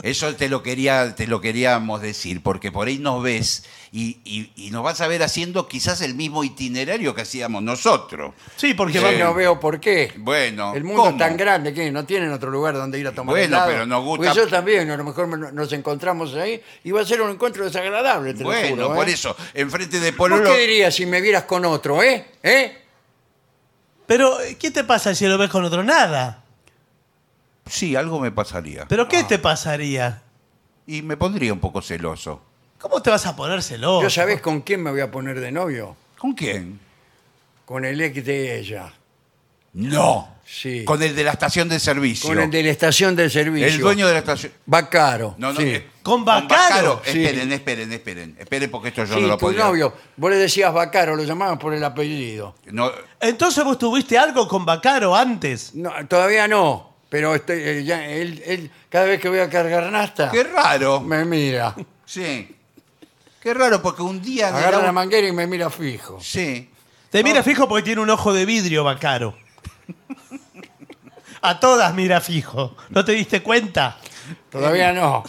Speaker 2: Eso te lo, quería, te lo queríamos decir, porque por ahí nos ves y, y- y nos vas a ver haciendo quizás el mismo itinerario que hacíamos nosotros.
Speaker 3: Sí, porque
Speaker 1: Yo
Speaker 3: vamos-
Speaker 1: no veo por qué.
Speaker 2: Bueno,
Speaker 1: El mundo es
Speaker 2: ¿cómo?
Speaker 1: tan grande que no tienen otro lugar donde ir a tomar
Speaker 2: Bueno,
Speaker 1: helado.
Speaker 2: pero nos gusta-
Speaker 1: Porque yo también, a lo mejor me- nos encontramos ahí y va a ser un encuentro desagradable, te lo
Speaker 2: Bueno,
Speaker 1: juro,
Speaker 2: por
Speaker 1: ¿eh?
Speaker 2: eso, enfrente de
Speaker 1: ¿Vos
Speaker 2: Pololo.
Speaker 1: qué dirías si me vieras con otro, eh? ¿Eh?
Speaker 3: Pero, ¿qué te pasa si lo ves con otro? Nada.
Speaker 2: Sí, algo me pasaría.
Speaker 3: ¿Pero qué te pasaría?
Speaker 2: Y me pondría un poco celoso.
Speaker 3: ¿Cómo te vas a poner celoso?
Speaker 1: ¿Yo sabés con quién me voy a poner de novio?
Speaker 2: ¿Con quién?
Speaker 1: Con el ex de ella.
Speaker 2: No.
Speaker 1: Sí.
Speaker 2: Con el de la estación de servicio.
Speaker 1: Con el de la estación de servicio.
Speaker 2: El dueño de la estación.
Speaker 1: Va caro.
Speaker 2: No, no,
Speaker 1: sí.
Speaker 2: eh,
Speaker 3: ¿Con Baccaro?
Speaker 1: Sí.
Speaker 2: Esperen, esperen, esperen. Esperen porque esto yo
Speaker 1: Sí,
Speaker 2: no lo
Speaker 1: tu
Speaker 2: podía.
Speaker 1: novio. Vos le decías Bacaro, lo llamabas por el apellido.
Speaker 2: No,
Speaker 3: Entonces vos tuviste algo con Bacaro antes.
Speaker 1: No, todavía no, pero estoy, eh, ya, él, él, cada vez que voy a cargar nasta,
Speaker 2: qué Ah, raro.
Speaker 1: me mira.
Speaker 2: Sí. Qué raro porque un día... en el
Speaker 1: Agarra la
Speaker 2: auto-
Speaker 1: manguera y me mira fijo.
Speaker 2: Sí.
Speaker 3: Te mira fijo porque tiene un ojo de vidrio Bacaro. A todas mira fijo. ¿No te diste cuenta?
Speaker 1: Todavía no.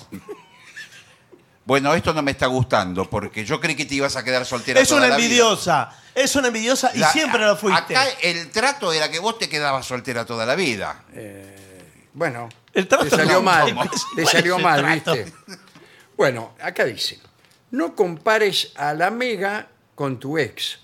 Speaker 2: Bueno, esto no me está gustando porque yo creí que te ibas a quedar soltera
Speaker 3: Es
Speaker 2: toda
Speaker 3: una
Speaker 2: la vida.
Speaker 3: envidiosa. Es una envidiosa y
Speaker 2: La-
Speaker 3: siempre lo fuiste.
Speaker 2: Acá el trato era que vos te quedabas soltera toda la vida.
Speaker 1: Bueno,
Speaker 3: El
Speaker 1: te
Speaker 3: trato
Speaker 1: salió
Speaker 3: <laughs> no-
Speaker 1: mal.
Speaker 2: ¿Cómo?
Speaker 1: Te
Speaker 3: ¿Cuál
Speaker 1: salió
Speaker 3: es el
Speaker 1: mal,
Speaker 3: trato?
Speaker 1: ¿viste? Bueno, acá dice, no compares a la amiga con tu ex.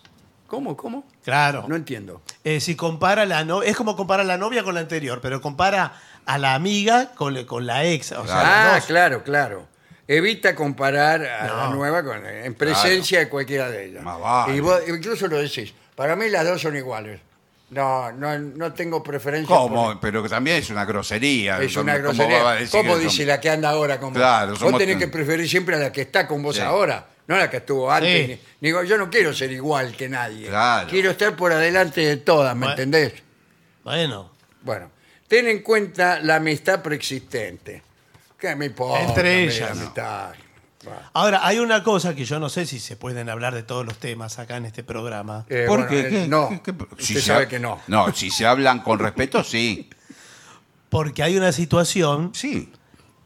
Speaker 1: ¿Cómo, cómo?
Speaker 3: Claro.
Speaker 1: No entiendo.
Speaker 3: Eh, si compara la no- es como comparar la novia con la anterior, pero compara a la amiga con, con la ex. O sea,
Speaker 1: ah,
Speaker 3: las dos.
Speaker 1: claro, claro. Evita comparar a la
Speaker 3: No.
Speaker 1: nueva con, eh, en presencia de cualquiera de ellas.
Speaker 2: Más vale.
Speaker 1: Y vos incluso lo decís. Para mí las dos son iguales. No, no, no tengo preferencia. por-
Speaker 2: ¿Cómo? Pero que también es una grosería.
Speaker 1: Es una
Speaker 2: ¿Cómo
Speaker 1: grosería.
Speaker 2: va a
Speaker 1: ¿Cómo,
Speaker 2: decir que
Speaker 1: dice
Speaker 2: son-
Speaker 1: la que anda ahora con
Speaker 2: Claro,
Speaker 1: vos? Vos
Speaker 2: somos-
Speaker 1: tenés que preferir siempre a la que está con vos
Speaker 2: Sí.
Speaker 1: ahora, no a la que estuvo antes.
Speaker 3: Sí.
Speaker 1: Ni- Digo, yo no quiero ser igual que nadie.
Speaker 2: Claro.
Speaker 1: Quiero estar por adelante de todas, ¿me
Speaker 3: Bueno.
Speaker 1: entendés?
Speaker 3: Bueno,
Speaker 1: Bueno, ten en cuenta la amistad preexistente. ¿Qué me importa?
Speaker 3: Entre
Speaker 1: a mí
Speaker 3: ellas,
Speaker 1: la
Speaker 3: no.
Speaker 1: amistad? Bueno,
Speaker 3: ahora hay una cosa que yo no sé si se pueden hablar de todos los temas acá en este programa.
Speaker 1: eh,
Speaker 2: ¿Por
Speaker 1: bueno,
Speaker 2: qué?
Speaker 1: eh,
Speaker 2: ¿Qué-
Speaker 1: No,
Speaker 2: qué- qué-
Speaker 1: usted
Speaker 2: si se
Speaker 1: sabe
Speaker 2: ha-
Speaker 1: que no.
Speaker 2: No, si se hablan con respeto, sí.
Speaker 3: Porque hay una situación
Speaker 2: Sí.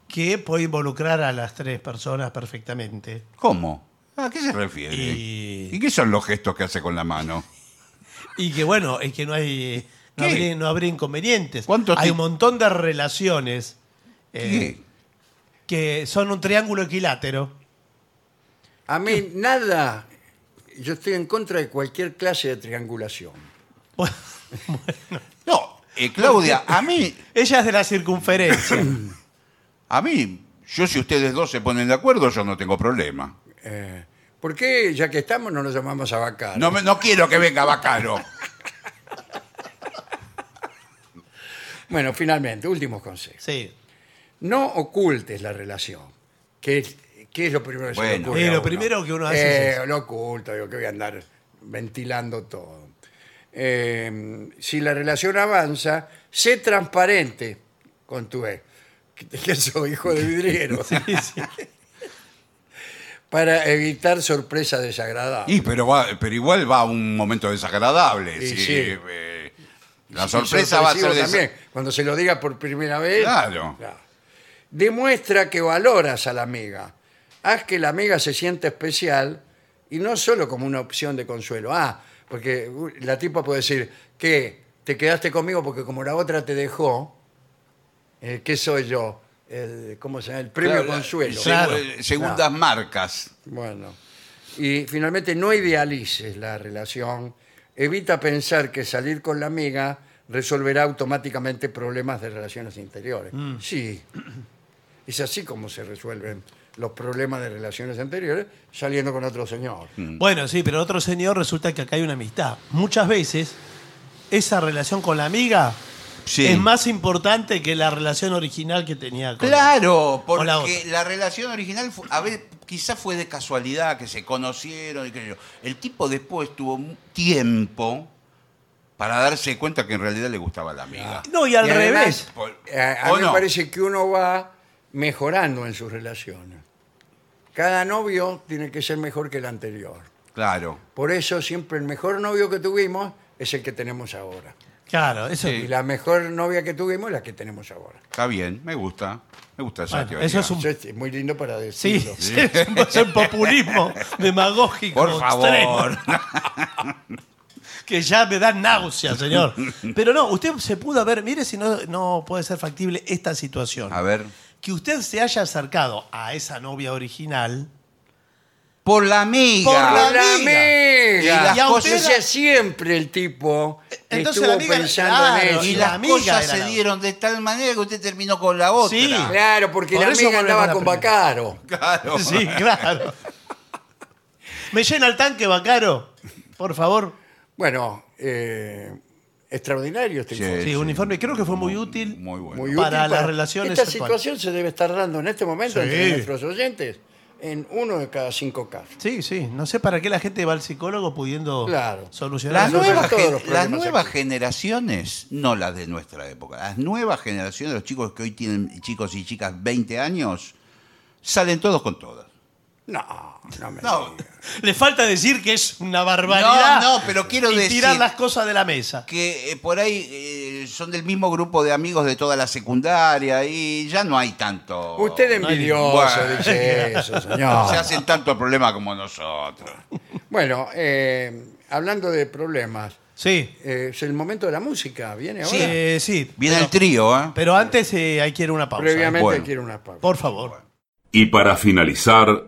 Speaker 3: que puede involucrar a las tres personas perfectamente.
Speaker 2: ¿Cómo? ¿A qué se refiere?
Speaker 3: Y-
Speaker 2: ¿Y, qué son los gestos que hace con la mano?
Speaker 3: Y que bueno, es que no hay. No
Speaker 2: ¿Qué?
Speaker 3: habría, no habría inconvenientes.
Speaker 2: ¿Cuántos
Speaker 3: Hay
Speaker 2: ti-
Speaker 3: un montón de relaciones eh,
Speaker 2: ¿Qué?
Speaker 3: que son un triángulo equilátero. <laughs>
Speaker 1: A mí nada, yo estoy en contra de cualquier clase de triangulación.
Speaker 3: Bueno,
Speaker 2: No, eh, Claudia, a mí,
Speaker 3: ella es de la circunferencia.
Speaker 2: a mí, yo si ustedes dos se ponen de acuerdo, yo no tengo problema.
Speaker 1: Eh, ¿Por qué, ya que estamos, no nos llamamos a vacar?
Speaker 2: No, me- no quiero que venga Bacaro.
Speaker 1: <laughs> Bueno, finalmente, últimos consejos.
Speaker 3: sí.
Speaker 1: No ocultes la relación. ¿Qué es, qué es lo primero que se le
Speaker 2: Bueno.
Speaker 1: ocurre
Speaker 3: Eh,
Speaker 1: a
Speaker 3: lo
Speaker 1: uno?
Speaker 3: primero que uno hace es
Speaker 1: Eh, Lo oculto, digo, que voy a andar ventilando todo. Eh, si la relación avanza, sé transparente con tu ex. Que- <laughs> Que soy hijo de vidriero.
Speaker 3: <laughs> Sí, sí.
Speaker 1: Para evitar sorpresas desagradables.
Speaker 2: Y, pero, va, pero igual va un momento desagradable.
Speaker 1: Y
Speaker 2: sí,
Speaker 1: sí.
Speaker 2: eh, la
Speaker 1: Y
Speaker 2: sorpresa va a ser
Speaker 1: sorpresivo
Speaker 2: desa-
Speaker 1: también. Cuando se lo diga por primera vez.
Speaker 2: Claro.
Speaker 1: Demuestra que valoras a la amiga. Haz que la amiga se sienta especial y no solo como una opción de consuelo. Ah, porque uh, la tipa puede decir que te quedaste conmigo porque como la otra te dejó, eh, ¿qué soy yo? El, ¿Cómo se llama? El premio
Speaker 2: Claro,
Speaker 1: consuelo.
Speaker 2: segu-
Speaker 3: Claro.
Speaker 2: eh, Segundas marcas.
Speaker 1: Bueno, y finalmente no idealices la relación. Evita pensar que salir con la amiga resolverá automáticamente problemas de relaciones interiores. Sí, <clears throat> es así como se resuelven los problemas de relaciones anteriores saliendo con otro señor.
Speaker 2: Mm.
Speaker 3: Bueno, sí, pero otro señor resulta que acá hay una amistad. Muchas veces esa relación con la amiga
Speaker 2: Sí.
Speaker 3: es más importante que la relación original que tenía con
Speaker 2: Claro,
Speaker 3: con
Speaker 2: porque
Speaker 3: la
Speaker 2: la,
Speaker 3: otra.
Speaker 2: relación original, fu- a ver, quizás fue de casualidad que se conocieron y qué sé yo. El tipo después tuvo un tiempo para darse cuenta que en realidad le gustaba la amiga.
Speaker 1: Ah.
Speaker 3: No, y al
Speaker 1: además,
Speaker 3: revés.
Speaker 2: Por-
Speaker 1: eh, A,
Speaker 2: ¿o
Speaker 1: mí me
Speaker 2: no?
Speaker 1: parece que uno va mejorando en sus relaciones. Cada novio tiene que ser mejor que el anterior.
Speaker 2: Claro.
Speaker 1: Por eso siempre el mejor novio que tuvimos es el que tenemos ahora.
Speaker 3: Claro, eso,
Speaker 1: Y
Speaker 2: Sí.
Speaker 1: la mejor novia que tuvimos es la que tenemos ahora.
Speaker 2: Está bien, me gusta. Me gusta esa
Speaker 3: Bueno,
Speaker 2: teoría.
Speaker 3: eso es un-
Speaker 1: Eso es muy lindo para
Speaker 3: sí,
Speaker 1: decirlo.
Speaker 3: sí, <laughs> es un populismo demagógico.
Speaker 2: Por favor.
Speaker 3: extremo, que ya me da
Speaker 2: <laughs>
Speaker 3: náusea, señor. Pero no, usted se pudo haber, mire si no, no puede ser factible esta situación.
Speaker 2: A ver.
Speaker 3: Que usted se haya acercado a esa novia original.
Speaker 2: Por la amiga.
Speaker 3: Por
Speaker 1: Por la
Speaker 3: La amiga.
Speaker 2: Y las
Speaker 1: amiga.
Speaker 2: Y a
Speaker 3: usted
Speaker 1: O
Speaker 3: cosas-
Speaker 1: sea, siempre el tipo
Speaker 3: Entonces
Speaker 1: estuvo
Speaker 3: la amiga-
Speaker 1: pensando en
Speaker 3: claro,
Speaker 1: eso.
Speaker 2: Y
Speaker 3: la
Speaker 2: las
Speaker 3: amiga
Speaker 2: cosas
Speaker 3: era
Speaker 2: se
Speaker 3: la-
Speaker 2: dieron de tal manera que usted terminó con la otra.
Speaker 3: Sí.
Speaker 1: Claro, porque
Speaker 3: Por
Speaker 1: la
Speaker 3: eso
Speaker 1: amiga
Speaker 3: volvemos a
Speaker 1: andaba
Speaker 3: la
Speaker 1: con
Speaker 3: primera.
Speaker 1: Bacaro.
Speaker 2: <laughs> Claro.
Speaker 3: Sí, claro. ¿Me llena el tanque, Bacaro? Por favor.
Speaker 1: Bueno, eh, extraordinario este
Speaker 2: Sí,
Speaker 1: informe.
Speaker 3: Sí, un informe. Creo que fue muy útil.
Speaker 2: Muy bueno.
Speaker 1: Muy
Speaker 3: Para
Speaker 1: útil
Speaker 3: las relaciones
Speaker 1: Esta
Speaker 3: sexuales.
Speaker 1: situación se debe estar dando en este momento
Speaker 3: Sí.
Speaker 1: entre nuestros oyentes en uno de cada cinco casos.
Speaker 3: Sí, sí. No sé para qué la gente va al psicólogo pudiendo
Speaker 1: Claro.
Speaker 3: solucionar
Speaker 2: Las
Speaker 3: esos-
Speaker 1: nueva-
Speaker 2: nuevas,
Speaker 1: todos
Speaker 2: gen-
Speaker 1: los
Speaker 2: las
Speaker 1: problemas
Speaker 2: nuevas
Speaker 1: aquí.
Speaker 2: generaciones, no las de nuestra época, las nuevas generaciones, los chicos que hoy tienen chicos y chicas 20 años, salen todos con todas.
Speaker 1: No, no me
Speaker 2: No,
Speaker 1: diga.
Speaker 3: Le falta decir que es una barbaridad.
Speaker 2: No, no, pero quiero
Speaker 3: y tirar
Speaker 2: decir-
Speaker 3: las cosas de la mesa.
Speaker 2: que eh, por ahí eh, son del mismo grupo de amigos de toda la secundaria y ya no hay tanto.
Speaker 1: Usted
Speaker 2: no
Speaker 1: envidioso
Speaker 2: Bueno.
Speaker 1: dice eso, señor.
Speaker 2: se hacen tanto problema como nosotros.
Speaker 1: Bueno, eh, hablando de problemas,
Speaker 3: Sí.
Speaker 1: eh, es el momento de la música. ¿Viene ahora?
Speaker 3: Eh, sí.
Speaker 2: Viene
Speaker 3: pero,
Speaker 2: el trío, ¿eh?
Speaker 3: pero antes eh, hay que ir a una pausa.
Speaker 1: Previamente
Speaker 2: Bueno.
Speaker 1: quiero una pausa.
Speaker 3: Por favor.
Speaker 4: Y para finalizar,